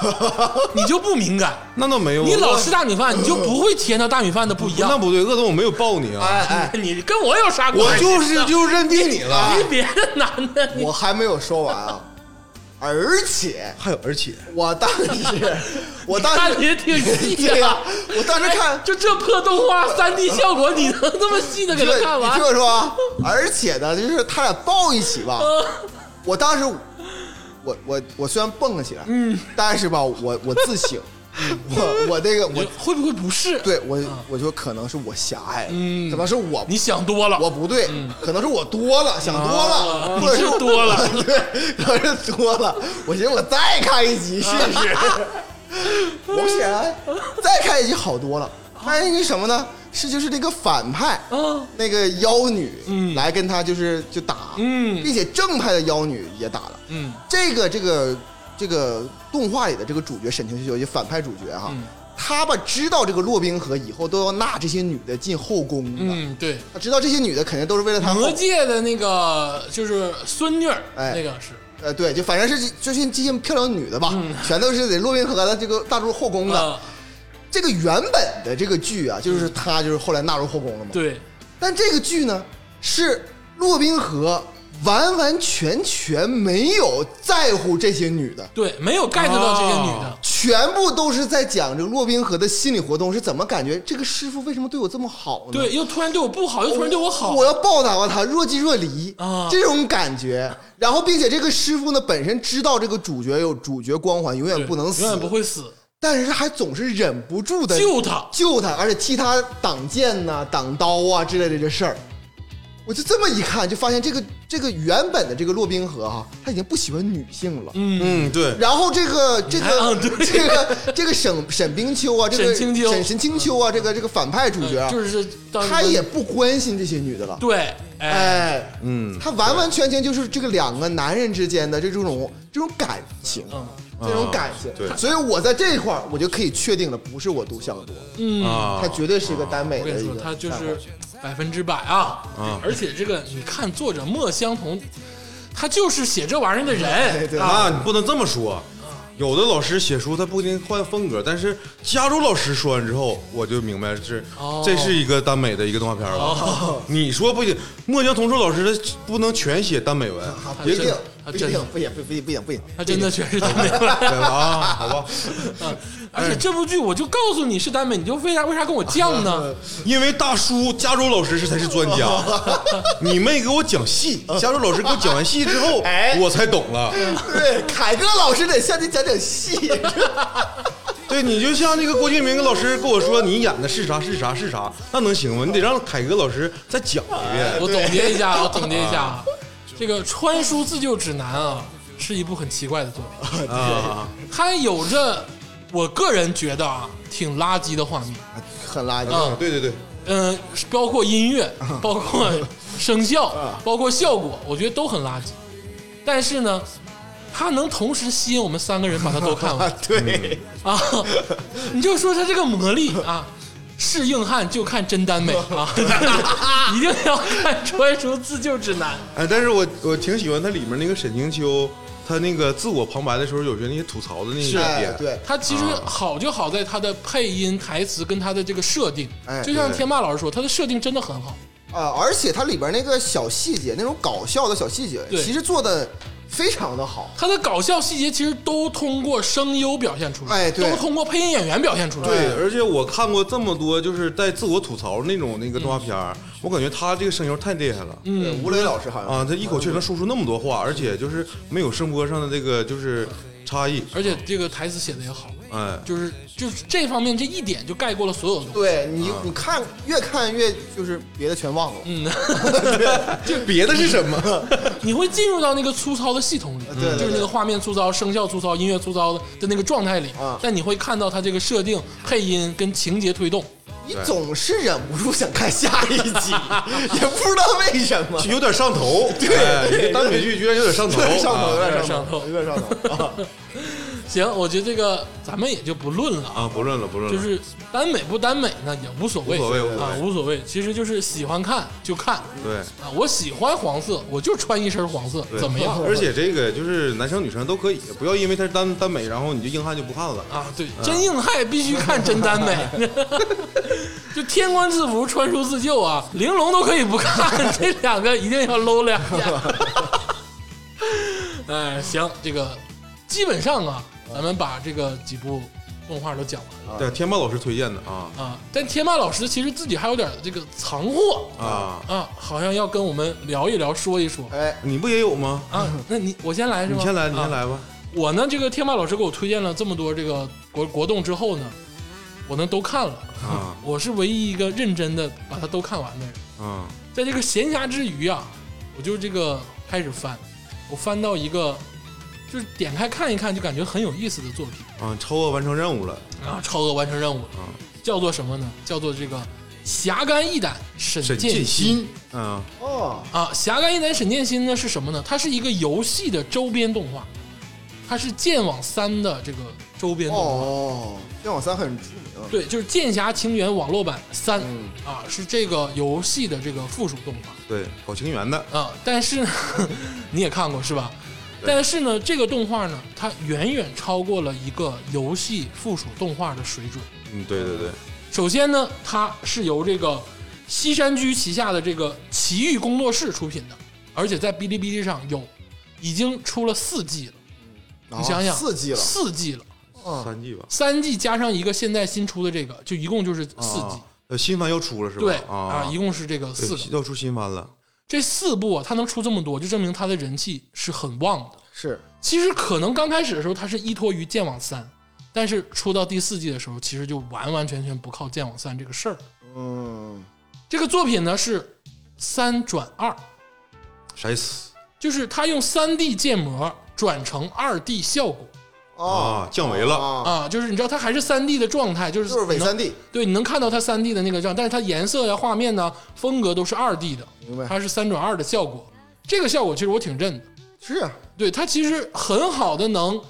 Speaker 2: 你就不敏感。
Speaker 3: 那倒没有
Speaker 2: 你老
Speaker 3: 我
Speaker 2: 吃大米饭，你就不会体验到大米饭的不一
Speaker 3: 那
Speaker 2: 样。
Speaker 3: 不对，鄂总我没有抱你啊，
Speaker 4: 哎哎，
Speaker 2: 你跟我有啥关系？啊
Speaker 3: 我就是就认定你了。
Speaker 2: 你别的男的，你
Speaker 4: 我还没有说完啊，而且
Speaker 3: 还有，而且
Speaker 4: 我当时，我当
Speaker 2: 看
Speaker 4: 时
Speaker 2: 的也挺细
Speaker 4: 对呀、
Speaker 2: 呀。
Speaker 4: 我当时看
Speaker 2: 就这破动画三 D 效果，你能这么细的给他
Speaker 4: 对，
Speaker 2: 看
Speaker 4: 你
Speaker 2: 完
Speaker 4: 听？我说啊，而且呢，就是他俩抱一起吧，
Speaker 2: 嗯
Speaker 4: 我当时我我我虽然蹦了起来，嗯，但是吧，我我 自省，我我这个
Speaker 2: 我
Speaker 4: 我
Speaker 2: 会不会不是？
Speaker 4: 对我我就可能是我狭隘了，
Speaker 2: 嗯
Speaker 4: 可能是我
Speaker 2: 你想多了。
Speaker 4: 我不对，可能是我多了，想多
Speaker 2: 嗯啊
Speaker 4: 了，或者是
Speaker 2: 你是多了，
Speaker 4: 对，可能是多了。我寻思我再看一集试 试，
Speaker 2: 啊
Speaker 4: 我显然再看一集好多了。发现是什么呢？是就是这个反派，
Speaker 2: 啊，
Speaker 4: 那个妖女，
Speaker 2: 嗯
Speaker 4: 来跟他就是就打，
Speaker 2: 嗯
Speaker 4: 并且正派的妖女也打了。
Speaker 2: 嗯
Speaker 4: 这个这个这个动画里的这个主角沈清秀，也反派主角哈，
Speaker 2: 嗯
Speaker 4: 他吧知道这个洛宾河以后都要纳这些女的进后宫的，
Speaker 2: 嗯，对，
Speaker 4: 他啊知道这些女的肯定都是为了他
Speaker 2: 魔
Speaker 4: 后，
Speaker 2: 界的那个就是孙女儿，
Speaker 4: 哎
Speaker 2: 那个是
Speaker 4: 呃，对，就反正是这些这些漂亮女的吧，
Speaker 2: 嗯
Speaker 4: 全都是得洛宾河的这个纳入后宫的。
Speaker 2: 啊，
Speaker 4: 这个原本的这个剧啊，就是他就是后来纳入后宫了嘛。
Speaker 2: 嗯对，
Speaker 4: 但这个剧呢，是骆宾河完完全全没有在乎这些女的，
Speaker 2: 对，没有 get 到这些女的
Speaker 4: 啊
Speaker 3: 哦，
Speaker 4: 全部都是在讲这个骆宾河的心理活动是怎么感觉这个师傅为什么对我这么好呢？
Speaker 2: 对，又突然对我不好，又突然对我好
Speaker 4: 我，要报答他，若即若离
Speaker 2: 啊
Speaker 4: 这种感觉。然后，并且这个师傅呢，本身知道这个主角有主角光环，永
Speaker 2: 对
Speaker 4: 远不能死，
Speaker 2: 永远不会死，
Speaker 4: 但是还总是忍不住的
Speaker 2: 救他，
Speaker 4: 救他，而且替他挡箭呐、挡刀啊之类的这事儿。我就这么一看，就发现这个这个原本的这个骆宾河哈、他已经不喜欢女性了。
Speaker 2: 嗯，
Speaker 3: 嗯，对，
Speaker 4: 然后这个这
Speaker 2: 还啊
Speaker 4: 个
Speaker 2: 对
Speaker 4: 这个这个沈沈冰秋啊，这个
Speaker 2: 沈清秋
Speaker 4: 沈沈清秋啊，这个这个反派主角啊，
Speaker 2: 就是当
Speaker 4: 他也不关心这些女的了。
Speaker 2: 对，哎，
Speaker 4: 哎，
Speaker 3: 嗯，
Speaker 4: 他完完全全就是这个两个男人之间的这种这种感情，
Speaker 2: 嗯
Speaker 4: 这种感情。
Speaker 3: 对
Speaker 4: 所以我在这一块儿我就可以确定了，不是我独享多，
Speaker 2: 嗯，
Speaker 3: 啊，
Speaker 4: 他绝对是一个耽美
Speaker 2: 我
Speaker 4: 的
Speaker 2: 跟你
Speaker 4: 一个
Speaker 2: 说，
Speaker 4: 漫画。
Speaker 2: 他就是百分之百啊
Speaker 3: 啊，
Speaker 2: 而且这个你看作者莫相同，他就是写这玩意儿的
Speaker 4: 对对
Speaker 2: 人啊，
Speaker 3: 那你不能这么说。有的老师写书他不一定换风格，但是加州老师说完之后，我就明白是、
Speaker 2: 哦
Speaker 3: 这是一个耽美的一个动画片 了。你说不行，墨江同硕老师他不能全写耽美文，
Speaker 4: 他不
Speaker 3: 也
Speaker 4: 一
Speaker 3: 可
Speaker 4: 定，
Speaker 2: 他
Speaker 5: 不行
Speaker 2: 真的，
Speaker 5: 不行不行不行不行，
Speaker 2: 他真的确实单美。
Speaker 3: 对了啊，好吧，
Speaker 2: 而且这部剧我就告诉你是耽美，你就为啥为啥跟我犟 呢？
Speaker 3: 因为大叔加州老师是才是专家，你妹给我讲戏，加州老师给我讲完戏之后，
Speaker 5: 哎
Speaker 3: 我才懂了。
Speaker 5: 对，凯哥老师得向你讲讲戏，
Speaker 3: 对你就像那个郭敬明老师跟我说你演的是啥是啥是啥，那能行吗？你得让凯哥老师再讲一遍。
Speaker 2: 我总结一下，我总结一下啊，这个《穿书自救指南》啊，是一部很奇怪的作品，
Speaker 5: 哎
Speaker 3: 啊，
Speaker 2: 它有着我个人觉得啊挺垃圾的画面，
Speaker 5: 很垃圾。
Speaker 2: 嗯
Speaker 3: 对对对，
Speaker 2: 嗯、包括音乐，包括声效，包括效果，我觉得都很垃圾。但是呢，它能同时吸引我们三个人把它都看 完
Speaker 5: 对，
Speaker 2: 啊！ 你就说它这个魔力啊，是硬汉就看真耽美啊， 一定要看《穿书自救指南》。
Speaker 3: 哎，但是我我挺喜欢它里面那个沈清秋，她那个自我旁白的时候有些那些吐槽的那
Speaker 4: 嗯
Speaker 3: 些
Speaker 5: 哎
Speaker 3: 点，
Speaker 5: 对，
Speaker 2: 它其实
Speaker 4: 啊
Speaker 2: 好就好在它的配音、台词跟它的这个设定，
Speaker 4: 哎
Speaker 2: 就像
Speaker 3: 对
Speaker 2: 天霸老师说，它的设定真的很好。
Speaker 4: 啊，而且它里边那个小细节，那种搞笑的小细节，
Speaker 2: 对
Speaker 4: 其实做的非常的好。
Speaker 2: 它的搞笑细节其实都通过声优表现出来，
Speaker 4: 哎对
Speaker 2: 都通过配音演员表现出来。
Speaker 3: 对，而且我看过这么多就是带自我吐槽那种那个动画片儿，我感觉他这个声优太厉害了。
Speaker 4: 对
Speaker 5: 嗯
Speaker 4: 吴磊老师好像
Speaker 3: 啊，他一口气能说出那么多话，而且就是没有声波上的这个就是差异，
Speaker 2: 而且这个台词写的也好，
Speaker 3: 哎，
Speaker 2: 就是就是这方面这一点就盖过了所有的东西。
Speaker 4: 对你，
Speaker 3: 啊
Speaker 4: 你看越看越就是别的全忘了。
Speaker 2: 嗯，
Speaker 3: 这别的是什么？
Speaker 2: 你会进入到那个粗糙的系统里，
Speaker 4: 哎对对
Speaker 2: 就是那个画面粗糙、声效粗糙、音乐粗糙的的那个状态里。
Speaker 4: 啊
Speaker 2: 但你会看到它这个设定、配音跟情节推动。
Speaker 4: 你总是忍不住想看下 一集，也不知道为什 么。
Speaker 3: 有点上头，对，哎这个耽美剧居然有点上头，
Speaker 4: 上头，有
Speaker 3: 啊
Speaker 4: 点
Speaker 2: 上
Speaker 4: 上
Speaker 2: 头
Speaker 4: 头，有点上头。啊
Speaker 2: 行，我觉得这个咱们也就不论了啊，
Speaker 3: 啊！不论了，不论了，
Speaker 2: 就是耽美不耽美呢也无所谓，
Speaker 3: 无所谓无所谓
Speaker 2: 啊，无所谓。其实就是喜欢看就看
Speaker 3: 对。
Speaker 2: 啊，我喜欢黄色，我就穿一身黄色，
Speaker 3: 对啊
Speaker 2: 怎么样？啊
Speaker 3: 而且这个就是男生女生都可以，不要因为他是耽耽美，然后你就硬汉就不看了。
Speaker 2: 啊，对，真硬汉必须看真耽美， 就天官赐福、穿书自救啊，玲珑都可以不看，这两个一定要搂两 下。哎，行，这个基本上啊，咱们把这个几部动画都讲完
Speaker 4: 啊
Speaker 3: 对，天霸老师推荐的啊
Speaker 2: 了啊。但天霸老师其实自己还有点这个藏货
Speaker 3: 啊，
Speaker 2: 啊，好像要跟我们聊一聊、说一说
Speaker 4: 哎，
Speaker 3: 你不也有吗？
Speaker 2: 啊。那你我先来是吗？
Speaker 3: 你先来，你
Speaker 2: 啊
Speaker 3: 先来吧。
Speaker 2: 我呢，这个天霸老师给我推荐了这么多这个国国动之后呢，我呢都看了，
Speaker 3: 啊
Speaker 2: 我是唯一一个认真的把它都看完的人。
Speaker 3: 啊
Speaker 2: 在这个闲暇之余啊，我就这个开始翻，我翻到一个就是点开看一看就感觉很有意思的作品
Speaker 3: 啊！超额完成任务了，
Speaker 2: 啊，超额完成任务了，
Speaker 3: 嗯
Speaker 2: 叫做什么呢？叫做这个侠肝义胆沈
Speaker 3: 沈
Speaker 2: 剑
Speaker 3: 剑
Speaker 2: 心。
Speaker 3: 心，嗯
Speaker 4: 哦，
Speaker 2: 啊，《侠肝义胆沈剑心》呢是什么呢？它是一个游戏的周边动画，它是《剑网三》的这个周边动画。
Speaker 4: 哦，剑网三很出名。
Speaker 2: 对，就是《剑侠情缘》网络版三、啊，是这个游戏的这个附属动画
Speaker 3: 对，搞情缘的，
Speaker 2: 啊。但是呢 你也看过是吧？但是呢，这个动画呢，它远远超过了一个游戏附属动画的水准。
Speaker 3: 嗯，对对对，
Speaker 2: 首先呢，它是由这个西山居旗下的这个奇遇工作室出品的，而且在哔哩哔哩上有，已经出了四季了。你想想，
Speaker 4: 哦四季了
Speaker 2: 四季了，
Speaker 3: 三季吧，
Speaker 2: 三季加上一个现在新出的这个，就一共就是四季。
Speaker 4: 哦
Speaker 3: 啊呃，新番要出了是吧？
Speaker 2: 对
Speaker 3: 啊，
Speaker 2: 一共是这个四
Speaker 3: 对
Speaker 2: 个，
Speaker 3: 要出新番了，
Speaker 2: 这四部啊，它能出这么多，就证明它的人气是很旺的。
Speaker 4: 是
Speaker 2: 其实可能刚开始的时候，它是依托于《剑网三》，但是出到第四季的时候，其实就完完全全不靠《剑网三》这个事儿。
Speaker 4: 嗯，
Speaker 2: 这个作品呢是三转二，
Speaker 3: 啥意思
Speaker 2: 就是它用三 D 建模转成二 D 效果
Speaker 4: 哦，
Speaker 3: 啊？降维了，
Speaker 4: 啊，
Speaker 2: 啊，就是你知道它还是三 D 的状态，就是
Speaker 4: 就是伪
Speaker 2: 你能
Speaker 4: 三 D，
Speaker 2: 对，你能看到它三 D 的那个样，但是它颜色呀、画面呢、风格都是二 D 的，
Speaker 4: 明白
Speaker 2: 它是三转二的效果。这个效果其实我挺认的，
Speaker 4: 是啊，
Speaker 2: 对它其实很好的能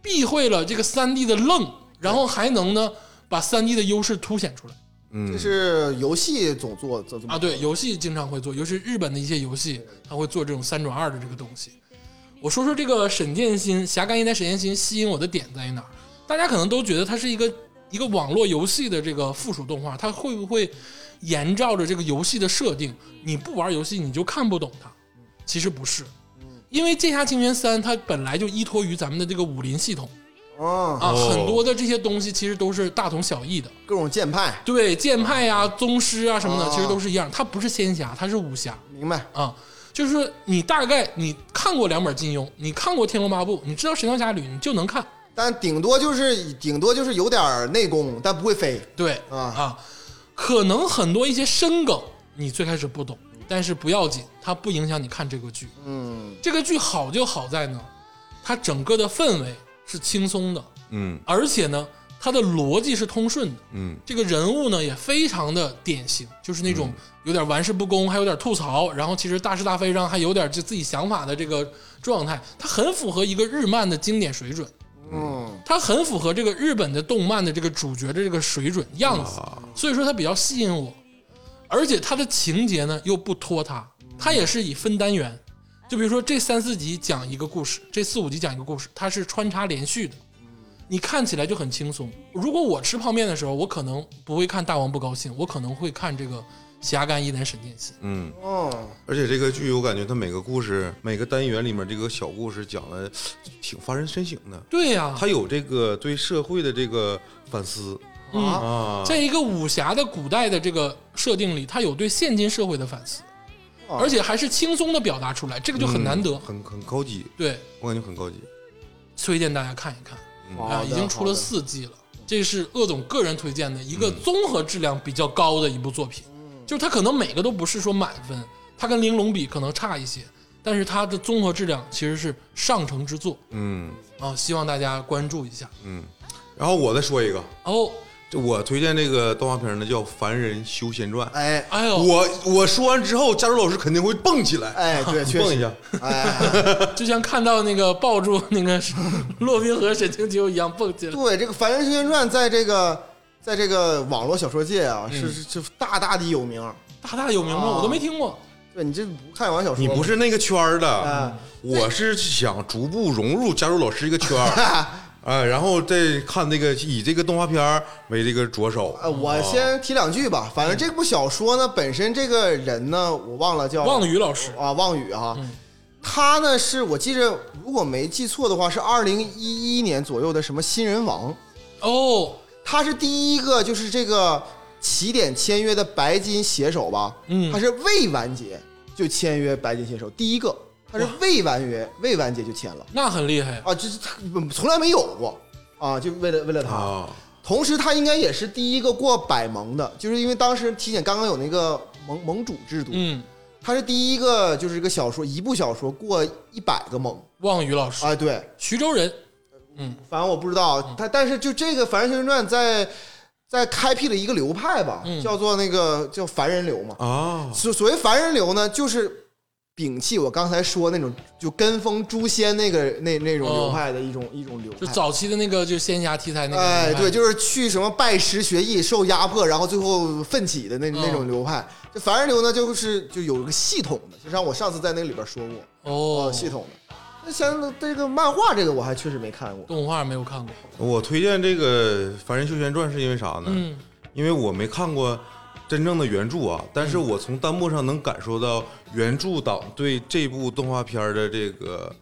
Speaker 2: 避讳了这个三 D 的愣，然后还能呢把三 D 的优势凸显出来
Speaker 3: 嗯
Speaker 4: 这，是游戏总做做
Speaker 2: 啊。对，游戏经常会做，尤其日本的一些游戏，它会做这种三转二的这个东西。我说说这个沈剑心，《侠肝义胆沈剑心》吸引我的点在于哪儿？大家可能都觉得它是一个一个网络游戏的这个附属动画，它会不会沿照着这个游戏的设定，你不玩游戏你就看不懂它？其实不是，因为《剑侠情缘三》它本来就依托于咱们的这个武林系统
Speaker 4: 啊，
Speaker 2: 啊，
Speaker 3: 哦
Speaker 2: 很多的这些东西其实都是大同小异的。
Speaker 4: 各种剑派，
Speaker 2: 对，剑派呀、宗师啊什么的，
Speaker 4: 哦
Speaker 2: 其实都是一样。它不是仙侠，它是武侠
Speaker 4: 明白？
Speaker 2: 啊。就是说你大概你看过两本金庸，你看过《天龙八部》，你知道《神雕侠侣》，你就能看。
Speaker 4: 但顶多就是顶多就是有点内功，但不会飞。
Speaker 2: 对
Speaker 4: 啊
Speaker 2: 可能很多一些深梗你最开始不懂，但是不要紧，它不影响你看这个剧。
Speaker 4: 嗯，
Speaker 2: 这个剧好就好在呢，它整个的氛围是轻松的，
Speaker 3: 嗯
Speaker 2: 而且呢，它的逻辑是通顺的。
Speaker 3: 嗯
Speaker 2: 这个人物呢也非常的典型，就是那种有点玩世不恭，还有点吐槽，然后其实大是大非上还有点就自己想法的这个状态，它很符合一个日漫的经典水准。嗯，它很符合这个日本的动漫的这个主角的这个水准样子，
Speaker 3: 啊
Speaker 2: 所以说它比较吸引我，而且它的情节呢又不拖沓，它也是以分单元，就比如说这三四集讲一个故事，这四五集讲一个故事，它是穿插连续的，你看起来就很轻松。如果我吃泡面的时候，我可能不会看《大王不高兴》，我可能会看这个《侠肝义胆沈殿信》。
Speaker 3: 嗯，
Speaker 4: 哦，
Speaker 3: 而且这个剧我感觉它每个故事每个单元里面这个小故事讲的挺发人深省的，
Speaker 2: 对呀、
Speaker 3: 它有这个对社会的这个反思
Speaker 2: 嗯，
Speaker 3: 啊，
Speaker 2: 在一个武侠的古代的这个设定里，它有对现今社会的反思，
Speaker 4: 哦
Speaker 2: 而且还是轻松的表达出来，这个就很难得
Speaker 3: 嗯。很很高级，
Speaker 2: 对，
Speaker 3: 我感觉很高级。
Speaker 2: 推荐大家看一看
Speaker 4: 好
Speaker 2: 啊，
Speaker 4: 的
Speaker 2: 已经出了
Speaker 4: 好的嗯
Speaker 2: 四季了。这是鄂总个人推荐的一个综合质量比较高的一部作品，就是它可能每个都不是说满分，它跟《玲珑》比可能差一些，但是它的综合质量其实是上乘之作
Speaker 3: 嗯
Speaker 2: 啊，希望大家关注一下。
Speaker 3: 嗯，然后我再说一个，
Speaker 2: 哦，
Speaker 3: 这我推荐这个动画片呢叫《凡人修仙传》。
Speaker 4: 哎
Speaker 2: 哎呦，
Speaker 3: 我我说完之后，加州老师肯定会蹦起来，
Speaker 4: 哎， 对，确
Speaker 3: 啊蹦
Speaker 4: 实
Speaker 3: 一，下。
Speaker 4: 哎，
Speaker 2: 就像看到那个抱住那个 骆宾和沈清秋一样蹦起来。
Speaker 4: 对，这个《凡人修仙传》在这个在这个网络小说界啊，
Speaker 3: 嗯
Speaker 4: 是是是大大的有名。
Speaker 2: 大大有名吗？
Speaker 4: 啊
Speaker 2: 我都没听过。
Speaker 4: 对你这不看网络小说，
Speaker 3: 你不是那个圈儿的
Speaker 4: 啊，
Speaker 3: 我是想逐步融入加州老师一个圈儿，啊，然后再看那个以这个动画片儿为这个着手。
Speaker 4: 呃，我
Speaker 3: 哦
Speaker 4: 先提两句吧。
Speaker 3: 嗯
Speaker 4: 反正这部小说呢，本身这个人呢，我忘了叫
Speaker 2: 望宇老师，
Speaker 4: 啊，望宇哈
Speaker 2: 嗯，
Speaker 4: 他呢是我记着，如果没记错的话，是二零一一年左右的什么新人王，
Speaker 2: 哦，
Speaker 4: 他是第一个就是这个起点签约的白金携手吧，
Speaker 2: 嗯
Speaker 4: 他是未完结就签约白金携手，第一个，他是未完约未完结就签了
Speaker 2: 那很厉害呀。
Speaker 4: 啊，就是他从来没有过啊，就为了为了他。
Speaker 3: 啊，
Speaker 4: 同时，他应该也是第一个过百盟的，就是因为当时体检刚刚有那个盟盟主制度，
Speaker 2: 嗯，
Speaker 4: 他是第一个就是这个小说一部小说过一百个盟
Speaker 2: 望宇老师，
Speaker 4: 啊，对，
Speaker 2: 徐州人。
Speaker 4: 反正我不知
Speaker 2: 嗯
Speaker 4: 道他，但是就这个《凡人修仙传》在在开辟了一个流派吧，
Speaker 2: 嗯
Speaker 4: 叫做那个叫凡人流嘛。
Speaker 3: 啊，
Speaker 4: 所所谓凡人流呢，就是摒弃我刚才说那种就跟风诛仙那个那那种流派的一种、一种流
Speaker 2: 哦就
Speaker 4: 派。
Speaker 2: 早期的那个，就是仙侠题材那个。
Speaker 4: 哎，对，，就是去什么拜师学艺，受压迫，然后最后奋起的那
Speaker 2: 嗯
Speaker 4: 那种流派。这凡人流呢，就是就有一个系统的，就像我上次在那个里边说过，
Speaker 2: 哦
Speaker 4: 呃，，系统的。那像这个漫画这个我还确实没看过。
Speaker 2: 动画没有看过。
Speaker 3: 我推荐这个《凡人修仙传》是因为啥呢？
Speaker 2: 嗯
Speaker 3: 因为我没看过真正的原著啊，但是我从弹幕上能感受到原著党对这部动画片儿的这个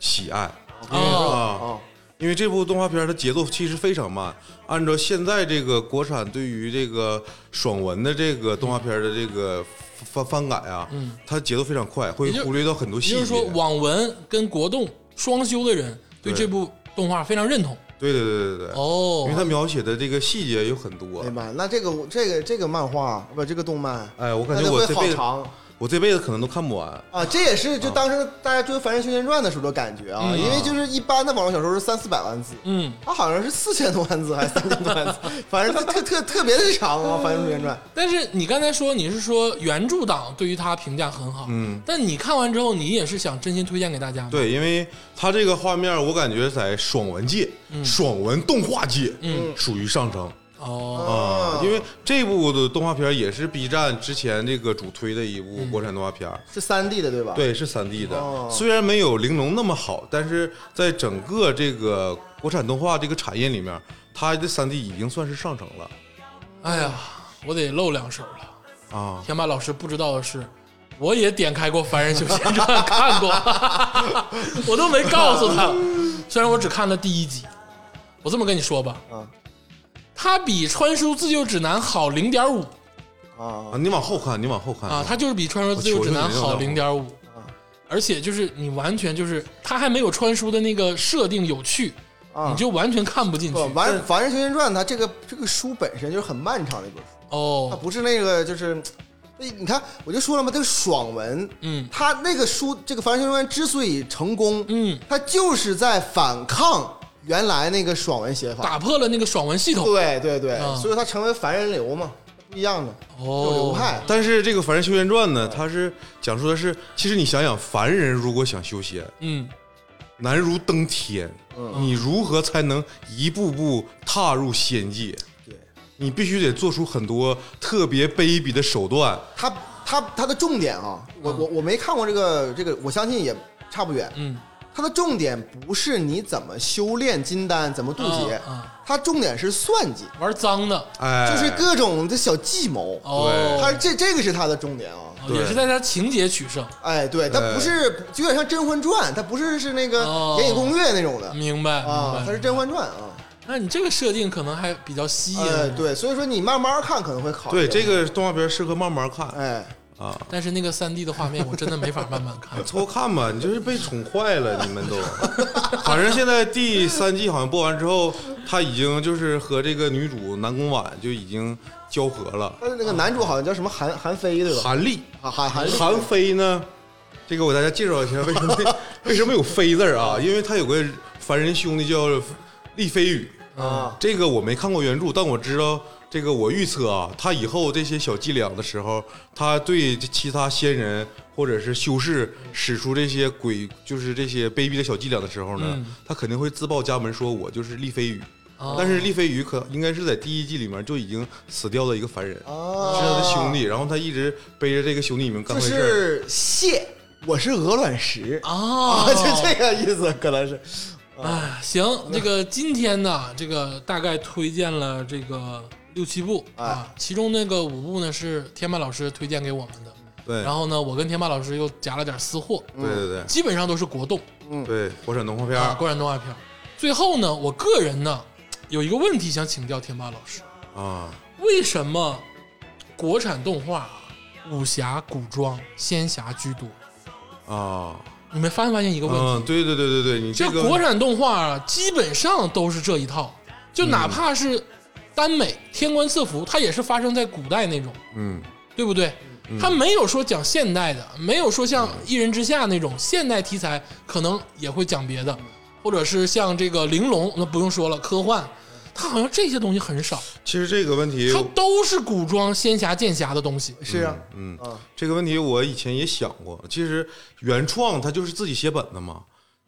Speaker 3: 喜爱
Speaker 2: 啊，
Speaker 3: 啊。因为这部动画片儿的节奏其实非常慢，按照现在这个国产对于这个爽文的这个动画片儿的这个翻翻改啊，
Speaker 2: 嗯
Speaker 3: 它节奏非常快，会
Speaker 2: 也就
Speaker 3: 忽略到很多
Speaker 2: 也
Speaker 3: 细啊
Speaker 2: 就是
Speaker 3: 节
Speaker 2: 说。，网文跟国动双修的人对
Speaker 3: 对
Speaker 2: 这部动画非常认同。
Speaker 3: 对对对对对，因为它
Speaker 2: 哦，
Speaker 3: 描写的这个细节有很多
Speaker 4: 哎呀。妈，那这个这个这个漫画不这个动漫，
Speaker 3: 哎，我
Speaker 4: 那
Speaker 3: 感觉
Speaker 4: 得会
Speaker 3: 我这
Speaker 4: 好
Speaker 3: 辈子
Speaker 4: 长
Speaker 3: 我这辈子可能都看不完。
Speaker 4: 啊！这也是就当时大家追《凡人修仙传》的时候的感觉啊，
Speaker 2: 嗯
Speaker 4: 因为就是一般的网络小说是三四百万字，
Speaker 2: 嗯，
Speaker 4: 它好像是四千多万字还是三千多万字，反正它特特特别的长啊，《凡人修仙传》
Speaker 2: 但是你刚才说你是说原著党对于他评价很好，嗯，但你看完之后，你也是想真心推荐给大家吗？
Speaker 3: 对，因为它这个画面，我感觉在爽文界、爽文动画界，
Speaker 2: 嗯
Speaker 3: 属于上乘
Speaker 2: 哦，
Speaker 3: 啊
Speaker 4: 啊。
Speaker 3: 因为这部的动画片也是 B 站之前这个主推的一
Speaker 2: 嗯
Speaker 3: 部国产动画片，
Speaker 4: 是三 D 的对吧？，
Speaker 3: 对，是三 D 的。
Speaker 4: 嗯哦
Speaker 3: 虽然没有《玲珑》那么好，但是在整个这个国产动画这个产业里面，它的三 D 已经算是上乘了
Speaker 2: 哎呀，我得露两手了。
Speaker 3: 啊。
Speaker 2: 天霸老师不知道的是，我也点开过《凡人修仙传》看 过，我都没告诉他。虽然我只看了第一集，我这么跟你说吧，
Speaker 4: 啊
Speaker 2: 它比《穿书自救指南》好零点五
Speaker 3: 啊，
Speaker 4: 啊
Speaker 3: 你往后看，你往后看
Speaker 2: 啊，它就是比《穿书自救指南》好零点五，啊而且就是你完全就是它还没有《穿书》的那个设定有趣，
Speaker 4: 啊！
Speaker 2: 你就完全看不进去
Speaker 4: 不，《凡凡人修仙传》它这个这个书本身就是很漫长的一本书，它
Speaker 2: 哦。
Speaker 4: 不是那个就是，那你看我就说了嘛，这个爽文，
Speaker 2: 嗯
Speaker 4: 它那个书这个《凡人修仙传》之所以成功，
Speaker 2: 嗯，
Speaker 4: 它就是在反抗原来那个爽文写法，
Speaker 2: 打破了那个爽文系统
Speaker 4: 对对对，
Speaker 2: 嗯
Speaker 4: 所以它成为凡人流嘛，不一样的
Speaker 2: 哦
Speaker 4: 有流派。
Speaker 3: 但是这个《凡人修仙传》呢，它是讲述的是，其实你想想，凡人如果想修仙，
Speaker 2: 嗯，
Speaker 3: 难如登天，你如何才能一步步踏入仙界？
Speaker 4: 对，
Speaker 3: 你必须得做出很多特别卑鄙的手段。
Speaker 4: 它它它的重点啊，我我我没看过这个这个，我相信也差不远。
Speaker 2: 嗯，
Speaker 4: 它的重点不是你怎么修炼金丹，怎么渡劫
Speaker 2: 啊啊，
Speaker 4: 它重点是算计，
Speaker 2: 玩脏的
Speaker 3: 哎，
Speaker 4: 就是各种的小计谋。
Speaker 2: 哦，
Speaker 4: 它这这个是它的重点啊。
Speaker 2: 哦也是在他情节取胜，
Speaker 4: 哎，对，它不是就有点像《甄嬛传》，它不是是那个
Speaker 2: 哦
Speaker 4: 《延禧攻略》那种的
Speaker 2: 明白
Speaker 4: 啊，
Speaker 2: 明
Speaker 4: 它
Speaker 2: 白。
Speaker 4: 是《甄嬛传》啊。
Speaker 2: 那你这个设定可能还比较吸引，
Speaker 4: 哎，对，所以说你慢慢看可能会好。
Speaker 3: 对，这，个动画片适合慢慢看
Speaker 4: 哎，
Speaker 3: 啊，。
Speaker 2: 但是那个三 D 的画面我真的没法慢慢看
Speaker 3: 凑合看吧。你就是被宠坏了，你们都。 反正现在第三季好像播完之后，他已经就是和这个女主南宫婉就已经交合了。
Speaker 4: 但是那个男主好像叫什么韩韩非对吧？
Speaker 3: 韩立，
Speaker 4: 韩韩韩立
Speaker 3: 韩非呢，这个我给大家介绍一下，为什么 为什么有非字儿啊？因为他有个凡人兄弟叫厉飞羽，
Speaker 4: 啊，
Speaker 3: 这个我没看过原著，但我知道这个我预测啊，他以后这些小伎俩的时候，他对其他仙人或者是修士使出这些鬼，就是这些卑鄙的小伎俩的时候呢，
Speaker 2: 嗯
Speaker 3: 他肯定会自报家门，说我就是厉飞羽。
Speaker 2: 哦
Speaker 3: 但是厉飞羽可应该是在第一季里面就已经死掉的一个凡人，
Speaker 4: 啊
Speaker 3: 是他的兄弟，然后他一直背着这个兄弟你们干
Speaker 4: 就
Speaker 3: 坏事儿。
Speaker 4: 是蟹，我是鹅卵石
Speaker 2: 啊
Speaker 4: 啊，就这个意思，可能是
Speaker 2: 哎，行，这个今天呢，这个大概推荐了这个六七部
Speaker 4: 哎
Speaker 2: 啊，其中那个五部呢是天霸老师推荐给我们的，
Speaker 3: 对，
Speaker 2: 然后呢，我跟天霸老师又夹了点私货，
Speaker 4: 嗯
Speaker 3: 对对对
Speaker 2: 基本上都是国动
Speaker 3: 对，国产动画片
Speaker 2: 嗯啊，
Speaker 3: 儿
Speaker 2: 国产动画片。最后呢，我个人呢有一个问题想请教天霸老师，
Speaker 3: 啊，
Speaker 2: 为什么国产动画啊武侠、古装、仙侠居多？
Speaker 3: 啊，
Speaker 2: 你们发没发现一个问题？
Speaker 3: 嗯，对对对对对，你
Speaker 2: 这
Speaker 3: 个
Speaker 2: 国产动画啊，基本上都是这一套，就哪怕是
Speaker 3: 嗯
Speaker 2: 耽美、天官赐福，它也是发生在古代那种，
Speaker 3: 嗯
Speaker 2: 对不对？它没有说讲现代的，没有说
Speaker 3: 嗯
Speaker 2: 像《一人之下》那种现代题材，可能也会讲别
Speaker 3: 嗯
Speaker 2: 的，或者是像这个玲珑，那不用说了，科幻，它好像这些东西很少，
Speaker 3: 其实这个问题
Speaker 2: 它都是古装、仙侠、剑侠的东西。
Speaker 4: 是啊，
Speaker 3: 嗯
Speaker 4: 啊，
Speaker 3: 这个问题我以前也想过。其实原创它就是自己写本的嘛，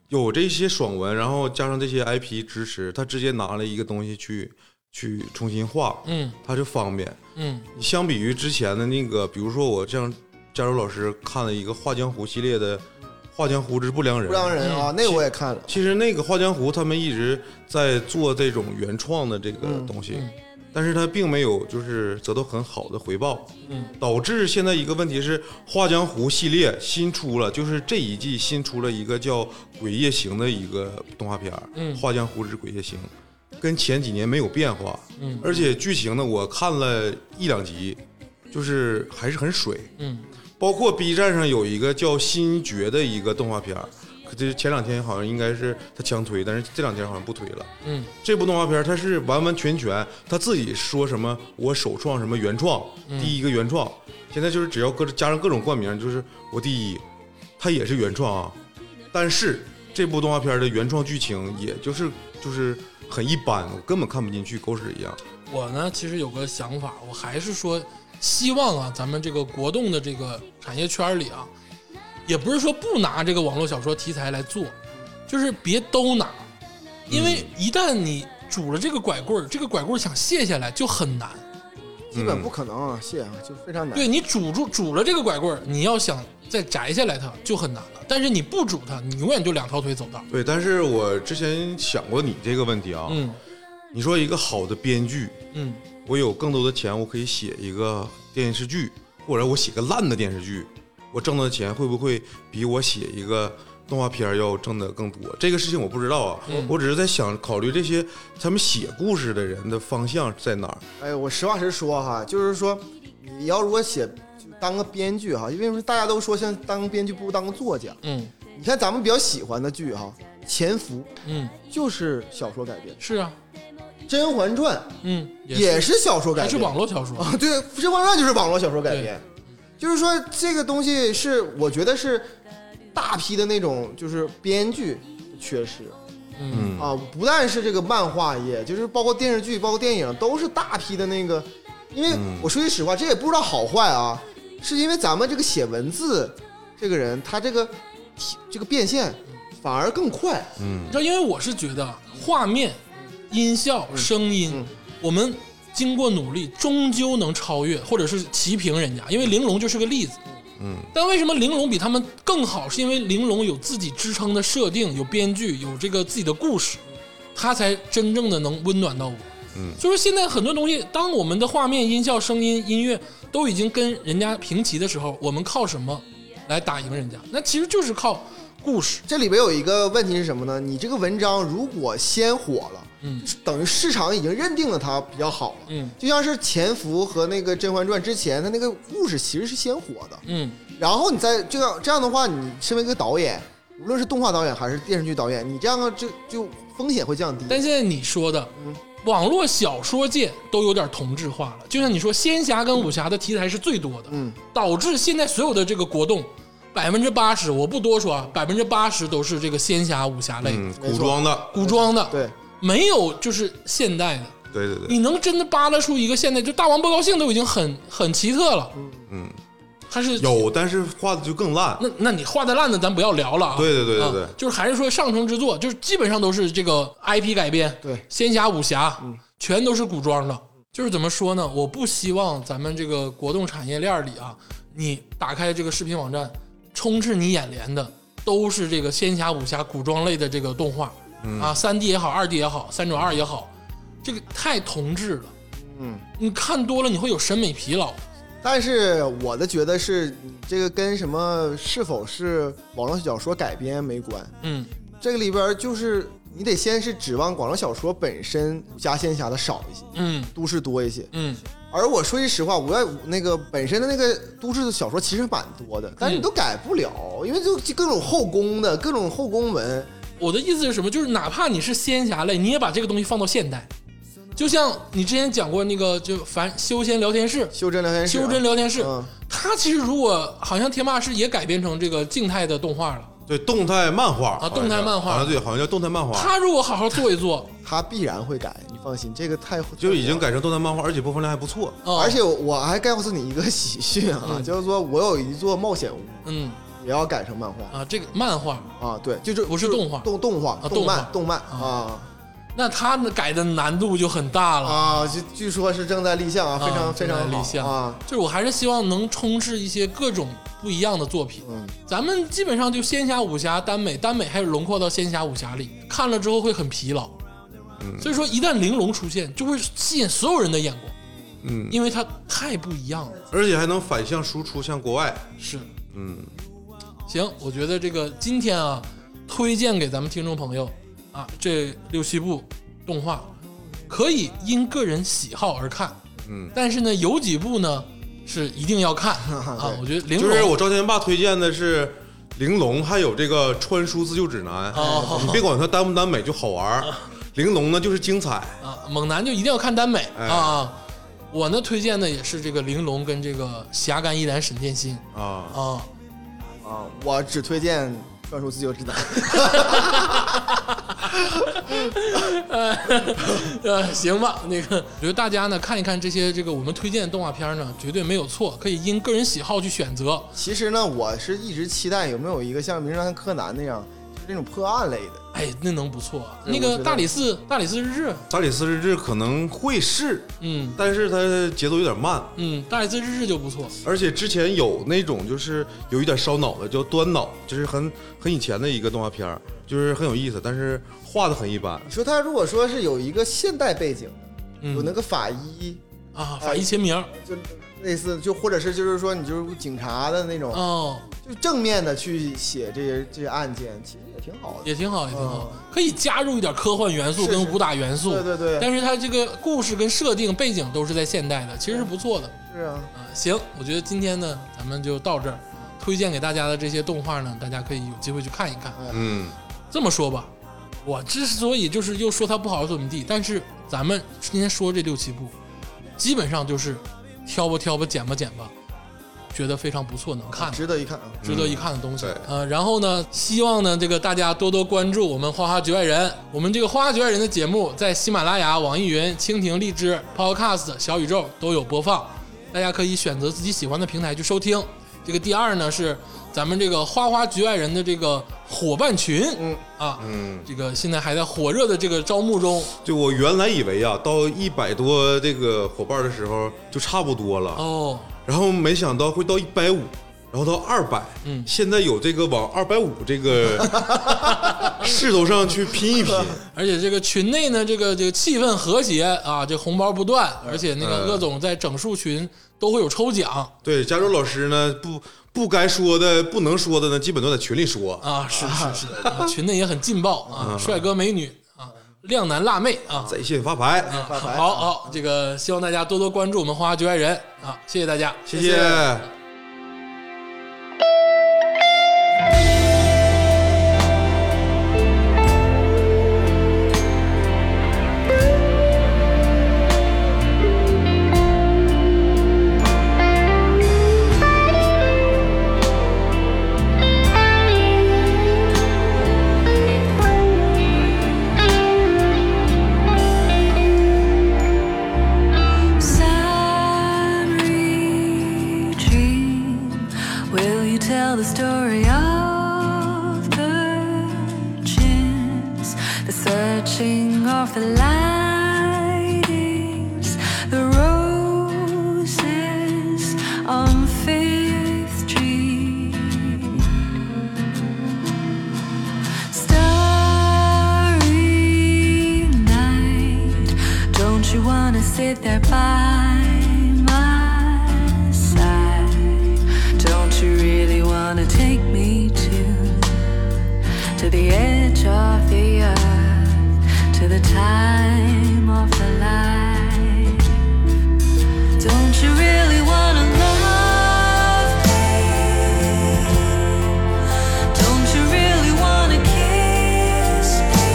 Speaker 3: 有这些爽文，然后加上这些 IP 支持，他直接拿了一个东西去去重新画，
Speaker 2: 嗯
Speaker 3: 它就方便。
Speaker 2: 嗯
Speaker 3: 相比于之前的那个，比如说我像加州老师看了一个《画江湖》系列的《画江湖之不良人》，
Speaker 4: 不让人啊，
Speaker 2: 嗯
Speaker 4: 那个我也看了，
Speaker 3: 其实那个《画江湖》他们一直在做这种原创的这个东西，
Speaker 2: 嗯
Speaker 3: 但是他并没有就是得到很好的回报，
Speaker 2: 嗯
Speaker 3: 导致现在一个问题是，《画江湖》系列新出了，就是这一季新出了一个叫《鬼夜行》的一个动画片儿，
Speaker 2: 嗯
Speaker 3: 画江湖之鬼夜行》，跟前几年没有变化，
Speaker 2: 嗯
Speaker 3: 而且剧情呢，我看了一两集，就是还是很水，
Speaker 2: 嗯
Speaker 3: 包括 B 站上有一个叫《新觉》的一个动画片儿，可这前两天好像应该是他强推，但是这两天好像不推了。
Speaker 2: 嗯，
Speaker 3: 这部动画片儿它是完完全全他自己说什么我首创什么原创，
Speaker 2: 嗯
Speaker 3: 第一个原创，现在就是只要各加上各种冠名，就是我第一，它也是原创啊。但是这部动画片儿的原创剧情也就是就是很一般，我根本看不进去，狗屎一样。
Speaker 2: 我呢，其实有个想法，我还是说，希望啊，咱们这个国动的这个产业圈里啊，也不是说不拿这个网络小说题材来做，就是别都拿，因为一旦你拄了这个拐棍儿，这个拐棍儿想卸下来就很难。
Speaker 4: 基
Speaker 3: 嗯
Speaker 4: 本不可能啊，蟹啊，就非常难。
Speaker 2: 对你拄住拄了这个拐棍儿，你要想再摘下来它就很难了。但是你不拄它，你永远就两条腿走道。
Speaker 3: 对，但是我之前想过你这个问题啊，
Speaker 2: 嗯
Speaker 3: 你说一个好的编剧，
Speaker 2: 嗯
Speaker 3: 我有更多的钱，我可以写一个电视剧，或者我写个烂的电视剧，我挣的钱会不会比我写一个动画片儿要挣的更多？这个事情我不知道啊，
Speaker 2: 嗯
Speaker 3: 我只是在想考虑这些他们写故事的人的方向在哪儿。
Speaker 4: 哎，我实话实说哈，就是说，你要如果写就当个编剧哈，因为大家都说像当个编剧不如当个作家。
Speaker 2: 嗯
Speaker 4: 你看咱们比较喜欢的剧哈，《潜伏
Speaker 2: 嗯，》
Speaker 4: 就是小说改编，
Speaker 2: 是啊，
Speaker 4: 《甄嬛传》
Speaker 2: 嗯，
Speaker 4: 也是小说改
Speaker 2: 还是
Speaker 4: 编，
Speaker 2: 网络小说，
Speaker 4: 啊，对，《甄嬛传》就是网络小说改编，就是说这个东西是我觉得是大批的那种就是编剧缺失
Speaker 2: 嗯
Speaker 4: 啊，不但是这个漫画业，就是包括电视剧、包括电影，都是大批的那个。因为
Speaker 3: 嗯
Speaker 4: 我说句实话，这也不知道好坏啊，是因为咱们这个写文字这个人，他这个体这个变现反而更快。
Speaker 3: 嗯
Speaker 2: 你知道，因为我是觉得画面、音效、声音，
Speaker 4: 嗯
Speaker 2: 我们经过努力，终究能超越，或者是齐平人家。因为玲珑就是个例子。
Speaker 3: 嗯，
Speaker 2: 但为什么玲珑比他们更好？是因为玲珑有自己支撑的设定，有编剧，有这个自己的故事，它才真正的能温暖到我。
Speaker 3: 嗯
Speaker 2: 就是现在很多东西，当我们的画面、音效、声音、音乐都已经跟人家平齐的时候，我们靠什么来打赢人家？那其实就是靠故事。
Speaker 4: 这里边有一个问题是什么呢？你这个文章如果先火了，
Speaker 2: 嗯
Speaker 4: 等于市场已经认定了它比较好了。
Speaker 2: 嗯
Speaker 4: 就像是《潜伏》和那个《甄嬛传》之前，它那个故事其实是先火的，
Speaker 2: 嗯
Speaker 4: 然后你再这样这样的话，你身为一个导演，无论是动画导演还是电视剧导演，你这样的就就风险会降低。
Speaker 2: 但现在你说的，
Speaker 4: 嗯
Speaker 2: 网络小说界都有点同质化了。就像你说，仙侠跟武侠的题材是最多的，
Speaker 4: 嗯，
Speaker 2: 导致现在所有的这个国动，百分之八十，我不多说啊，百分之八十都是这个仙侠武侠类、
Speaker 3: 嗯，古装的，
Speaker 2: 古装的，
Speaker 4: 对，
Speaker 2: 没有就是现代的。
Speaker 3: 对对对，
Speaker 2: 你能真的扒拉出一个现代，就大王不高兴都已经很很奇特了，
Speaker 3: 嗯，
Speaker 2: 还是
Speaker 3: 有，但是画的就更烂。
Speaker 2: 那那你画的烂的咱不要聊了啊。
Speaker 3: 对对对对
Speaker 2: 啊
Speaker 3: 对
Speaker 2: 就是还是说上乘之作，就是基本上都是这个 IP 改编，
Speaker 4: 对嗯
Speaker 2: 仙侠、武侠，全都是古装的。就是怎么说呢？我不希望咱们这个国动产业链里啊，你打开这个视频网站，充斥你眼帘的都是这个仙侠、武侠、古装类的这个动画、
Speaker 3: 嗯
Speaker 2: 啊，三 D 也好，二 D 也好，三转二也好，这个太同质了。
Speaker 4: 嗯，
Speaker 2: 你看多了你会有审美疲劳。
Speaker 4: 但是我的觉得是，你这个跟什么是否是网络小说改编没关，
Speaker 2: 嗯
Speaker 4: 这个里边就是你得先是指望网络小说本身武侠仙侠的少一些，
Speaker 2: 嗯
Speaker 4: 都市多一些。
Speaker 2: 嗯，
Speaker 4: 而我说句实话，我要那个本身的那个都市的小说其实蛮多的，但是你都改不了，因为就就各种后宫的各种后宫文，
Speaker 2: 我的意思是什么？就是哪怕你是仙侠类，你也把这个东西放到现代。就像你之前讲过那个，就凡修仙聊天室、
Speaker 4: 修真聊天室啊，
Speaker 2: 修真聊天室，
Speaker 4: 嗯
Speaker 2: 它其实如果好像天霸是也改编成这个静态的动画了，
Speaker 3: 对，动态漫画
Speaker 2: 啊动态漫画
Speaker 3: 啊，对，好像叫动态漫画，
Speaker 2: 它如果好好做一 做，
Speaker 4: 他必然会改，你放心，这个太
Speaker 3: 就已经。改成动态漫画，而且播放量还不错。
Speaker 2: 啊，
Speaker 4: 而且我还告诉你一个喜讯啊，
Speaker 2: 嗯
Speaker 4: 就是说我有一座冒险屋
Speaker 2: 嗯
Speaker 4: 也要改成漫画
Speaker 2: 啊，这个漫画，
Speaker 4: 啊，对，就是
Speaker 2: 不是
Speaker 4: 就
Speaker 2: 动画
Speaker 4: 动动画、
Speaker 2: 啊
Speaker 4: 动漫、
Speaker 2: 动
Speaker 4: 动漫啊
Speaker 2: 那它改的难度就很大了。
Speaker 4: 啊，据据说是正在立项啊，非常非常
Speaker 2: 立
Speaker 4: 好
Speaker 2: 项
Speaker 4: 啊，
Speaker 2: 就是我还是希望能充斥一些各种不一样的作品。
Speaker 4: 嗯，
Speaker 2: 咱们基本上就仙侠、武侠、耽美，耽美还有轮廓到仙侠、武侠里，看了之后会很疲劳。
Speaker 4: 嗯
Speaker 2: 所以说，一旦玲珑出现，就会吸引所有人的眼光，
Speaker 3: 嗯，
Speaker 2: 因为它太不一样了。
Speaker 3: 而且还能反向输出，向国外。
Speaker 2: 是，
Speaker 3: 嗯，
Speaker 2: 行，我觉得这个今天啊，推荐给咱们听众朋友啊，这六七部动画可以因个人喜好而看，
Speaker 3: 嗯，
Speaker 2: 但是呢，有几部呢是一定要看 啊。我觉得玲珑
Speaker 3: 就是我赵天霸推荐的是《玲珑》，还有这个《穿书自救指南》
Speaker 2: 哦
Speaker 3: 你别管它耽不耽美，就好玩儿。玲珑》呢就是精彩，
Speaker 2: 啊，猛男就一定要看耽美、
Speaker 3: 哎
Speaker 2: 啊。我呢推荐的也是这个玲珑跟这个侠肝义胆沈殿鑫
Speaker 3: 啊，
Speaker 2: 啊，
Speaker 4: 啊，我只推荐《专属自由指南》。
Speaker 2: 呃，行吧，那个我觉得大家呢看一看这些这个我们推荐的动画片呢，绝对没有错，可以因个人喜好去选择。
Speaker 4: 其实呢，我是一直期待有没有一个像《名侦探柯南》那样，就是那种破案类的。
Speaker 2: 哎，那能不错啊。
Speaker 4: 对
Speaker 2: 那
Speaker 4: 我觉
Speaker 2: 个
Speaker 4: 得
Speaker 2: 大理寺，大理寺日志，
Speaker 3: 《大理寺日志》可能会是，
Speaker 2: 嗯
Speaker 3: 但是它节奏有点慢，
Speaker 2: 嗯，大理寺日志就不错。
Speaker 3: 而且之前有那种就是有一点烧脑的，叫端脑，就是很很以前的一个动画片儿，就是很有意思，但是画的很一般。
Speaker 4: 你说他如果说是有一个现代背景，有那
Speaker 2: 嗯
Speaker 4: 个法医，
Speaker 2: 啊，法医秦明，
Speaker 4: 就类似就或者是就是说你就是警察的那种，
Speaker 2: 哦，
Speaker 4: 就正面的去写这些这些案件，其实也挺好的。
Speaker 2: 也挺好，也挺好
Speaker 4: 哦，
Speaker 2: 可以加入一点科幻元素
Speaker 4: 是
Speaker 2: 跟
Speaker 4: 是
Speaker 2: 武打元素。
Speaker 4: 对对对，
Speaker 2: 但是它这个故事跟设定背景都是在现代的，其实是不错的。
Speaker 4: 是啊，
Speaker 2: 啊，行，我觉得今天呢，咱们就到这儿。推荐给大家的这些动画呢，大家可以有机会去看一看。
Speaker 3: 嗯，
Speaker 2: 这么说吧，我之所以就是又说它不好怎么地，但是咱们今天说这六七部，基本上就是挑吧挑吧，捡吧捡吧，觉得非常不错，能看的。
Speaker 4: 值得一看啊。
Speaker 2: 值得一看的东西
Speaker 3: 对。
Speaker 2: 呃，然后呢，希望呢这个大家多多关注我们《花花局外人》，我们这个《花花局外人》的节目在喜马拉雅、网易云、蜻蜓、荔枝、Podcast、小宇宙都有播放，大家可以选择自己喜欢的平台去收听。这个第二呢是咱们这个《花花局外人》的这个伙伴群，嗯啊，嗯，这个现在还在火热的这个招募中
Speaker 3: 就我原来以为啊，到一百多这个伙伴的时候就差不多了，
Speaker 2: 哦，
Speaker 3: 然后没想到会到一百五，然后到二百，嗯，现在有这个往二百五这个势头上去拼一拼，
Speaker 2: 而且这个群内呢，这个这个气氛和谐啊，这红包不断，而且那个鄂总在整数群都会有抽奖，
Speaker 3: 对，加州老师呢，不不该说的、不能说的呢，基本都在群里说。
Speaker 2: 啊，是是是，啊群内也很劲爆啊，帅哥美女啊，靓男辣妹啊，
Speaker 3: 在线发牌，
Speaker 2: 好好，这个希望大家多多关注我们花花局外人啊，谢谢大家，
Speaker 3: 谢
Speaker 4: 谢
Speaker 3: 谢
Speaker 6: Sun reaching, will you tell the story of virgins? The searching of the lightings, the roses on Fifth Street. Starry night, don't you wanna sit there by my side? Don't you really wanna take me to to the edge of the earth, to the time of the light? Don't you really wanna love me? Don't you really wanna kiss me?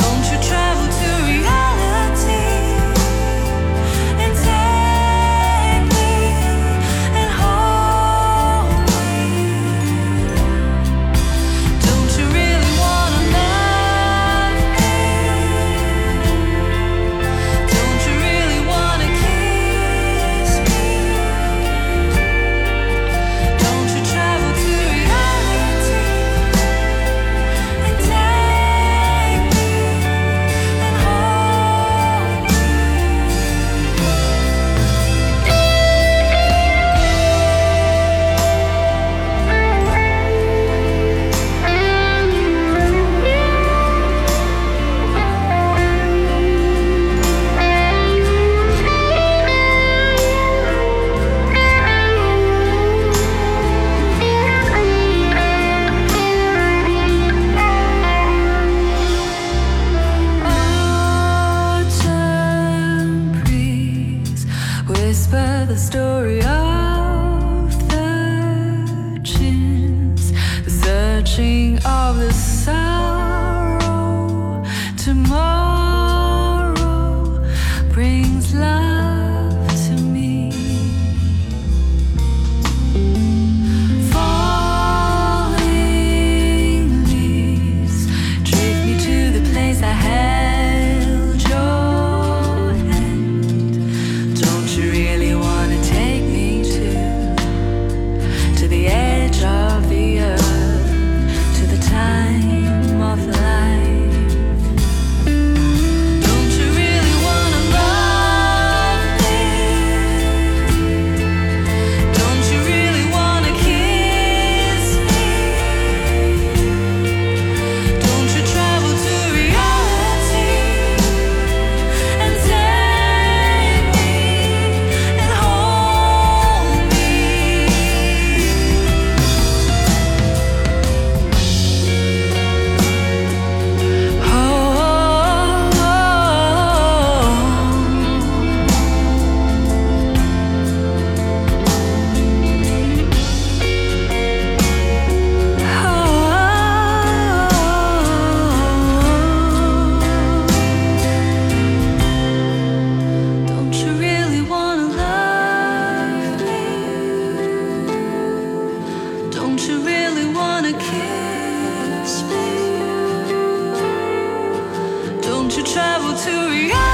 Speaker 6: Don't you travel to reality and take me and hold me? Don't you really wanna love me? Don't you really wanna kiss me? Don't you travel to reality and take me and hold me? Autumn breeze whisper the story of virgins, the searching of the sorrow. Tomorrow brings love to me. Falling leaves drift me to the place I held your hand. Don't you really wanna take me to to the edge of the earth, to the time of Oh, oh, Oh. Don't you really wanna kiss me? Don't you travel to Rio? oh,